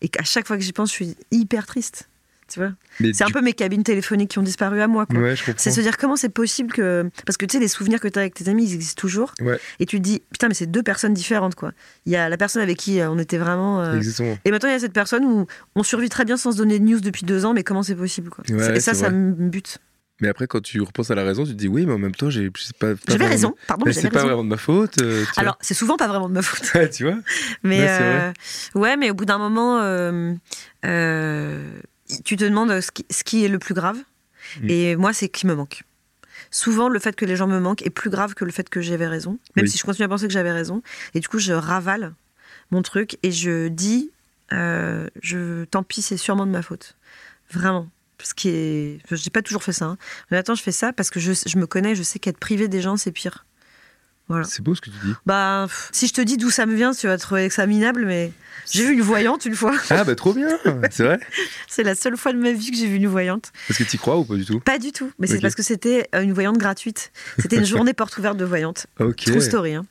Speaker 3: Et à chaque fois que j'y pense, je suis hyper triste. Tu vois
Speaker 2: Mais
Speaker 3: C'est un
Speaker 2: du-
Speaker 3: peu mes cabines téléphoniques qui ont disparu à moi. Quoi.
Speaker 2: Ouais, je comprends.
Speaker 3: C'est se dire comment c'est possible que. Parce que tu sais, les souvenirs que tu as avec tes amis, ils existent toujours.
Speaker 2: Ouais.
Speaker 3: Et tu te dis, putain, mais c'est deux personnes différentes. quoi. Il y a la personne avec qui euh, on était vraiment. euh,
Speaker 2: Exactement.
Speaker 3: Et maintenant, il y a cette personne où on survit très bien sans se donner de news depuis deux ans, mais comment c'est possible quoi.
Speaker 2: Ouais,
Speaker 3: Ça-
Speaker 2: ouais,
Speaker 3: Et ça,
Speaker 2: c'est
Speaker 3: ça
Speaker 2: vrai.
Speaker 3: me bute.
Speaker 2: Mais après, quand tu repenses à la raison, tu te dis oui, mais en même temps, j'ai c'est pas. pas
Speaker 3: J'avais
Speaker 2: vraiment-
Speaker 3: raison, pardon,
Speaker 2: Mais
Speaker 3: mais
Speaker 2: c'est
Speaker 3: j'avais
Speaker 2: pas
Speaker 3: raison.
Speaker 2: vraiment de ma faute. euh, tu *laughs*
Speaker 3: Alors, c'est souvent pas vraiment de ma faute. *laughs*
Speaker 2: vois. tu vois
Speaker 3: Mais
Speaker 2: Ouais, c'est vrai.
Speaker 3: euh, ouais, mais au bout d'un moment, euh, euh, tu te demandes ce qui, ce qui est le plus grave.
Speaker 2: Mm.
Speaker 3: Et moi, c'est qui me manque. Souvent, le fait que les gens me manquent est plus grave que le fait que j'avais raison, même
Speaker 2: Oui.
Speaker 3: si je continue à penser que j'avais raison. Et du coup, je ravale mon truc et je dis, euh, je, tant pis, c'est sûrement de ma faute. Vraiment. Ce qui est, j'ai pas toujours fait ça. hein. Mais attends, je fais ça parce que je, je me connais, je sais qu'être privé des gens, c'est pire. Voilà.
Speaker 2: C'est beau ce que tu dis.
Speaker 3: Bah, pff, si je te dis d'où ça me vient, tu vas trouver examinable, mais j'ai vu une voyante une fois. *laughs*
Speaker 2: Ah bah trop bien, c'est vrai
Speaker 3: C'est la seule fois de ma vie que j'ai vu une voyante.
Speaker 2: Parce que t'y crois ou pas du tout
Speaker 3: Pas du tout, mais c'est
Speaker 2: Ok.
Speaker 3: parce que c'était euh, une voyante gratuite.
Speaker 2: *laughs*
Speaker 3: C'était une journée porte ouverte de voyante.
Speaker 2: Ok.
Speaker 3: True story. hein.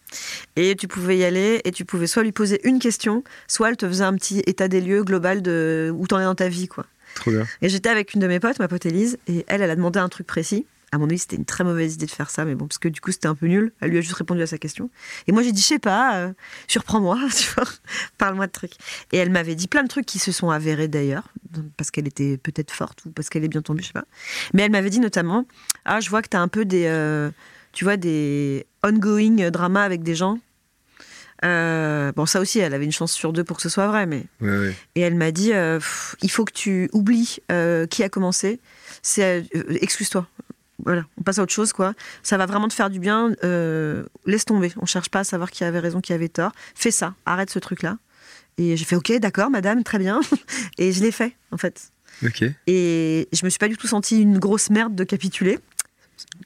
Speaker 3: Et tu pouvais y aller et tu pouvais soit lui poser une question, soit elle te faisait un petit état des lieux global de où t'en es dans ta vie, quoi.
Speaker 2: Trop bien.
Speaker 3: Et j'étais avec une de mes potes, ma pote Élise, et elle, elle a demandé un truc précis. À mon avis, c'était une très mauvaise idée de faire ça, mais bon, parce que du coup, c'était un peu nul. Elle lui a juste répondu à sa question. Et moi, j'ai dit, je sais pas, euh, surprends-moi, *laughs* tu vois, parle-moi de trucs. Et elle m'avait dit plein de trucs qui se sont avérés d'ailleurs, parce qu'elle était peut-être forte ou parce qu'elle est bien tombée, je sais pas. Mais elle m'avait dit notamment, ah, je vois que t'as un peu des, euh, tu vois, des ongoing dramas avec des gens. Euh, bon, ça aussi, elle avait une chance sur deux pour que ce soit vrai, mais
Speaker 2: Ouais, ouais.
Speaker 3: et elle m'a dit, euh, Pff, il faut que tu oublies euh, qui a commencé. C'est, euh, excuse-toi. Voilà, on passe à autre chose, quoi. Ça va vraiment te faire du bien. euh, laisse tomber. On cherche pas à savoir qui avait raison, qui avait tort. Fais ça. Arrête ce truc-là. Et j'ai fait, ok, d'accord, madame, très bien. *laughs* Et je l'ai fait, en fait.
Speaker 2: Ok. Ouais,
Speaker 3: Et je me suis pas du tout sentie une grosse merde de capituler.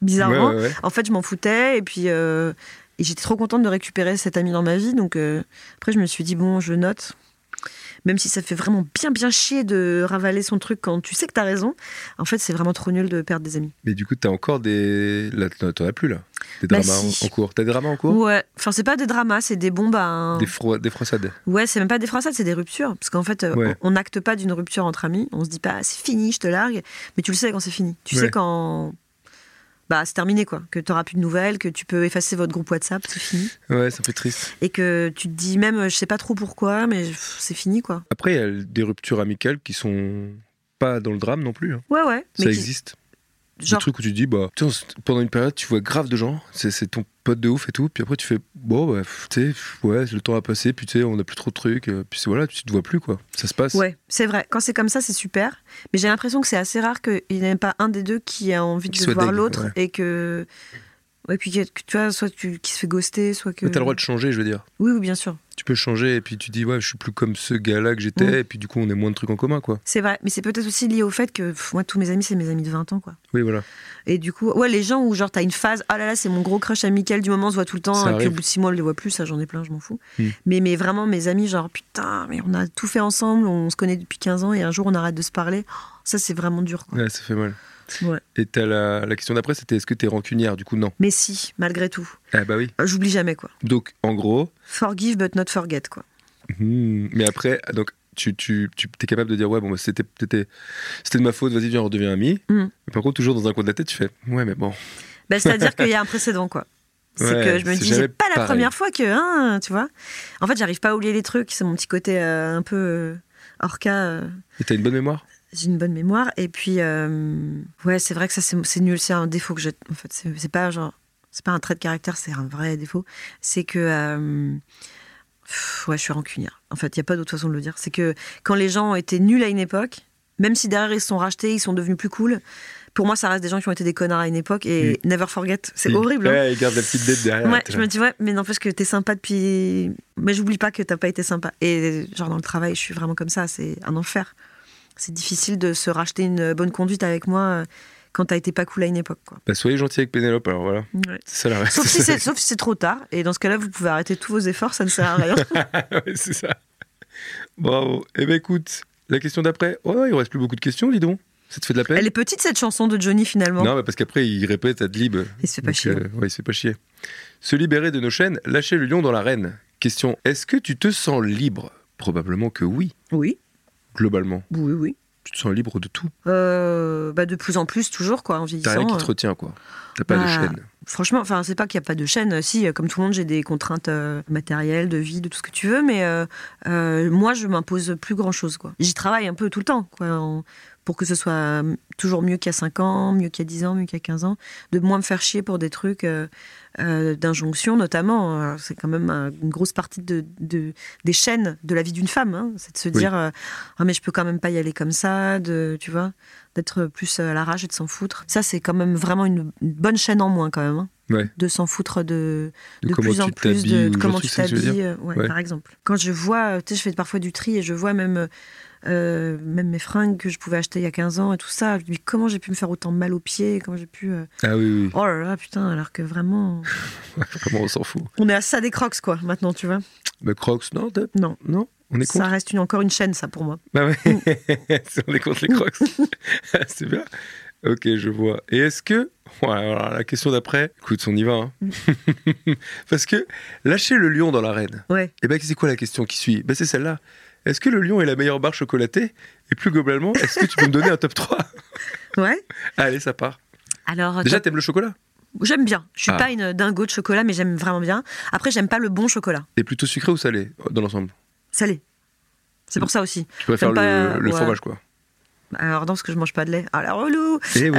Speaker 3: Bizarrement.
Speaker 2: ouais, ouais.
Speaker 3: En fait, je m'en foutais et puis euh, et j'étais trop contente de récupérer cet ami dans ma vie. Donc euh, après, je me suis dit bon, je note. Même si ça fait vraiment bien bien chier de ravaler son truc quand tu sais que t'as raison, en fait c'est vraiment trop nul de perdre des amis.
Speaker 2: Mais du coup, t'as encore des. Là, t'en t'en as plus là Des
Speaker 3: Bah,
Speaker 2: dramas en-
Speaker 3: si.
Speaker 2: en cours. T'as des dramas en cours
Speaker 3: Ouais, enfin c'est pas des dramas, c'est des bombes à un-
Speaker 2: Des, fro- des froissades.
Speaker 3: Ouais, c'est même pas des froissades, c'est des ruptures. Parce qu'en fait, euh,
Speaker 2: Ouais.
Speaker 3: on on n'acte pas d'une rupture entre amis, on se dit pas c'est fini, je te largue, mais tu le sais quand c'est fini. Tu
Speaker 2: Ouais.
Speaker 3: sais quand. Bah c'est terminé quoi, que t'auras plus de nouvelles, que tu peux effacer votre groupe WhatsApp, c'est fini.
Speaker 2: Ouais, c'est un peu triste.
Speaker 3: et que tu te dis même euh, je sais pas trop pourquoi mais pff, c'est fini quoi.
Speaker 2: Après, il y a des ruptures amicales qui sont pas dans le drame non plus. hein.
Speaker 3: Ouais ouais.
Speaker 2: Ça
Speaker 3: qui-
Speaker 2: existe.
Speaker 3: genre
Speaker 2: Des trucs où tu te dis, bah, putain, c'est- pendant une période, tu vois grave de gens, c'est c'est ton pote de ouf et tout, puis après tu fais, bon, bah, pff, tu sais, pff, ouais, le temps a passé, puis tu sais, on a plus trop de trucs, euh, puis c'est- voilà, tu te vois plus, quoi. Ça se passe.
Speaker 3: ouais c'est vrai quand c'est comme ça c'est super mais j'ai l'impression que c'est assez rare qu'il n'y ait pas un des deux qui a envie
Speaker 2: Qui
Speaker 3: de
Speaker 2: soit
Speaker 3: voir
Speaker 2: deg,
Speaker 3: l'autre
Speaker 2: ouais.
Speaker 3: et que ouais puis que, que tu vois soit tu qui se fait ghoster soit que
Speaker 2: Mais T'as le droit de changer, je veux dire.
Speaker 3: oui oui bien sûr
Speaker 2: Tu peux changer, et puis tu dis, ouais, je suis plus comme ce gars-là que j'étais,
Speaker 3: Mm.
Speaker 2: et puis du coup, on a moins de trucs en commun, quoi.
Speaker 3: c'est vrai mais c'est peut-être aussi lié au fait que pff, moi tous mes amis c'est mes amis de 20 ans quoi
Speaker 2: Oui, voilà.
Speaker 3: et du coup ouais les gens où genre t'as une phase ah là là c'est mon gros crush amical du moment on se voit tout le temps
Speaker 2: Ça
Speaker 3: et puis
Speaker 2: arrive.
Speaker 3: au bout de 6 mois on les voit plus ça j'en ai plein je m'en fous
Speaker 2: Hmm.
Speaker 3: mais mais vraiment mes amis genre putain mais on a tout fait ensemble on se connaît depuis 15 ans et un jour on arrête de se parler Oh, ça c'est vraiment dur quoi.
Speaker 2: Ouais, ça fait mal.
Speaker 3: Ouais.
Speaker 2: Et t'as la, la question d'après, c'était est-ce que t'es rancunière Du coup, non.
Speaker 3: mais si malgré tout
Speaker 2: Ah, bah oui.
Speaker 3: Euh, j'oublie jamais quoi
Speaker 2: Donc, en gros,
Speaker 3: forgive but not forget quoi
Speaker 2: hmm, mais après, donc, tu, tu, tu es capable de dire, ouais, bon, bah, c'était t'étais- c'était de ma faute, vas-y, viens, on redevient ami.
Speaker 3: Mm.
Speaker 2: Mais par contre, toujours dans un coin de la tête, tu fais, ouais, mais bon. *laughs*
Speaker 3: Bah, C'est-à-dire qu'il y a un précédent, quoi. C'est
Speaker 2: Ouais,
Speaker 3: que je me
Speaker 2: c'est
Speaker 3: dis,
Speaker 2: jamais
Speaker 3: c'est pas la
Speaker 2: pareil.
Speaker 3: première fois que, hein, tu vois. En fait, j'arrive pas à oublier les trucs. C'est mon petit côté euh, un peu euh, orca. euh,
Speaker 2: Et t'as une bonne mémoire
Speaker 3: J'ai une bonne mémoire. Et puis, euh, ouais, c'est vrai que ça, c'est c'est nul. C'est un défaut que j'ai. En fait, c'est c'est pas genre. C'est pas un trait de caractère, c'est un vrai défaut. C'est que. euh, pff, ouais, je suis rancunière. En fait, il n'y a pas d'autre façon de le dire. C'est que quand les gens étaient nuls à une époque, même si derrière ils se sont rachetés, ils sont devenus plus cool, pour moi, ça reste des gens qui ont été des connards à une époque et never forget. C'est
Speaker 2: Il-
Speaker 3: horrible. hein.
Speaker 2: Ouais, il garde la petite dette derrière.
Speaker 3: Ouais,
Speaker 2: t'es
Speaker 3: je
Speaker 2: là.
Speaker 3: me dis, ouais, mais n'empêche que t'es sympa depuis. Mais j'oublie pas que t'as pas été sympa. Et genre, dans le travail, je suis vraiment comme ça, c'est un enfer. C'est difficile de se racheter une bonne conduite avec moi euh, quand t'as été pas cool à une époque, quoi.
Speaker 2: Bah, soyez gentil avec Pénélope, alors voilà. C'est ça la
Speaker 3: *laughs*
Speaker 2: *laughs*
Speaker 3: Sauf si c'est sauf si c'est trop tard, et dans ce cas-là, vous pouvez arrêter tous vos efforts, ça
Speaker 2: *laughs*
Speaker 3: ne sert à rien.
Speaker 2: Ouais, c'est ça. Bravo. Eh ben, écoute, la question d'après. Ouais, il reste plus beaucoup de questions, dis donc. Ça te fait de la peine
Speaker 3: Elle est petite cette chanson de Johnny finalement.
Speaker 2: Non, mais parce qu'après, il répète ad lib.
Speaker 3: Il se fait pas
Speaker 2: Donc,
Speaker 3: chier.
Speaker 2: euh, ouais, il se fait pas chier. Se libérer de nos chaînes, lâcher le lion dans l'arène. Question est-ce que tu te sens libre Probablement que oui,
Speaker 3: Oui,
Speaker 2: globalement.
Speaker 3: oui, oui.
Speaker 2: Tu te sens libre de tout.
Speaker 3: Euh, bah de plus en plus, toujours quoi,
Speaker 2: T'as
Speaker 3: en
Speaker 2: rien
Speaker 3: vieillissant.
Speaker 2: qui te
Speaker 3: euh,
Speaker 2: retient, quoi. T'as pas de
Speaker 3: bah,
Speaker 2: chaîne.
Speaker 3: Franchement, enfin, c'est pas qu'il n'y a pas de chaîne. Si, euh, comme tout le monde, j'ai des contraintes euh, matérielles, de vie, de tout ce que tu veux, mais euh, euh, moi, je m'impose plus grand chose. quoi. J'y travaille un peu tout le temps, quoi, en- pour que ce soit euh, toujours mieux qu'à 5 ans, mieux qu'à 10 ans, mieux qu'à 15 ans, de moins me faire chier pour des trucs euh, euh, d'injonction, notamment. Alors, C'est quand même euh, une grosse partie de, de- des chaînes de la vie d'une femme, hein, c'est de se dire euh, ah mais je peux quand même pas y aller comme ça, de, tu vois, d'être plus à la rage et de s'en foutre. Ça, c'est quand même vraiment une, une bonne chaîne en moins quand même. hein.
Speaker 2: Ouais.
Speaker 3: de s'en foutre de,
Speaker 2: De
Speaker 3: de
Speaker 2: comment
Speaker 3: plus en
Speaker 2: tu
Speaker 3: plus
Speaker 2: t'habilles ou
Speaker 3: de, de
Speaker 2: genre
Speaker 3: comment
Speaker 2: de
Speaker 3: tu
Speaker 2: trucs, c'est ce que je veux
Speaker 3: t'habilles, euh, ouais,
Speaker 2: Ouais.
Speaker 3: par exemple. Quand je vois, euh, tu sais, je fais parfois du tri et je vois même, euh, même mes fringues que je pouvais acheter il y a 15 ans et tout ça. Je me dis comment j'ai pu me faire autant mal aux pieds, comment j'ai pu. euh,
Speaker 2: Ah oui, oui,
Speaker 3: Oh là là, putain, alors que vraiment.
Speaker 2: comment on s'en fout.
Speaker 3: On est à ça des crocs, quoi, maintenant, tu vois.
Speaker 2: Mais Crocs, non, t'es-
Speaker 3: Non.
Speaker 2: non, on est
Speaker 3: Ça
Speaker 2: contre.
Speaker 3: reste une, encore une chaîne, ça, pour moi.
Speaker 2: Bah ouais.
Speaker 3: Mm.
Speaker 2: *laughs* on est contre les Crocs. c'est bien. Ok, je vois. Et est-ce que. Ouais, alors, la question d'après, écoute, on y va. hein. *laughs* Parce que lâcher le lion dans l'arène,
Speaker 3: Mm. Ouais.
Speaker 2: et ben c'est quoi la question qui suit Ben c'est celle-là. Est-ce que le lion est la meilleure barre chocolatée Et plus globalement, est-ce que tu peux me donner un top
Speaker 3: *laughs*
Speaker 2: 3
Speaker 3: Ouais.
Speaker 2: Allez, ça part.
Speaker 3: Alors,
Speaker 2: Déjà, t'aimes le chocolat
Speaker 3: j'aime bien. Je suis
Speaker 2: Ah.
Speaker 3: pas une dingo de chocolat, mais j'aime vraiment bien. Après, j'aime pas le bon chocolat.
Speaker 2: T'es plutôt sucré ou salé dans l'ensemble
Speaker 3: Salé. C'est
Speaker 2: Mm.
Speaker 3: pour ça aussi.
Speaker 2: Tu préfères
Speaker 3: J'aime pas,
Speaker 2: le, le
Speaker 3: ouais.
Speaker 2: fromage, quoi.
Speaker 3: Alors, non, parce que je mange pas de lait. Ah la relou
Speaker 2: Eh oui.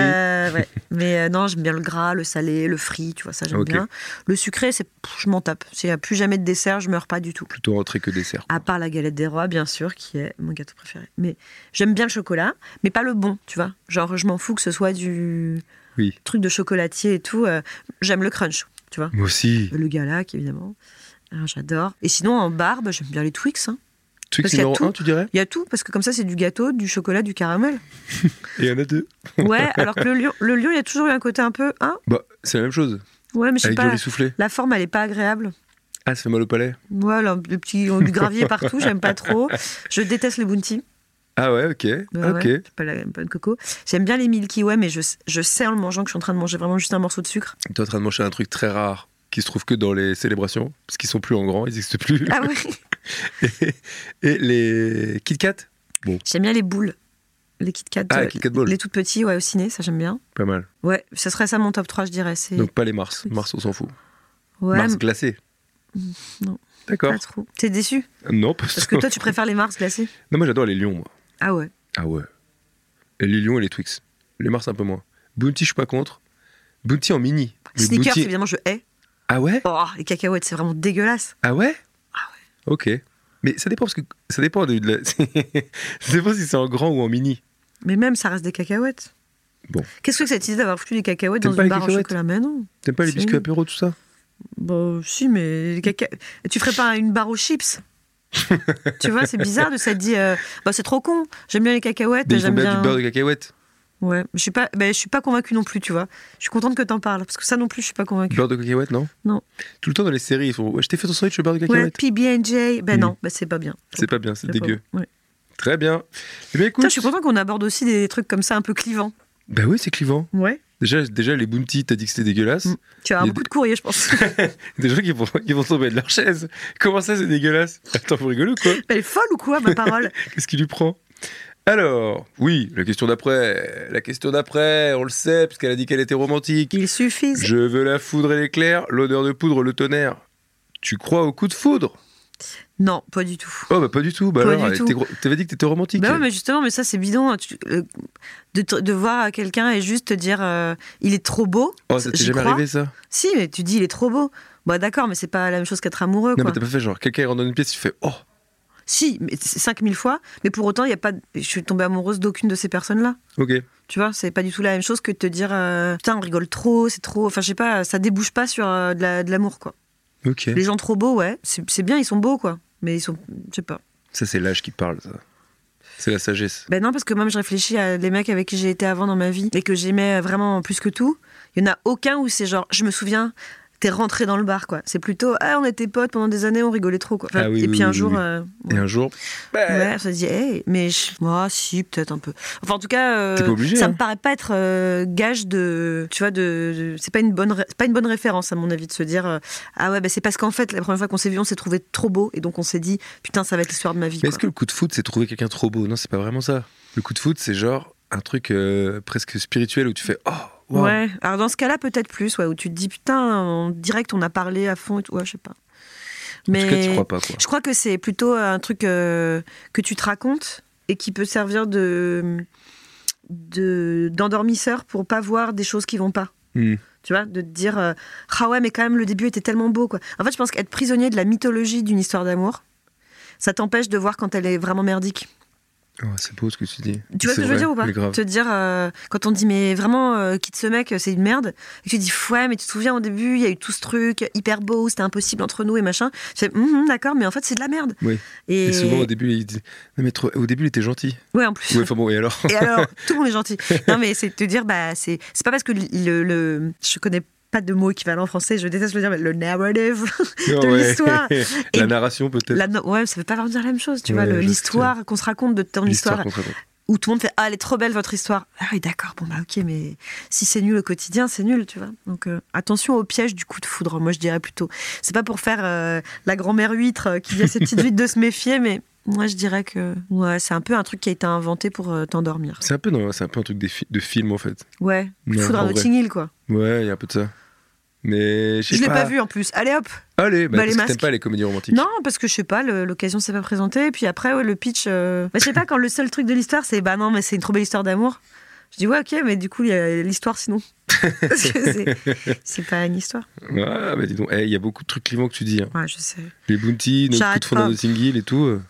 Speaker 2: *laughs*
Speaker 3: Euh, ouais. Mais euh, non, j'aime bien le gras, le salé, le frit, tu vois, ça j'aime
Speaker 2: Ok.
Speaker 3: bien. Le sucré, c'est pff, je m'en tape. S'il n'y a plus jamais de dessert, je meurs pas du tout.
Speaker 2: Plutôt entrée que dessert.
Speaker 3: À part la galette des rois, bien sûr, qui est mon gâteau préféré. Mais j'aime bien le chocolat, mais pas le bon, tu vois. Genre, je m'en fous que ce soit du
Speaker 2: Oui.
Speaker 3: truc de chocolatier et tout. euh, j'aime le crunch, tu vois.
Speaker 2: Moi aussi.
Speaker 3: Le galac, évidemment. Ah, J'adore. Et sinon, en barbe, j'aime bien les Twix. hein.
Speaker 2: Truc
Speaker 3: Parce qu'il y a
Speaker 2: numéro
Speaker 3: tout.
Speaker 2: 1, tu dirais
Speaker 3: Il y a tout, parce que comme ça, c'est du gâteau, du chocolat, du caramel.
Speaker 2: Et il y en a deux. *laughs*
Speaker 3: Ouais, alors que le lion, le lion, il y a toujours eu un côté un peu. Hein
Speaker 2: Bah, c'est la même chose.
Speaker 3: ouais, mais je sais
Speaker 2: Avec
Speaker 3: pas.
Speaker 2: du riz soufflé.
Speaker 3: La forme, elle est pas agréable.
Speaker 2: Ah, ça fait mal au palais
Speaker 3: Ouais, le le petit du gravier partout, j'aime pas trop. Je déteste les Bounty.
Speaker 2: Ah ouais, ok.
Speaker 3: Ouais,
Speaker 2: ok.
Speaker 3: ouais, c'est pas la pas de coco. J'aime bien les Milky Way, mais je, je sais en le mangeant que je suis en train de manger vraiment juste un morceau de sucre.
Speaker 2: T'es en train de manger un truc très rare qui se trouve que dans les célébrations, parce qu'ils sont plus en grand, ils n'existent plus.
Speaker 3: Ah ouais
Speaker 2: *laughs* Et les Kit Kat
Speaker 3: *laughs* J'aime bien les boules. Les Kit Kat.
Speaker 2: Ah,
Speaker 3: euh,
Speaker 2: les Kit Kat Balls.
Speaker 3: Les toutes petites, ouais, au ciné, ça j'aime bien.
Speaker 2: Pas mal.
Speaker 3: Ouais, ce serait ça mon top 3, je dirais. C'est...
Speaker 2: Donc pas les Mars.
Speaker 3: Twix.
Speaker 2: Mars, on s'en fout.
Speaker 3: ouais,
Speaker 2: Mars
Speaker 3: mais Mm,
Speaker 2: glacé.
Speaker 3: non.
Speaker 2: D'accord.
Speaker 3: pas trop. T'es déçu
Speaker 2: Non, parce,
Speaker 3: Parce que toi, tu préfères les Mars glacés
Speaker 2: Non, moi j'adore les lions, moi.
Speaker 3: Ah ouais.
Speaker 2: Ah ouais. Et les lions et les Twix. Les Mars, un peu moins. Bounty, je suis pas contre. Bounty en mini. Mais
Speaker 3: Sneakers,
Speaker 2: Bounty-
Speaker 3: évidemment, je hais.
Speaker 2: Ah ouais
Speaker 3: Oh, les cacahuètes, c'est vraiment dégueulasse.
Speaker 2: Ah ouais
Speaker 3: Ah
Speaker 2: Ok. Mais ça dépend parce que ça dépend de, de la- *laughs* ça dépend si c'est en grand ou en mini.
Speaker 3: Mais même, ça reste des cacahuètes.
Speaker 2: Bon.
Speaker 3: Qu'est-ce que c'est cette idée d'avoir foutu des cacahuètes dans
Speaker 2: T'aimes pas
Speaker 3: une
Speaker 2: les
Speaker 3: barre en
Speaker 2: cacahuètes
Speaker 3: chocolat Mais non.
Speaker 2: T'aimes pas les
Speaker 3: Si.
Speaker 2: biscuits apéro tout ça
Speaker 3: Bah, si, mais les caca... tu ferais pas une barre
Speaker 2: *laughs*
Speaker 3: aux chips Tu vois, c'est bizarre de ça te dit. euh, Bah, c'est trop con. J'aime bien les cacahuètes.
Speaker 2: Des
Speaker 3: J'aime bien. hein.
Speaker 2: du beurre de cacahuète.
Speaker 3: Ouais, je suis pas. bah, je suis pas convaincue non plus, tu vois. Je suis contente que t'en parles parce que ça non plus, je suis pas convaincue.
Speaker 2: Beurre de cacahuète, non
Speaker 3: Non.
Speaker 2: Tout le temps dans les séries, ils font ouais, je t'ai fait ton sandwich au beurre de
Speaker 3: Ouais,
Speaker 2: cacahuète.
Speaker 3: PB&J. Ben
Speaker 2: Mm.
Speaker 3: non, bah, c'est pas bien.
Speaker 2: C'est pas bien, c'est
Speaker 3: C'est pas
Speaker 2: dégueu.
Speaker 3: bon. Ouais.
Speaker 2: Très bien. Eh bien écoute,
Speaker 3: Putain, je suis contente qu'on aborde aussi des trucs comme ça un peu clivants.
Speaker 2: bah oui, c'est clivant.
Speaker 3: Ouais.
Speaker 2: Déjà, déjà les bounty, t'as dit que c'était dégueulasse.
Speaker 3: Mm. Tu as
Speaker 2: Il y a
Speaker 3: beaucoup de courriers,
Speaker 2: *laughs*
Speaker 3: je pense.
Speaker 2: Des gens qui vont, *laughs* qui vont tomber de leur chaise. Comment ça, c'est dégueulasse Attends, vous rigolez ou quoi
Speaker 3: Elle est folle ou quoi,
Speaker 2: *laughs*
Speaker 3: ma parole
Speaker 2: Qu'est-ce qui lui prend Alors, oui, la question d'après, la question d'après, on le sait, puisqu'elle a dit qu'elle était romantique.
Speaker 3: Il suffit.
Speaker 2: Je veux la foudre et l'éclair, l'odeur de poudre, le tonnerre. Tu crois au coup de foudre
Speaker 3: Non, pas du tout.
Speaker 2: Oh bah pas du tout, bah
Speaker 3: Pas
Speaker 2: alors,
Speaker 3: du tout.
Speaker 2: t'es gro- t'avais dit que t'étais romantique.
Speaker 3: Bah ouais, mais justement, mais ça c'est bidon. Tu- euh, de, te- de voir quelqu'un et juste te dire euh, il est trop beau.
Speaker 2: Oh, ça t'est
Speaker 3: J'y
Speaker 2: jamais
Speaker 3: crois.
Speaker 2: arrivé ça
Speaker 3: Si, mais tu dis il est trop beau. Bah d'accord, mais c'est pas la même chose qu'être amoureux.
Speaker 2: Non mais
Speaker 3: quoi.
Speaker 2: t'as pas fait genre, quelqu'un rentre dans une pièce, tu fais oh
Speaker 3: Si, mais c'est 5000 fois. Mais pour autant, il y a pas. de- Je suis tombée amoureuse d'aucune de ces personnes-là.
Speaker 2: Ok,
Speaker 3: Tu vois, c'est pas du tout la même chose que de te dire euh, putain, on rigole trop, c'est trop. Enfin, je sais pas, ça débouche pas sur euh, de la- de l'amour, quoi.
Speaker 2: ok.
Speaker 3: Les gens trop beaux, ouais, c'est c'est bien, ils sont beaux, quoi. Mais ils sont. Je sais pas.
Speaker 2: Ça c'est l'âge qui parle, ça. C'est la sagesse.
Speaker 3: Ben non, parce que même je réfléchis à les mecs avec qui j'ai été avant dans ma vie et que j'aimais vraiment plus que tout. Il y en a aucun où c'est genre, je me souviens, t'es rentré dans le bar, quoi. C'est plutôt, ah, on était potes pendant des années, on rigolait trop, quoi. Enfin,
Speaker 2: Ah oui,
Speaker 3: et
Speaker 2: oui,
Speaker 3: puis
Speaker 2: oui,
Speaker 3: un
Speaker 2: oui,
Speaker 3: jour,
Speaker 2: oui.
Speaker 3: euh,
Speaker 2: Et
Speaker 3: ouais.
Speaker 2: un jour, bah,
Speaker 3: Ouais, on se dit, hey, mais je- moi, si, peut-être un peu. Enfin, en tout cas, euh,
Speaker 2: T'es pas obligé,
Speaker 3: ça
Speaker 2: hein.
Speaker 3: me paraît pas être euh, gage de. Tu vois, de. de- C'est pas, une bonne ré- c'est pas une bonne référence, à mon avis, de se dire, euh, ah ouais, ben c'est parce qu'en fait, la première fois qu'on s'est vu, on s'est trouvé trop beau, et donc on s'est dit, putain, ça va être l'histoire de ma vie.
Speaker 2: Mais
Speaker 3: quoi.
Speaker 2: est-ce que le coup de foot, c'est trouver quelqu'un trop beau Non, c'est pas vraiment ça. Le coup de foot, c'est genre un truc euh, presque spirituel où tu fais Oh, wow.
Speaker 3: Ouais, alors dans ce cas-là, peut-être plus, ouais, où tu te dis putain, en direct, on a parlé à fond et tout, ouais, je sais pas.
Speaker 2: En
Speaker 3: Mais
Speaker 2: tout cas, tu crois pas, quoi.
Speaker 3: je crois que c'est plutôt un truc euh, que tu te racontes et qui peut servir de de- d'endormisseur pour pas voir des choses qui vont pas.
Speaker 2: Hmm.
Speaker 3: Tu vois, de te dire euh, ah ouais, mais quand même, le début était tellement beau, quoi. En fait, je pense qu'être prisonnier de la mythologie d'une histoire d'amour, ça t'empêche de voir quand elle est vraiment merdique.
Speaker 2: Ouais, Oh, c'est beau ce que tu dis.
Speaker 3: Tu vois
Speaker 2: C'est
Speaker 3: ce que je veux
Speaker 2: vrai,
Speaker 3: dire ou pas
Speaker 2: mais grave.
Speaker 3: Te dire, euh, quand on dit, mais vraiment, euh, quitte ce mec, c'est une merde, et que tu dis, ouais, mais tu te souviens au début, il y a eu tout ce truc hyper beau, c'était impossible entre nous et machin. Tu fais, Hum, hum, d'accord, mais en fait, c'est de la merde.
Speaker 2: Oui.
Speaker 3: Et,
Speaker 2: Et souvent au début, il dit... non, mais trop- au début, il était gentil.
Speaker 3: Ouais, en plus.
Speaker 2: Ouais, enfin bon, et alors
Speaker 3: *laughs* Et alors, tout le monde est gentil. Non, mais c'est de te dire, bah, c'est c'est pas parce que le, le- je connais pas de mot équivalent en français, je déteste le dire, mais le narrative
Speaker 2: Non,
Speaker 3: de
Speaker 2: ouais.
Speaker 3: l'histoire.
Speaker 2: *laughs* La
Speaker 3: Et-
Speaker 2: narration peut-être.
Speaker 3: La no- ouais, ça veut pas vraiment dire la même chose, tu
Speaker 2: Ouais,
Speaker 3: vois, le-
Speaker 2: je sais.
Speaker 3: l'histoire qu'on se raconte de ton histoire,
Speaker 2: qu'on te raconte.
Speaker 3: où tout le monde fait Ah, elle est trop belle votre histoire. Ah oui, d'accord, bon bah ok, mais si c'est nul au quotidien, c'est nul, tu vois. Donc euh, attention au piège du coup de foudre, moi je dirais plutôt. C'est pas pour faire euh, la grand-mère huître euh, qui dit à
Speaker 2: *laughs*
Speaker 3: ses petites huîtres de se méfier, mais moi je dirais que ouais, c'est un peu un truc qui a été inventé pour euh, t'endormir.
Speaker 2: C'est un peu, non, c'est un peu un truc des fi- de film en fait.
Speaker 3: Ouais,
Speaker 2: Non,
Speaker 3: foudre à
Speaker 2: en vrai.
Speaker 3: Notting Hill quoi.
Speaker 2: Ouais, il y a un peu de ça. Mais je
Speaker 3: Je
Speaker 2: sais
Speaker 3: l'ai
Speaker 2: pas.
Speaker 3: pas vu en plus. Allez hop
Speaker 2: Allez, bah,
Speaker 3: Bah, les
Speaker 2: parce que t'aimes
Speaker 3: masques.
Speaker 2: pas les comédies romantiques.
Speaker 3: Non, parce que je sais pas, le- l'occasion s'est pas présentée. Et puis après, ouais, le pitch. euh, bah, je sais pas, quand le seul truc de l'histoire, c'est bah non, mais c'est une trop belle histoire d'amour. Je dis ouais, ok, mais du coup, il y a l'histoire sinon. *laughs* parce que c'est- c'est pas une histoire.
Speaker 2: Ah, bah dis donc, Eh, il y a beaucoup de trucs clivants que tu dis. hein.
Speaker 3: Ouais, je sais.
Speaker 2: Les Bounty, notre coup
Speaker 3: J'arrête
Speaker 2: de fond dans
Speaker 3: pas.
Speaker 2: Notting Hill et tout. euh.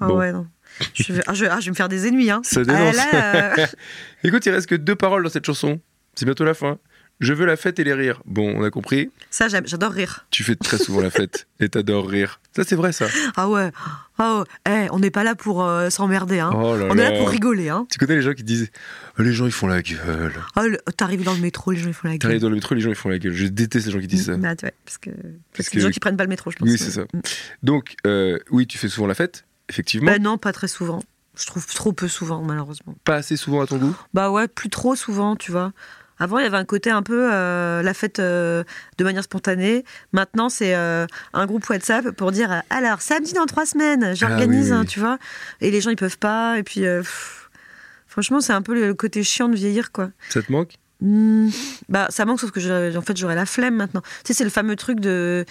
Speaker 3: Ah
Speaker 2: Bon.
Speaker 3: ouais, non. Je vais, ah, je, ah, je vais me faire des ennemis. Hein.
Speaker 2: Ça
Speaker 3: Ah,
Speaker 2: dénonce.
Speaker 3: là, euh, *laughs*
Speaker 2: Écoute, il reste que deux paroles dans cette chanson. C'est bientôt la fin. Je veux la fête et les rires. Bon, on a compris.
Speaker 3: ça, j'aime- j'adore rire.
Speaker 2: Tu fais très souvent la fête
Speaker 3: *laughs*
Speaker 2: et t'adores rire. Ça, c'est vrai, ça.
Speaker 3: Ah ouais. Ah ouais. Eh, on n'est pas là pour euh, s'emmerder. Hein.
Speaker 2: Oh là
Speaker 3: on est
Speaker 2: là.
Speaker 3: là pour rigoler. Hein.
Speaker 2: Tu connais les gens qui disent Les gens, ils font la gueule.
Speaker 3: Ah, le- T'arrives dans le métro, les gens ils font la gueule.
Speaker 2: T'arrives dans le métro, les gens, ils font la gueule. Je déteste les gens qui disent ça.
Speaker 3: Bah, tu vois, parce que
Speaker 2: Parce
Speaker 3: parce que les gens
Speaker 2: que-
Speaker 3: qui prennent pas le métro, je pense. Mm.
Speaker 2: Oui, c'est ça. Donc, euh, oui, tu fais souvent la fête, effectivement.
Speaker 3: Bah non, pas très souvent. Je trouve trop peu souvent, malheureusement.
Speaker 2: Pas assez souvent à ton goût.
Speaker 3: Bah ouais, plus trop souvent, tu vois. Avant, il y avait un côté un peu euh, la fête euh, de manière spontanée. Maintenant, c'est euh, un groupe WhatsApp pour dire euh, alors samedi dans trois semaines, j'organise,
Speaker 2: Ah oui,
Speaker 3: hein,
Speaker 2: oui.
Speaker 3: tu vois. Et les gens ils peuvent pas. Et puis, euh, pff, franchement, c'est un peu le côté chiant de vieillir, quoi.
Speaker 2: Ça te manque
Speaker 3: Hmm, bah ça manque, sauf que j'ai- en fait j'aurais la flemme maintenant. Tu sais, c'est le fameux truc de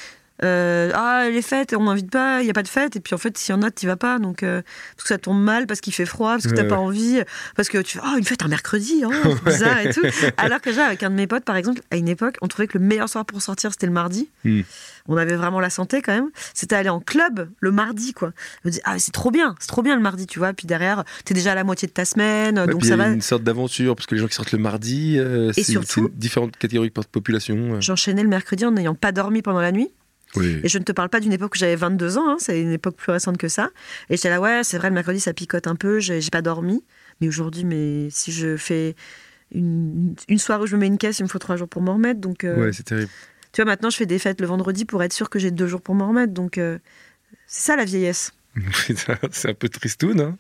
Speaker 3: euh, ah les fêtes, on m'invite pas, il y a pas de fête. Et puis en fait, s'il y en a, tu vas pas. Donc euh, parce que ça tombe mal, parce qu'il fait froid, parce que t'as
Speaker 2: Ouais,
Speaker 3: pas
Speaker 2: ouais.
Speaker 3: envie, parce que tu fais oh une fête un
Speaker 2: *laughs*
Speaker 3: mercredi, hein, c'est bizarre et tout. Alors que j'ai avec un de mes potes par exemple, à une époque, on trouvait que le meilleur soir pour sortir c'était le mardi.
Speaker 2: Hmm.
Speaker 3: On avait vraiment la santé quand même. C'était aller en club le mardi quoi. Je me dis ah c'est trop bien, c'est trop bien le mardi, tu vois. Puis derrière, t'es déjà à la moitié de ta semaine,
Speaker 2: Ouais,
Speaker 3: Ah, donc
Speaker 2: puis
Speaker 3: ça
Speaker 2: il y a
Speaker 3: va.
Speaker 2: une sorte d'aventure, parce que les gens qui sortent le mardi, euh, c'est
Speaker 3: surtout-
Speaker 2: c'est différentes catégories de population. euh.
Speaker 3: J'enchaînais le mercredi en n'ayant pas dormi pendant la nuit.
Speaker 2: Oui.
Speaker 3: Et je ne te parle pas d'une époque où j'avais 22 ans, hein, c'est une époque plus récente que ça. Et j'étais là, ouais, c'est vrai, le mercredi, ça picote un peu, j'ai j'ai pas dormi. Mais aujourd'hui, mais si je fais une, une soirée où je me mets une caisse, il me faut trois jours pour m'en remettre. Donc, euh,
Speaker 2: Ouais, c'est terrible.
Speaker 3: tu vois, maintenant, je fais des fêtes le vendredi pour être sûr que j'ai deux jours pour m'en remettre. Donc, euh, c'est ça la vieillesse.
Speaker 2: Putain, *laughs* c'est un peu tristoun, hein.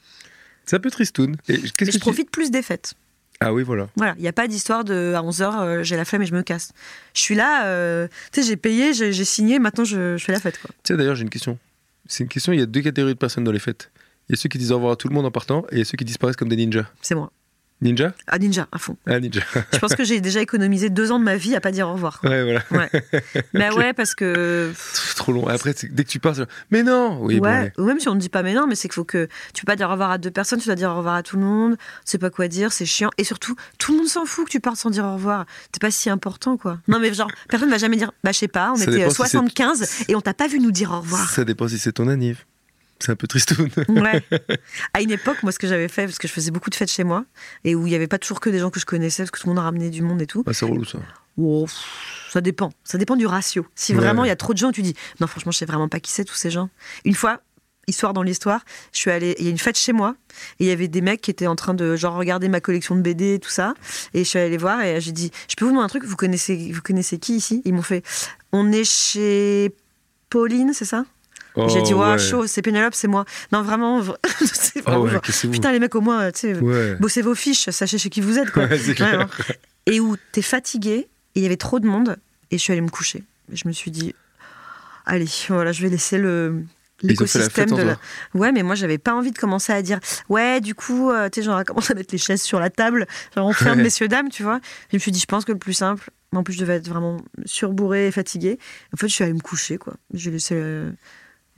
Speaker 2: C'est un peu tristoun. Et qu'est-ce
Speaker 3: Mais
Speaker 2: que
Speaker 3: je
Speaker 2: tu-
Speaker 3: profite plus des fêtes.
Speaker 2: Ah oui, voilà.
Speaker 3: Voilà, il n'y a pas d'histoire de à 11h, j'ai la flemme et je me casse. Je suis là, euh, tu sais, j'ai payé, j'ai j'ai signé, maintenant je, je fais la fête. Quoi.
Speaker 2: Tiens, d'ailleurs, j'ai une question. C'est une question, il y a deux catégories de personnes dans les fêtes. Il y a ceux qui disent au revoir à tout le monde en partant, et il y a ceux qui disparaissent comme des ninjas.
Speaker 3: C'est moi.
Speaker 2: Ninja
Speaker 3: Ah, ninja, à fond.
Speaker 2: Ah, ninja. *laughs*
Speaker 3: Je pense que j'ai déjà économisé deux ans de ma vie à pas dire au revoir.
Speaker 2: Ouais, voilà. *laughs*
Speaker 3: Ouais. Bah ouais, parce que.
Speaker 2: Pff, trop long. Après, c'est- dès que tu pars, c'est genre, mais non Oui, bon, allez.
Speaker 3: ouais, ou même si on ne dit pas mais non, mais c'est qu'il faut que tu peux pas dire au revoir à deux personnes, tu dois dire au revoir à tout le monde, tu sais pas quoi dire, c'est chiant. Et surtout, tout le monde s'en fout que tu partes sans dire au revoir. T'es pas si important quoi. Non mais genre, personne va jamais dire, bah je sais pas, on
Speaker 2: Ça
Speaker 3: était
Speaker 2: dépend
Speaker 3: euh,
Speaker 2: si c'est-
Speaker 3: 75 et on t'a pas vu nous dire au revoir.
Speaker 2: Ça dépend si c'est ton anniv. C'est un peu
Speaker 3: *laughs*
Speaker 2: tristoun.
Speaker 3: Ouais. À une époque, moi, ce que j'avais fait, parce que je faisais beaucoup de fêtes chez moi, et où il n'y avait pas toujours que des gens que je connaissais, parce que tout le monde ramenait du monde et tout.
Speaker 2: Ah, c'est relou, ça.
Speaker 3: Oh, pff, ça dépend. Ça dépend du ratio. Si
Speaker 2: Ouais.
Speaker 3: vraiment il y a trop de gens, tu dis non, franchement, je sais vraiment pas qui c'est tous ces gens. Une fois, histoire dans l'histoire, je suis allée, il y a une fête chez moi et il y avait des mecs qui étaient en train de genre regarder ma collection de BD et tout ça. Et je suis allée les voir et j'ai dit, je peux vous demander un truc Vous connaissez, vous connaissez qui ici Ils m'ont fait, on est chez Pauline, c'est ça J'ai dit, ouais, chaud, c'est Pénélope, c'est moi. Non, vraiment, v- *laughs* c'est
Speaker 2: Oh
Speaker 3: vraiment
Speaker 2: ouais,
Speaker 3: genre,
Speaker 2: qu'est-ce que c'est vous
Speaker 3: Putain, les mecs, au moins, tu sais,
Speaker 2: Ouais.
Speaker 3: bossez vos fiches, sachez chez qui vous êtes. Quoi.
Speaker 2: Ouais, c'est clair.
Speaker 3: Vraiment. Et où t'es fatigué, et il y avait trop de monde, et je suis allée me coucher. Et Je me suis dit, allez, voilà, je vais laisser le.
Speaker 2: Et ils ont fait la fête
Speaker 3: L'écosystème
Speaker 2: sans
Speaker 3: de la...
Speaker 2: toi.
Speaker 3: Ouais, mais moi j'avais pas envie de commencer à dire Ouais, du coup, euh, tu sais, genre, *laughs* commence à mettre les chaises sur la table,
Speaker 2: *laughs*
Speaker 3: genre, on ferme,
Speaker 2: Ouais.
Speaker 3: messieurs, dames, tu vois. Je me suis dit, je pense que le plus simple, en plus, je devais être vraiment surbourrée et fatiguée. En fait, je suis allée me coucher, quoi. J'ai laissé. le-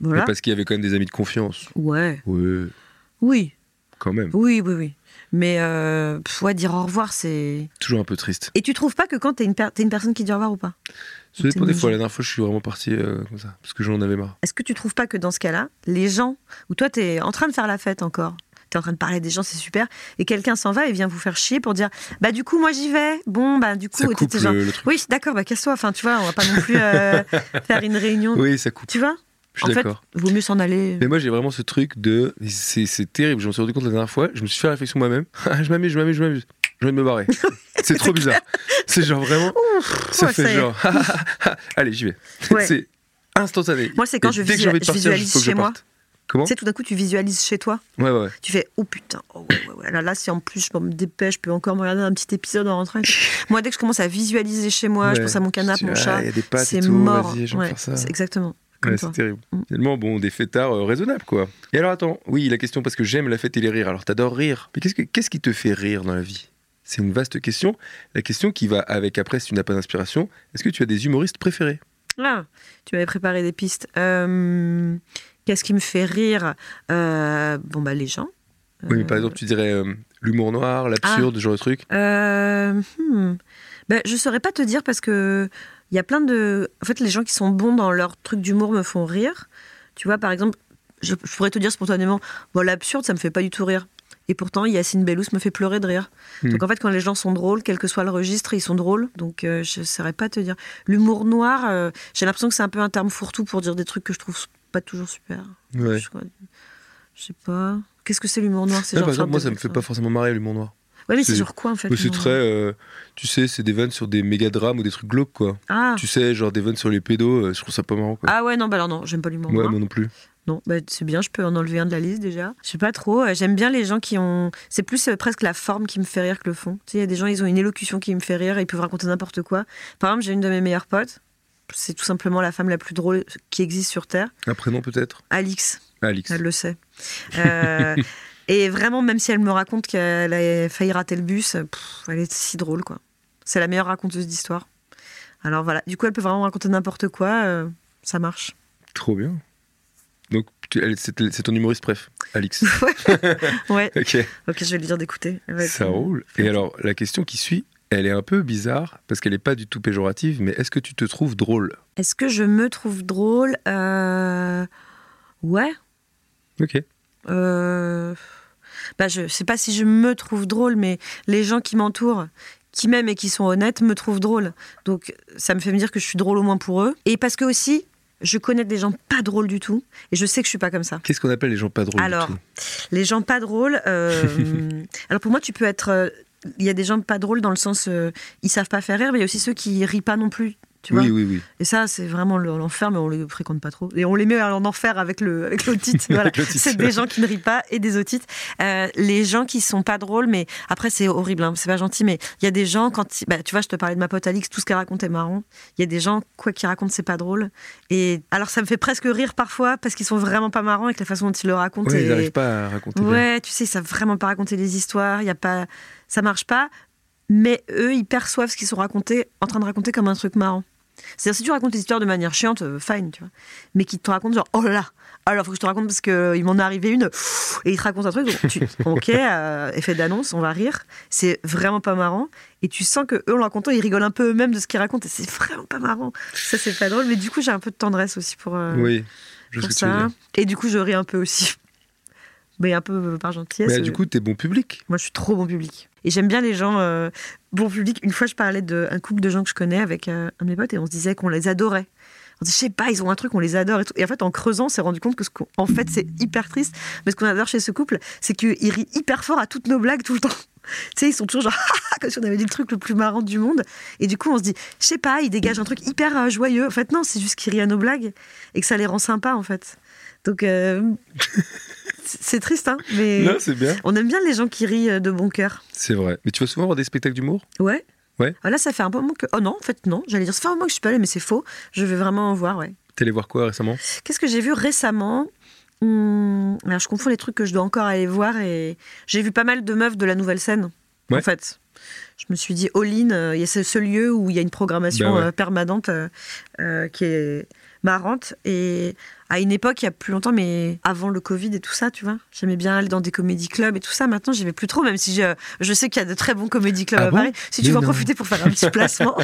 Speaker 2: Mais
Speaker 3: Voilà.
Speaker 2: Parce qu'il y avait quand même des amis de confiance.
Speaker 3: Ouais.
Speaker 2: Ouais,
Speaker 3: Oui,
Speaker 2: quand même.
Speaker 3: oui, oui, oui. Mais, euh, pff, ouais, dire au revoir, c'est.
Speaker 2: Toujours un peu triste.
Speaker 3: Et tu trouves pas que quand t'es une, per- t'es une personne qui dit au revoir ou pas
Speaker 2: Ça dépend des
Speaker 3: T'es
Speaker 2: fois. La dernière fois, je suis vraiment parti euh, comme ça. Parce que j'en avais marre.
Speaker 3: Est-ce que tu trouves pas que dans ce cas-là, les gens, où toi t'es en train de faire la fête encore, t'es en train de parler des gens, c'est super. Et quelqu'un s'en va et vient vous faire chier pour dire, bah du coup, moi j'y vais. Bon, bah du coup,
Speaker 2: Ça
Speaker 3: et
Speaker 2: coupe
Speaker 3: t'étais
Speaker 2: le,
Speaker 3: genre,
Speaker 2: le truc.
Speaker 3: oui, d'accord, bah casse-toi. Enfin, tu vois, on va pas non plus
Speaker 2: *laughs*
Speaker 3: euh, faire une réunion.
Speaker 2: Oui, ça coupe.
Speaker 3: Tu vois
Speaker 2: Je
Speaker 3: En
Speaker 2: suis
Speaker 3: fait,
Speaker 2: d'accord.
Speaker 3: vaut mieux s'en aller.
Speaker 2: Mais moi, j'ai vraiment ce truc de. C'est c'est terrible, je m'en suis rendu compte la dernière fois. Je me suis fait la réflexion moi-même. *laughs* Ah, je m'amuse, je m'amuse, je m'amuse. Je vais me
Speaker 3: *laughs*
Speaker 2: barrer. c'est trop bizarre. C'est genre vraiment. ça
Speaker 3: ouais,
Speaker 2: fait
Speaker 3: ça y est.
Speaker 2: genre. *laughs* Allez, j'y vais.
Speaker 3: Ouais.
Speaker 2: C'est instantané.
Speaker 3: Moi, c'est quand
Speaker 2: Et
Speaker 3: je
Speaker 2: dès que j'ai
Speaker 3: visua-
Speaker 2: envie de
Speaker 3: je
Speaker 2: partir, il
Speaker 3: visualise
Speaker 2: faut que je
Speaker 3: chez moi.
Speaker 2: parte. Comment
Speaker 3: Tu sais, tout d'un coup, tu visualises chez toi.
Speaker 2: Ouais, ouais, ouais.
Speaker 3: Tu fais oh putain, oh ouais, ouais, ouais. Là, là, si en plus je me dépêche, je peux encore me regarder un petit épisode en rentrant. Moi, dès que je commence à visualiser chez moi, je
Speaker 2: Ouais.
Speaker 3: pense à mon canapé,
Speaker 2: Je dis,
Speaker 3: mon
Speaker 2: ah,
Speaker 3: chat,
Speaker 2: Il y a des pâtes et
Speaker 3: c'est
Speaker 2: tout,
Speaker 3: mort.
Speaker 2: vas-y, je vais
Speaker 3: Ouais,
Speaker 2: faire ça.
Speaker 3: c'est exactement comme
Speaker 2: Ouais,
Speaker 3: toi.
Speaker 2: c'est terrible.
Speaker 3: Mm.
Speaker 2: Finalement, bon, des fêtards euh, raisonnables, quoi. Et alors, attends, oui, la question, parce que j'aime la fête et les rires. Alors, t'adores rire. Mais qu'est-ce, que- qu'est-ce qui te fait rire dans la vie C'est une vaste question. La question qui va avec, après, si tu n'as pas d'inspiration, est-ce que tu as des humoristes préférés
Speaker 3: Ah, tu m'avais préparé des pistes. Euh, Qu'est-ce qui me fait rire Euh, Bon bah les gens.
Speaker 2: Oui, mais par exemple, tu dirais euh, l'humour noir,
Speaker 3: Ah.
Speaker 2: l'absurde, ce genre de truc.
Speaker 3: Euh, hmm. Ben, je saurais pas te dire parce que il y a plein de. En fait, les gens qui sont bons dans leur truc d'humour me font rire. Tu vois, par exemple, je, je pourrais te dire spontanément, bon, l'absurde, ça me fait pas du tout rire. Et pourtant, Yacine Bellous me fait pleurer de rire.
Speaker 2: Hmm.
Speaker 3: Donc en fait, quand les gens sont drôles, quel que soit le registre, ils sont drôles. Donc euh, je saurais pas te dire. L'humour noir, euh, j'ai l'impression que c'est un peu un terme fourre-tout pour dire des trucs que je trouve pas toujours super.
Speaker 2: Ouais.
Speaker 3: Je, crois- je sais pas. Qu'est-ce que c'est l'humour noir C'est
Speaker 2: Ouais,
Speaker 3: genre
Speaker 2: par exemple,
Speaker 3: sorte
Speaker 2: moi,
Speaker 3: de- hein.
Speaker 2: ça me fait pas forcément marrer, l'humour noir.
Speaker 3: Ouais, mais c'est
Speaker 2: c'est-
Speaker 3: sur quoi en fait
Speaker 2: Mais c'est
Speaker 3: l'humour
Speaker 2: très. euh, tu sais, c'est des vannes sur des méga drames ou des trucs glauques, quoi.
Speaker 3: noir Ah.
Speaker 2: Tu sais, genre des vannes sur les pédos, euh, je trouve ça pas marrant, quoi.
Speaker 3: Ah ouais, non, bah alors non, j'aime pas l'humour
Speaker 2: ouais,
Speaker 3: noir.
Speaker 2: moi non plus.
Speaker 3: Non, bah c'est bien, je peux en enlever un de la liste déjà. Je sais pas trop, euh, j'aime bien les gens qui ont... C'est plus euh, presque la forme qui me fait rire que le fond. Tu sais, il y a des gens, ils ont une élocution qui me fait rire, ils peuvent raconter n'importe quoi. Par exemple, j'ai une de mes meilleures potes, c'est tout simplement la femme la plus drôle qui existe sur Terre,
Speaker 2: Un prénom, peut-être
Speaker 3: Alix.
Speaker 2: Alix.
Speaker 3: Elle le sait.
Speaker 2: *laughs*
Speaker 3: Euh, et vraiment, même si elle me raconte qu'elle a failli rater le bus, pff, elle est si drôle, quoi. C'est la meilleure raconteuse d'histoire. Alors voilà, du coup, elle peut vraiment raconter n'importe quoi, euh, ça marche.
Speaker 2: Trop bien. Donc, tu- elle- c'est c'est ton humoriste, bref,
Speaker 3: *laughs*
Speaker 2: Alix.
Speaker 3: Ouais,
Speaker 2: ok,
Speaker 3: ok, je vais lui dire d'écouter. Elle va être-
Speaker 2: ça roule. Et alors, la question qui suit, elle est un peu bizarre, parce qu'elle n'est pas du tout péjorative, mais est-ce que tu te trouves drôle
Speaker 3: Est-ce que je me trouve drôle Euh, Ouais.
Speaker 2: Ok.
Speaker 3: Euh, Bah, je sais pas si je me trouve drôle, mais les gens qui m'entourent, qui m'aiment et qui sont honnêtes, me trouvent drôle. Donc ça me fait me dire que je suis drôle au moins pour eux. Et parce que aussi, je connais des gens pas drôles du tout, et je sais que je suis pas comme ça.
Speaker 2: Qu'est-ce qu'on appelle les gens pas drôles
Speaker 3: Alors,
Speaker 2: du tout
Speaker 3: Les gens pas drôles.
Speaker 2: *laughs*
Speaker 3: euh, alors pour moi, tu peux être. euh, Il y a des gens pas drôles dans le sens, euh, ils savent pas faire rire, mais il y a aussi ceux qui rient pas non plus. Tu vois
Speaker 2: Oui, oui, oui.
Speaker 3: et ça, c'est vraiment le- l'enfer, mais on les fréquente pas trop. Et on les met en enfer avec le
Speaker 2: *laughs*
Speaker 3: avec l'autite. voilà.
Speaker 2: Avec l'autite.
Speaker 3: C'est des gens qui ne rient pas et des otites. Euh, les gens qui sont pas drôles, mais après c'est horrible, hein, c'est pas gentil, mais il y a des gens quand ils- bah, tu vois, je te parlais de ma pote Alix, tout ce qu'elle raconte est marrant. Il y a des gens quoi qu'ils racontent c'est pas drôle. Et alors ça me fait presque rire parfois parce qu'ils sont vraiment pas marrants avec la façon dont ils le racontent.
Speaker 2: Ouais, ils
Speaker 3: et-
Speaker 2: n'arrivent pas à raconter. bien.
Speaker 3: Ouais, tu sais, ils savent vraiment pas raconter des histoires, il y a pas ça marche pas, mais eux ils perçoivent ce qu'ils sont racontés en train de raconter comme un truc marrant. C'est-à-dire si tu racontes des histoires de manière chiante, euh, fine, tu vois. Mais qu'ils te racontent genre oh là là, alors faut que je te raconte parce que il m'en est arrivé une pff, et ils te racontent un truc
Speaker 2: *laughs*
Speaker 3: donc tu OK, euh, effet d'annonce, on va rire, c'est vraiment pas marrant et tu sens que eux en le racontant, ils rigolent un peu eux-mêmes de ce qu'ils racontent et c'est vraiment pas marrant. Ça c'est pas drôle, mais du coup j'ai un peu de tendresse aussi pour euh,
Speaker 2: Oui, je sais
Speaker 3: pour
Speaker 2: ce que tu veux
Speaker 3: ça.
Speaker 2: dire.
Speaker 3: Et du coup, je ris un peu aussi. *laughs* Mais un peu par gentillesse. euh,
Speaker 2: Mais du coup, t'es bon public.
Speaker 3: Moi, je suis trop bon public. Et j'aime bien les gens euh, bon public. Une fois, je parlais d'un couple de gens que je connais avec euh, un de mes potes et on se disait qu'on les adorait. On disait, je sais pas, ils ont un truc, on les adore et tout. Et en fait, en creusant, on s'est rendu compte que ce qu'on- en fait, c'est hyper triste. Mais ce qu'on adore chez ce couple, c'est qu'ils rient hyper fort à toutes nos blagues tout le temps. *laughs* Tu sais, ils sont toujours genre, *laughs* ah, comme si on avait dit le truc le plus marrant du monde. Et du coup, on se dit, je sais pas, ils dégagent un truc hyper euh, joyeux. En fait, non, c'est juste qu'ils rient à nos blagues et que ça les rend sympas, en fait. Donc, euh, *laughs* c'est c'est triste, hein, mais.
Speaker 2: Non, c'est bien.
Speaker 3: On aime bien les gens qui rient euh, de bon cœur.
Speaker 2: C'est vrai. Mais tu vas souvent voir des spectacles d'humour
Speaker 3: Ouais.
Speaker 2: Ouais.
Speaker 3: Ah là, ça fait un moment que. Oh non, en fait, non. J'allais dire, ça fait un moment que je suis pas allée, mais c'est faux. Je vais vraiment en voir, ouais.
Speaker 2: T'es allé voir quoi récemment
Speaker 3: Qu'est-ce que j'ai vu récemment Hum, Alors, je confonds les trucs que je dois encore aller voir et j'ai vu pas mal de meufs de la nouvelle scène.
Speaker 2: Ouais.
Speaker 3: En fait, je me suis dit, all in, euh, il y a ce, ce lieu où il y a une programmation
Speaker 2: Bah ouais.
Speaker 3: euh, permanente euh, euh, qui est marrante. Et à une époque, il y a plus longtemps, mais avant le Covid et tout ça, tu vois, j'aimais bien aller dans des comédie clubs et tout ça. Maintenant, j'y vais plus trop, même si je, je sais qu'il y a de très bons comédie clubs
Speaker 4: Ah
Speaker 3: à
Speaker 4: bon
Speaker 3: Paris. Si tu
Speaker 4: Mais
Speaker 3: veux en
Speaker 4: non.
Speaker 3: profiter pour faire un petit placement.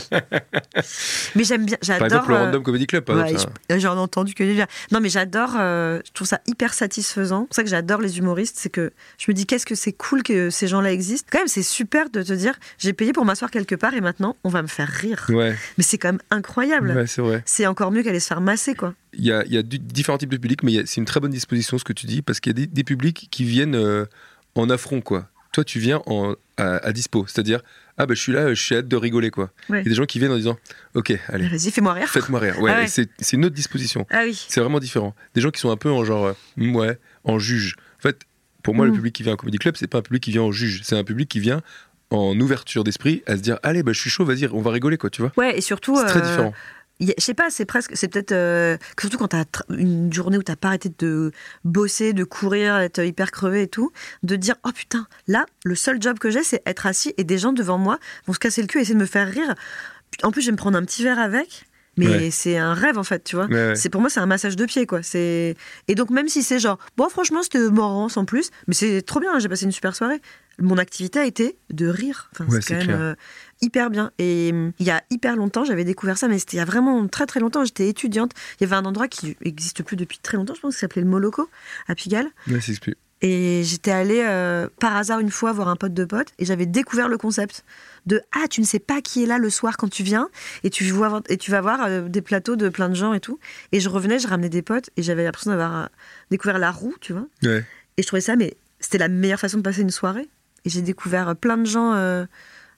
Speaker 3: mais j'aime bien,
Speaker 2: Par
Speaker 3: j'adore.
Speaker 2: exemple, le
Speaker 3: euh,
Speaker 2: Random Comedy Club, par
Speaker 3: Ouais,
Speaker 2: exemple. ça.
Speaker 3: je- J'en ai entendu que des bien. Non, mais j'adore, euh, je trouve ça hyper satisfaisant. C'est pour ça que j'adore les humoristes, c'est que je me dis qu'est-ce que c'est cool que ces gens-là existent. Quand même, c'est super de te dire j'ai payé pour m'asseoir quelque part et maintenant on va me faire rire.
Speaker 2: Ouais,
Speaker 3: Mais c'est quand même incroyable.
Speaker 2: ouais, c'est vrai.
Speaker 3: C'est encore mieux qu'aller se faire masser, quoi.
Speaker 2: Il y a, il y a du- différents types de publics, mais il y a- c'est une très bonne disposition ce que tu dis, parce qu'il y a des, des publics qui viennent euh, en affront, quoi. Toi, tu viens en, à, à dispo, c'est-à-dire, ah ben je suis là, euh, j'ai hâte de rigoler, quoi. Il
Speaker 3: Ouais.
Speaker 2: y a des gens qui viennent en disant, ok,
Speaker 3: *laughs*
Speaker 2: allez,
Speaker 3: Vas-y, fais-moi rire.
Speaker 2: faites-moi rire. Ouais,
Speaker 3: Ah ouais.
Speaker 2: et C'est c'est une autre disposition.
Speaker 3: Ah oui.
Speaker 2: C'est vraiment différent. Des gens qui sont un peu en genre, euh, Mm, ouais, en juge. En fait, pour moi, le
Speaker 3: Mm.
Speaker 2: public qui vient en comedy club, c'est pas un public qui vient en juge, c'est un public qui vient en ouverture d'esprit à se dire, allez, ben je suis chaud, vas-y, on va rigoler, quoi, tu vois.
Speaker 3: Ouais, et surtout.
Speaker 2: C'est très
Speaker 3: euh, *laughs*
Speaker 2: différent.
Speaker 3: y a- Je sais pas, c'est presque, c'est peut-être euh, que surtout quand t'as tra- une journée où t'as pas arrêté de bosser, de courir, être hyper crevé et tout, de dire oh putain, là le seul job que j'ai c'est être assis et des gens devant moi vont se casser le cul et essayer de me faire rire. En plus je vais me prendre un petit verre avec, mais
Speaker 2: Ouais.
Speaker 3: c'est un rêve en fait, tu vois.
Speaker 2: Ouais, ouais.
Speaker 3: C'est pour moi c'est un massage de pied quoi. C'est et donc même si c'est genre bon franchement c'était marrant sans plus, mais c'est trop bien, hein, j'ai passé une super soirée. Mon activité a été de rire. Enfin,
Speaker 2: Ouais,
Speaker 3: c'est
Speaker 2: c'est
Speaker 3: quand
Speaker 2: clair.
Speaker 3: même euh, hyper bien. Et hum, il y a hyper longtemps, j'avais découvert ça, mais c'était il y a vraiment très très longtemps. J'étais étudiante. Il y avait un endroit qui n'existe plus depuis très longtemps, je pense, qui s'appelait le Moloco à Pigalle.
Speaker 2: Ouais, c'est expli-
Speaker 3: Et j'étais allée euh, par hasard une fois voir un pote de pote et j'avais découvert le concept de ah tu ne sais pas qui est là le soir quand tu viens et tu vois et tu vas voir euh, des plateaux de plein de gens et tout et je revenais je ramenais des potes et j'avais l'impression d'avoir euh, découvert la roue tu vois
Speaker 2: Ouais.
Speaker 3: et je trouvais ça mais c'était la meilleure façon de passer une soirée et j'ai découvert euh, plein de gens euh,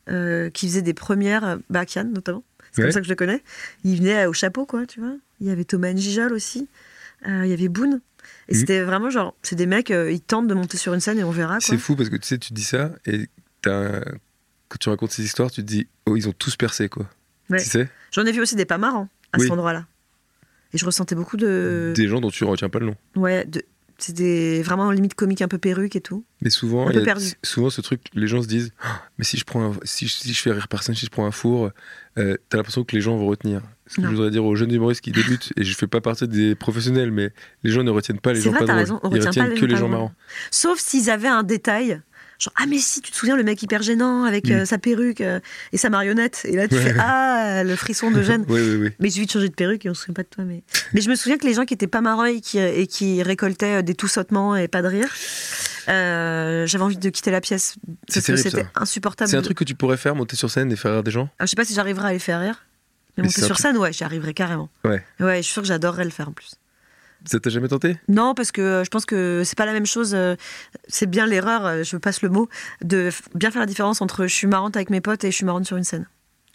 Speaker 3: euh, qui faiient des premières euh, bah, Kian notamment c'est
Speaker 2: Ouais.
Speaker 3: comme ça que je le connais il venait euh, au chapeau quoi tu vois il y avait Thomas Njijol aussi euh, il y avait Boone et
Speaker 2: Mhm.
Speaker 3: c'était vraiment genre, c'est des mecs, euh, ils tentent de monter sur une scène et on verra. Quoi.
Speaker 2: C'est fou parce que tu sais, tu dis ça et t'as- quand tu racontes ces histoires, tu te dis, oh, ils ont tous percé quoi.
Speaker 3: Ouais.
Speaker 2: Tu sais,
Speaker 3: J'en ai vu aussi des pas marrants à
Speaker 2: Oui.
Speaker 3: cet endroit-là. Et je ressentais beaucoup de.
Speaker 2: des gens dont tu retiens pas le nom.
Speaker 3: Ouais, de... c'était vraiment limite comique, un peu perruque et tout.
Speaker 2: Mais souvent, il
Speaker 3: Un
Speaker 2: y
Speaker 3: peu
Speaker 2: a-
Speaker 3: perdu.
Speaker 2: souvent ce truc, les gens se disent, Ah, mais si je prends, un- si, je- si je fais rire personne, si je prends un four, euh, t'as l'impression que les gens vont retenir. Ce que
Speaker 3: Non.
Speaker 2: je voudrais dire aux jeunes humoristes qui débutent, et je fais pas partie des professionnels, mais les gens ne retiennent pas les
Speaker 3: C'est
Speaker 2: gens
Speaker 3: vrai,
Speaker 2: pas
Speaker 3: t'as
Speaker 2: drôles.
Speaker 3: raison, on
Speaker 2: Ils
Speaker 3: retient pas
Speaker 2: retiennent
Speaker 3: les
Speaker 2: que les gens
Speaker 3: gens pas drôles.
Speaker 2: marrants.
Speaker 3: Sauf s'ils avaient un détail. Genre, ah, mais si, tu te souviens, le mec hyper gênant avec euh, sa perruque euh, et sa marionnette. Et là, tu
Speaker 2: Mm. Ouais.
Speaker 3: fais, ah, le frisson de
Speaker 2: *laughs*
Speaker 3: gêne.
Speaker 2: Oui, oui, oui.
Speaker 3: Mais il suffit de changer de perruque et on se souvient pas de toi. Mais, mais je me souviens que les gens qui étaient pas marrants et qui, euh, et qui récoltaient euh, des tout sautements et pas de rire, euh, j'avais envie de quitter la pièce.
Speaker 2: C'est
Speaker 3: Parce que
Speaker 2: terrible,
Speaker 3: c'était
Speaker 2: ça.
Speaker 3: insupportable.
Speaker 2: C'est un truc que tu pourrais faire, monter sur scène et faire rire des gens.
Speaker 3: Alors, je sais pas si j'arriverai à les faire rire. Mais
Speaker 2: Mais
Speaker 3: monter
Speaker 2: c'est un
Speaker 3: sur
Speaker 2: truc-
Speaker 3: scène, ouais, j'y arriverai carrément.
Speaker 2: Ouais.
Speaker 3: Ouais, je suis sûre que j'adorerais le faire en plus.
Speaker 2: Ça t'a jamais tenté
Speaker 3: Non, parce que euh, je pense que c'est pas la même chose. euh, C'est bien l'erreur, euh, je passe le mot, de f- bien faire la différence entre je suis marrante avec mes potes et je suis marrante sur une scène.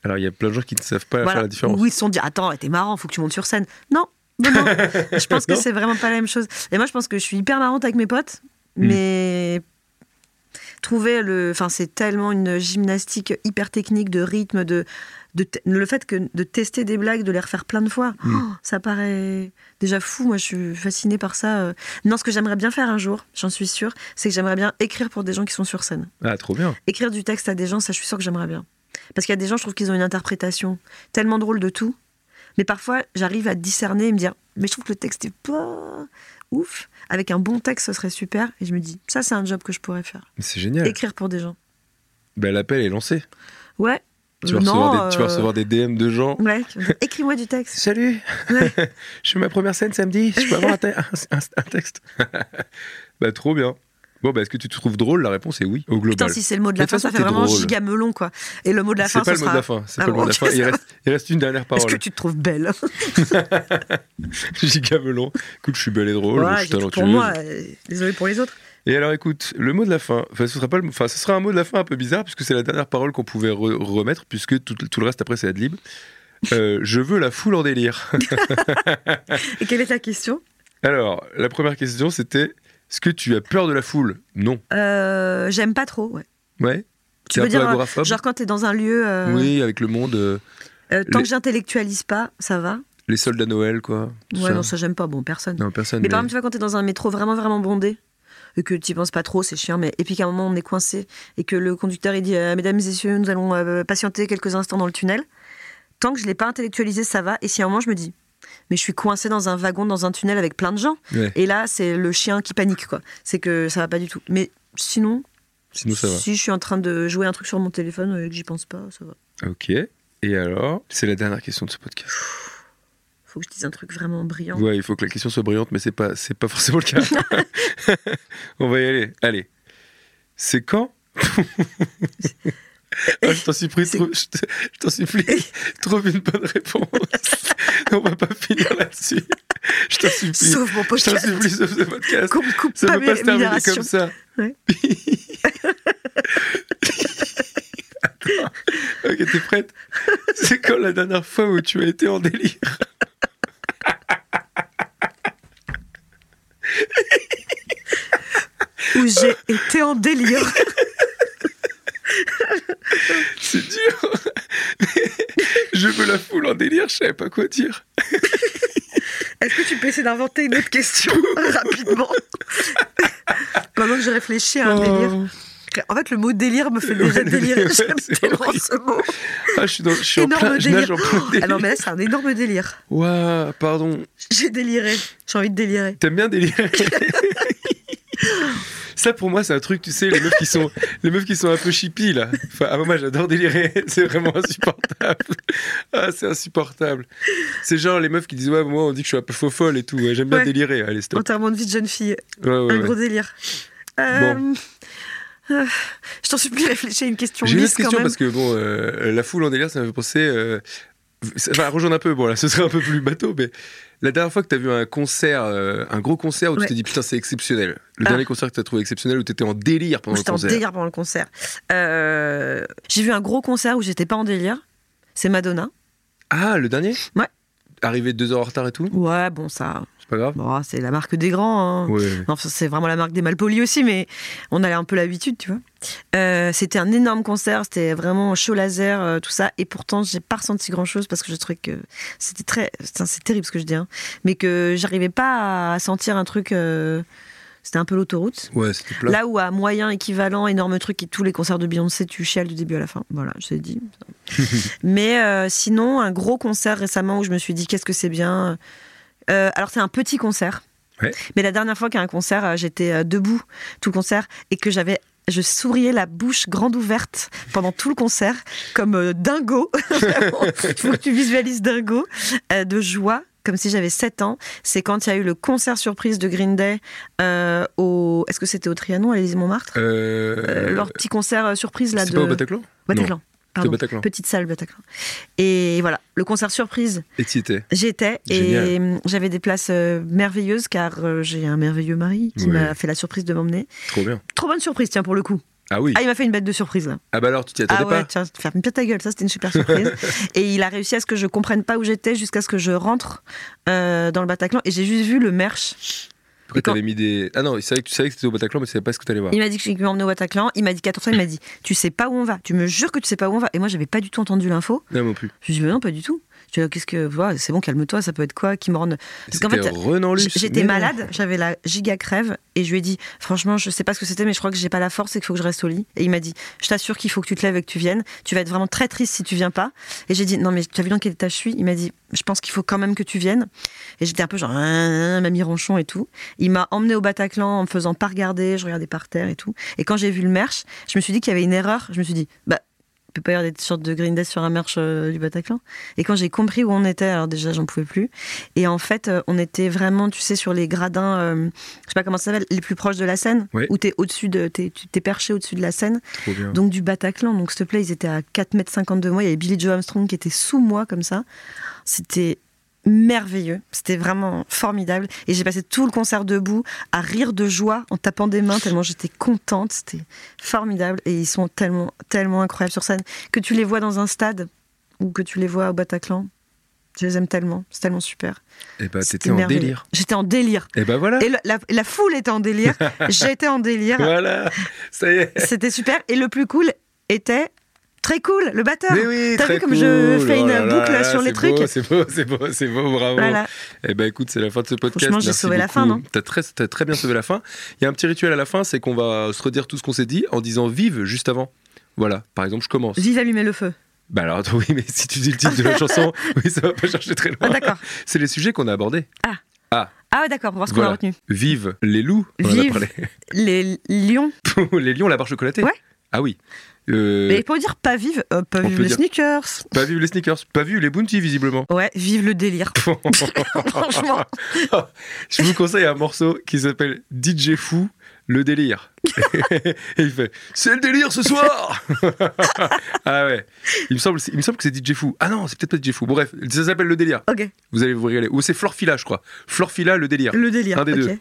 Speaker 2: Alors il y a plein de gens qui ne savent pas faire la différence.
Speaker 3: Oui, ils se sont dit attends, t'es marrant, faut que tu montes sur scène. Non, non,
Speaker 2: *laughs*
Speaker 3: non. je pense que
Speaker 2: Non.
Speaker 3: c'est vraiment pas la même chose. Et moi, je pense que je suis hyper marrante avec mes potes,
Speaker 2: Hmm.
Speaker 3: mais trouver le, enfin, c'est tellement une gymnastique hyper technique de rythme, de, de te- le fait que de tester des blagues, de les refaire plein de fois,
Speaker 2: Mm.
Speaker 3: oh, ça paraît déjà fou. Moi, je suis fascinée par ça. euh. Non, ce que j'aimerais bien faire un jour, j'en suis sûre, c'est que j'aimerais bien écrire pour des gens qui sont sur scène
Speaker 2: Ah trop bien.
Speaker 3: écrire du texte à des gens, ça je suis sûre que j'aimerais bien. Parce qu'il y a des gens, je trouve qu'ils ont une interprétation tellement drôle de tout. Mais parfois, j'arrive à discerner et me dire, mais je trouve que le texte est pas ouf. Avec un bon texte, ce serait super. Et je me dis, ça c'est un job que je pourrais faire.
Speaker 2: Mais C'est génial.
Speaker 3: Écrire pour des gens.
Speaker 2: Ben, L'appel est lancé.
Speaker 3: Ouais.
Speaker 2: Tu vas,
Speaker 3: Non,
Speaker 2: recevoir des, tu vas
Speaker 3: euh,
Speaker 2: recevoir des DM de gens.
Speaker 3: Ouais, qui vont dire, écris-moi du texte.
Speaker 2: Salut,
Speaker 3: Ouais.
Speaker 2: *laughs* je fais ma première scène samedi, je peux avoir un, te- un- un- un texte. *laughs* bah trop bien. Bon, bah est-ce que tu te trouves drôle La réponse est oui, au global.
Speaker 3: Putain, si c'est le mot de la
Speaker 2: Mais de
Speaker 3: fin,
Speaker 2: toute
Speaker 3: ça
Speaker 2: façon,
Speaker 3: fait
Speaker 2: t'es
Speaker 3: vraiment
Speaker 2: drôle.
Speaker 3: giga melon, quoi. Et le mot de la
Speaker 2: c'est
Speaker 3: fin,
Speaker 2: pas
Speaker 3: ce
Speaker 2: le mot de
Speaker 3: sera.
Speaker 2: la fin. C'est
Speaker 3: Ah
Speaker 2: pas le
Speaker 3: bon,
Speaker 2: mot de la
Speaker 3: ok,
Speaker 2: fin. Il
Speaker 3: ça
Speaker 2: reste, il reste une dernière
Speaker 3: Est-ce
Speaker 2: parole.
Speaker 3: que tu te trouves belle
Speaker 2: *laughs* Giga melon. Écoute, je suis belle et drôle,
Speaker 3: Voilà,
Speaker 2: je suis
Speaker 3: j'ai tout
Speaker 2: Oh, talentueuse.
Speaker 3: Pour moi, euh, désolé pour les autres.
Speaker 2: Et alors, écoute, le mot de la fin. Enfin, ce sera pas. le- Enfin, ce sera un mot de la fin un peu bizarre puisque c'est la dernière parole qu'on pouvait re- remettre puisque tout, tout le reste après c'est ad lib. Euh, *laughs* je veux la foule en délire.
Speaker 3: Et quelle est ta question
Speaker 2: Alors, la première question c'était est-ce que tu as peur de la foule Non.
Speaker 3: Euh, J'aime pas trop, ouais.
Speaker 2: Ouais. T'es
Speaker 3: Tu veux
Speaker 2: un peu
Speaker 3: dire, euh,
Speaker 2: agoraphobe
Speaker 3: genre quand t'es dans un lieu, euh,
Speaker 2: Oui, avec le monde, euh,
Speaker 3: euh, tant
Speaker 2: les-
Speaker 3: que j'intellectualise pas, ça va.
Speaker 2: les soldats Noël, quoi. tout
Speaker 3: Ouais,
Speaker 2: ça.
Speaker 3: non, ça j'aime pas, bon, personne.
Speaker 2: Non, personne.
Speaker 3: mais par
Speaker 2: mais-
Speaker 3: exemple, tu vois, quand t'es dans un métro vraiment, vraiment bondé, et que t'y penses pas trop, c'est chiant, mais et puis qu'à un moment on est coincé, et que le conducteur il dit euh, Mesdames et messieurs, nous allons euh, patienter quelques instants dans le tunnel, tant que je l'ai pas intellectualisé, ça va, et si à un moment je me dis mais je suis coincée dans un wagon, dans un tunnel avec plein de gens.
Speaker 2: Ouais.
Speaker 3: Et là, c'est le chien qui panique, quoi. C'est que ça va pas du tout. Mais sinon,
Speaker 2: Sinon, ça va.
Speaker 3: si je suis en train de jouer un truc sur mon téléphone et que j'y pense pas, ça va.
Speaker 2: Ok. Et alors C'est la dernière question de ce podcast.
Speaker 3: Faut que je dise un truc vraiment brillant.
Speaker 2: Ouais, il faut que la question soit brillante, mais c'est pas, c'est pas forcément le cas. *laughs* On va y aller. Allez. C'est *laughs* quand Ah, Je t'en supplie,
Speaker 3: C'est-
Speaker 2: trouve- je te- je t'en supplie, *laughs* trouve une bonne réponse. *laughs* On va pas finir là-dessus. Je t'en supplie.
Speaker 3: Sauf mon
Speaker 2: je t'en
Speaker 3: podcast.
Speaker 2: supplie, sauf ce podcast.
Speaker 3: Qu'on me coupe
Speaker 2: Ça
Speaker 3: pas
Speaker 2: peut pas
Speaker 3: mes
Speaker 2: se terminer
Speaker 3: rémunérations.
Speaker 2: comme ça.
Speaker 3: Ouais.
Speaker 2: *laughs* Attends. Ok, t'es *laughs* prête C'est quand la dernière fois où tu as été en délire
Speaker 3: Où j'ai été en délire.
Speaker 2: C'est dur. je veux la foule en délire, je savais pas quoi dire.
Speaker 3: *laughs* Est-ce que tu peux essayer d'inventer une
Speaker 2: *laughs*
Speaker 3: autre question rapidement Pendant que je réfléchis à un délire.
Speaker 2: Oh.
Speaker 3: En fait, le mot délire me fait
Speaker 2: Ouais,
Speaker 3: déjà
Speaker 2: le
Speaker 3: délirer.
Speaker 2: délire, ouais,
Speaker 3: *laughs* J'aime
Speaker 2: c'est
Speaker 3: tellement
Speaker 2: horrible.
Speaker 3: ce mot.
Speaker 2: Ah, je suis, dans, je suis en
Speaker 3: énorme
Speaker 2: plein, je
Speaker 3: délire.
Speaker 2: nage en plein
Speaker 3: Oh
Speaker 2: délire.
Speaker 3: ah non, mais là, c'est un énorme délire.
Speaker 2: Ouah, pardon.
Speaker 3: J'ai déliré. J'ai envie de délirer.
Speaker 2: T'aimes bien
Speaker 3: *laughs*
Speaker 2: délirer Ça pour moi c'est un truc, tu sais, les meufs qui sont, les meufs qui sont un peu chippies là. Enfin, à moi j'adore délirer, *laughs* c'est vraiment insupportable. Ah c'est insupportable. C'est genre les meufs qui disent ouais moi on dit que je suis un peu faux folle et tout, Ouais, j'aime bien
Speaker 3: Ouais.
Speaker 2: délirer. Allez stop.
Speaker 3: Enterrement de vie de jeune fille.
Speaker 2: Ouais, ouais,
Speaker 3: un
Speaker 2: ouais.
Speaker 3: gros délire. Euh, euh, je t'en supplie, réfléchis à une question
Speaker 2: J'ai une
Speaker 3: lisse
Speaker 2: autre question
Speaker 3: quand même.
Speaker 2: parce que bon, euh, la foule en délire ça m'a fait penser. euh, ça va rejoindre un peu, bon là ce serait un peu plus bateau, mais la dernière fois que t'as vu un concert, euh, un gros concert où tu
Speaker 3: Ouais.
Speaker 2: t'es dit putain c'est exceptionnel. Le
Speaker 3: Ah.
Speaker 2: dernier concert que t'as trouvé exceptionnel où t'étais en délire pendant le
Speaker 3: J'étais en
Speaker 2: concert.
Speaker 3: délire pendant le concert. Euh, J'ai vu un gros concert où j'étais pas en délire. C'est Madonna.
Speaker 2: Ah, le dernier
Speaker 3: Ouais.
Speaker 2: Arrivé deux heures en retard et tout
Speaker 3: Ouais, bon, ça,
Speaker 2: C'est pas grave
Speaker 3: bon, c'est la marque des grands. hein.
Speaker 2: Ouais.
Speaker 3: Enfin, c'est vraiment la marque des malpolis aussi, mais on avait un peu l'habitude, tu vois. Euh, c'était un énorme concert, c'était vraiment chaud laser, euh, tout ça. Et pourtant, j'ai pas ressenti grand chose parce que je trouvais que c'était très. Putain, c'est terrible ce que je dis, hein. Mais que j'arrivais pas à sentir un truc. euh, C'était un peu l'autoroute.
Speaker 2: Ouais, c'était plat.
Speaker 3: Là où à moyen équivalent, énorme truc, et tous les concerts de Beyoncé, tu chiales du début à la fin. Voilà, je t'ai dit. Mais euh, sinon, un gros concert récemment où je me suis dit qu'est-ce que c'est bien. Euh, alors c'est un petit concert.
Speaker 2: Ouais.
Speaker 3: Mais la dernière fois qu'il y a un concert, euh, j'étais euh, debout tout le concert et que j'avais je souriais la bouche grande ouverte pendant tout le concert comme euh, dingo. *laughs* Vraiment, Il faut que tu visualises dingo euh, de joie. Comme si j'avais 7 ans, c'est quand il y a eu le concert surprise de Green Day euh, au. Est-ce que c'était au Trianon, à l'Élysée Montmartre
Speaker 2: Euh,
Speaker 3: Euh, Leur petit concert euh, surprise là
Speaker 2: C'est
Speaker 3: de.
Speaker 2: pas au Bataclan
Speaker 3: Bataclan.
Speaker 2: C'était
Speaker 3: Pardon.
Speaker 2: au Bataclan.
Speaker 3: Petite salle Bataclan. Et voilà, le concert surprise
Speaker 2: Et t'y étais
Speaker 3: J'étais et
Speaker 2: Génial.
Speaker 3: hum, j'avais des places euh, merveilleuses car euh, j'ai un merveilleux mari qui
Speaker 2: Ouais.
Speaker 3: m'a fait la surprise de m'emmener.
Speaker 2: Trop bien.
Speaker 3: Trop bonne surprise, tiens, pour le coup.
Speaker 2: Ah oui.
Speaker 3: Ah, il m'a fait une bête de surprise là.
Speaker 2: Ah bah alors, tu t'y attendais
Speaker 3: Ah ouais,
Speaker 2: pas
Speaker 3: tiens, ferme bien ta gueule, ça c'était une
Speaker 2: *laughs*
Speaker 3: super surprise. et il a réussi à ce que je comprenne pas où j'étais jusqu'à ce que je rentre euh, dans le Bataclan et j'ai juste vu le merch.
Speaker 2: Pourquoi
Speaker 3: Et quand-
Speaker 2: t'avais mis des. Ah non, c'est vrai que tu savais que c'était au Bataclan, mais tu savais pas ce que t'allais voir.
Speaker 3: Il m'a dit que je m'emmenais au Bataclan, il m'a dit 14 ans, il m'a dit Tu sais pas où on va, tu me jures que tu sais pas où on va. Et moi j'avais pas du tout entendu l'info.
Speaker 2: Non, non plus.
Speaker 3: Je me suis dit Mais non, pas du tout. Je dis Qu'est-ce que. voilà, c'est bon, calme-toi, ça peut être quoi Qui m'orne Parce qu'en
Speaker 2: C'était
Speaker 3: fait,
Speaker 2: Renan Luce.
Speaker 3: J- J'étais
Speaker 2: Mais non.
Speaker 3: malade, j'avais la giga crève et je lui ai dit franchement je sais pas ce que c'était mais je crois que j'ai pas la force et qu'il faut que je reste au lit. Et il m'a dit je t'assure qu'il faut que tu te lèves et que tu viennes. Tu vas être vraiment très triste si tu viens pas. Et j'ai dit non mais tu as vu dans quel état je suis. Il m'a dit je pense qu'il faut quand même que tu viennes. Et j'étais un peu genre Ah, mamie ronchon et tout. Il m'a emmené au Bataclan en me faisant pas regarder, je regardais par terre et tout. Et quand j'ai vu le merch, je me suis dit qu'il y avait une erreur. Je me suis dit bah il peut pas y avoir des sortes de Green Death sur un merch euh, du Bataclan. Et quand j'ai compris où on était, alors déjà j'en pouvais plus. Et en fait, euh, on était vraiment, tu sais, sur les gradins, euh, je sais pas comment ça s'appelle, les plus proches de la scène,
Speaker 2: Ouais.
Speaker 3: où t'es au-dessus de, t'es, tu- t'es perché au-dessus de la scène,
Speaker 2: Trop bien.
Speaker 3: donc du Bataclan. Donc s'il te plaît, ils étaient à 4 mètres 50 de moi. Il y avait Billy Joe Armstrong qui était sous moi comme ça. C'était merveilleux. C'était vraiment formidable. Et j'ai passé tout le concert debout à rire de joie en tapant des mains tellement j'étais contente. C'était formidable. Et ils sont tellement, tellement incroyables sur scène que tu les vois dans un stade ou que tu les vois au Bataclan. Je les aime tellement, c'est tellement super.
Speaker 2: Et bah,
Speaker 3: C'était
Speaker 2: t'étais en
Speaker 3: merveilleux.
Speaker 2: délire.
Speaker 3: J'étais en délire.
Speaker 2: Et bah voilà. *laughs*
Speaker 3: Et le- la, la foule était en délire. J'étais en délire.
Speaker 2: Voilà. Ça y est.
Speaker 3: C'était super. Et le plus cool était très cool, le batteur.
Speaker 2: Mais oui,
Speaker 3: T'as
Speaker 2: très
Speaker 3: vu comme je
Speaker 2: cool.
Speaker 3: fais
Speaker 2: Oh
Speaker 3: une
Speaker 2: là là
Speaker 3: boucle
Speaker 2: là,
Speaker 3: sur les
Speaker 2: c'est
Speaker 3: trucs
Speaker 2: beau, C'est beau, c'est beau, c'est beau, bravo.
Speaker 3: Voilà.
Speaker 2: Eh ben écoute, c'est la fin de ce podcast.
Speaker 3: Franchement, j'ai
Speaker 2: Merci
Speaker 3: sauvé la
Speaker 2: beaucoup.
Speaker 3: fin, non
Speaker 2: T'as très, t'as très bien sauvé la fin. Il y a un petit rituel à la fin, c'est qu'on va se redire tout ce qu'on s'est dit en disant vive juste avant. Voilà, par exemple, je commence.
Speaker 3: Vive allumer le feu.
Speaker 2: Bah alors, attends, oui, mais si tu dis le titre de
Speaker 3: *laughs*
Speaker 2: la chanson, oui, ça va pas chercher très loin.
Speaker 3: Ah, d'accord.
Speaker 2: C'est les sujets qu'on a abordés.
Speaker 3: Ah.
Speaker 2: Ah,
Speaker 3: Ah ouais, d'accord, pour voir ce
Speaker 2: Voilà.
Speaker 3: qu'on a retenu.
Speaker 2: vive les loups. on en a
Speaker 3: Vive.
Speaker 2: parlé. *laughs*
Speaker 3: Les lions.
Speaker 2: les lions, la barre chocolatée.
Speaker 3: Ouais.
Speaker 2: Ah oui. Euh,
Speaker 3: Mais pour dire pas vive, euh, pas
Speaker 2: on
Speaker 3: vive
Speaker 2: peut
Speaker 3: les
Speaker 2: dire-
Speaker 3: sneakers.
Speaker 2: Pas vu les sneakers, pas vu les bounties visiblement.
Speaker 3: Ouais, vive
Speaker 2: *laughs*
Speaker 3: le délire. *laughs* Franchement.
Speaker 2: Je vous conseille un morceau qui s'appelle DJ Fou, le délire.
Speaker 3: *laughs*
Speaker 2: Et il fait C'est le délire ce soir *laughs* Ah ouais. Il me semble, il me semble que c'est DJ Fou. Ah non, c'est peut-être pas DJ Fou. Bon, bref, ça s'appelle le délire.
Speaker 3: Ok,
Speaker 2: Vous allez vous régaler. Ou c'est Florfila, je crois. Florfila, le délire.
Speaker 3: le délire.
Speaker 2: Un des
Speaker 3: ok.
Speaker 2: deux. *laughs*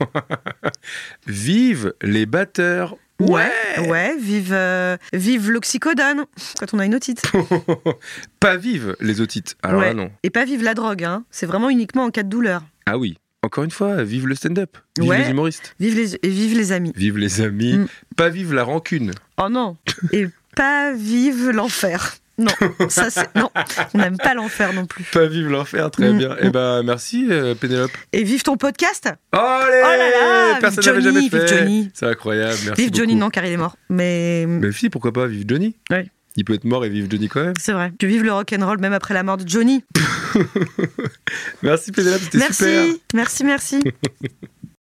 Speaker 2: Vive les batteurs.
Speaker 3: Ouais, ouais, vive, euh, vive l'oxycodone quand on a une otite.
Speaker 2: *laughs* Pas vive les otites. Alors
Speaker 3: Ouais.
Speaker 2: là, non.
Speaker 3: Et pas vive la drogue, hein. c'est vraiment uniquement en cas de douleur.
Speaker 2: Ah oui. Encore une fois, vive le stand-up. Vive
Speaker 3: Ouais.
Speaker 2: les humoristes.
Speaker 3: Vive les, et vive les amis.
Speaker 2: Vive les amis.
Speaker 3: Mm.
Speaker 2: Pas vive la rancune.
Speaker 3: Oh non, et pas vive l'enfer. Non, ça c'est non, on n'aime pas l'enfer non plus.
Speaker 2: Pas vive l'enfer, très
Speaker 3: Mm.
Speaker 2: bien. Eh ben, merci euh, Pénélope.
Speaker 3: Et vive ton podcast.
Speaker 2: Allez
Speaker 3: Oh là là, vive
Speaker 2: Personne n'avait
Speaker 3: Johnny,
Speaker 2: jamais fait.
Speaker 3: vive Johnny.
Speaker 2: C'est incroyable, merci
Speaker 3: vive Johnny
Speaker 2: beaucoup.
Speaker 3: non car il est mort. Mais
Speaker 2: Mais si, pourquoi pas, vive Johnny
Speaker 3: Ouais.
Speaker 2: Il peut être mort et vive Johnny quand même.
Speaker 3: c'est vrai. Que vive le rock and roll même après la mort de Johnny.
Speaker 2: Merci Pénélope, c'était
Speaker 3: Merci,
Speaker 2: super.
Speaker 3: merci, merci.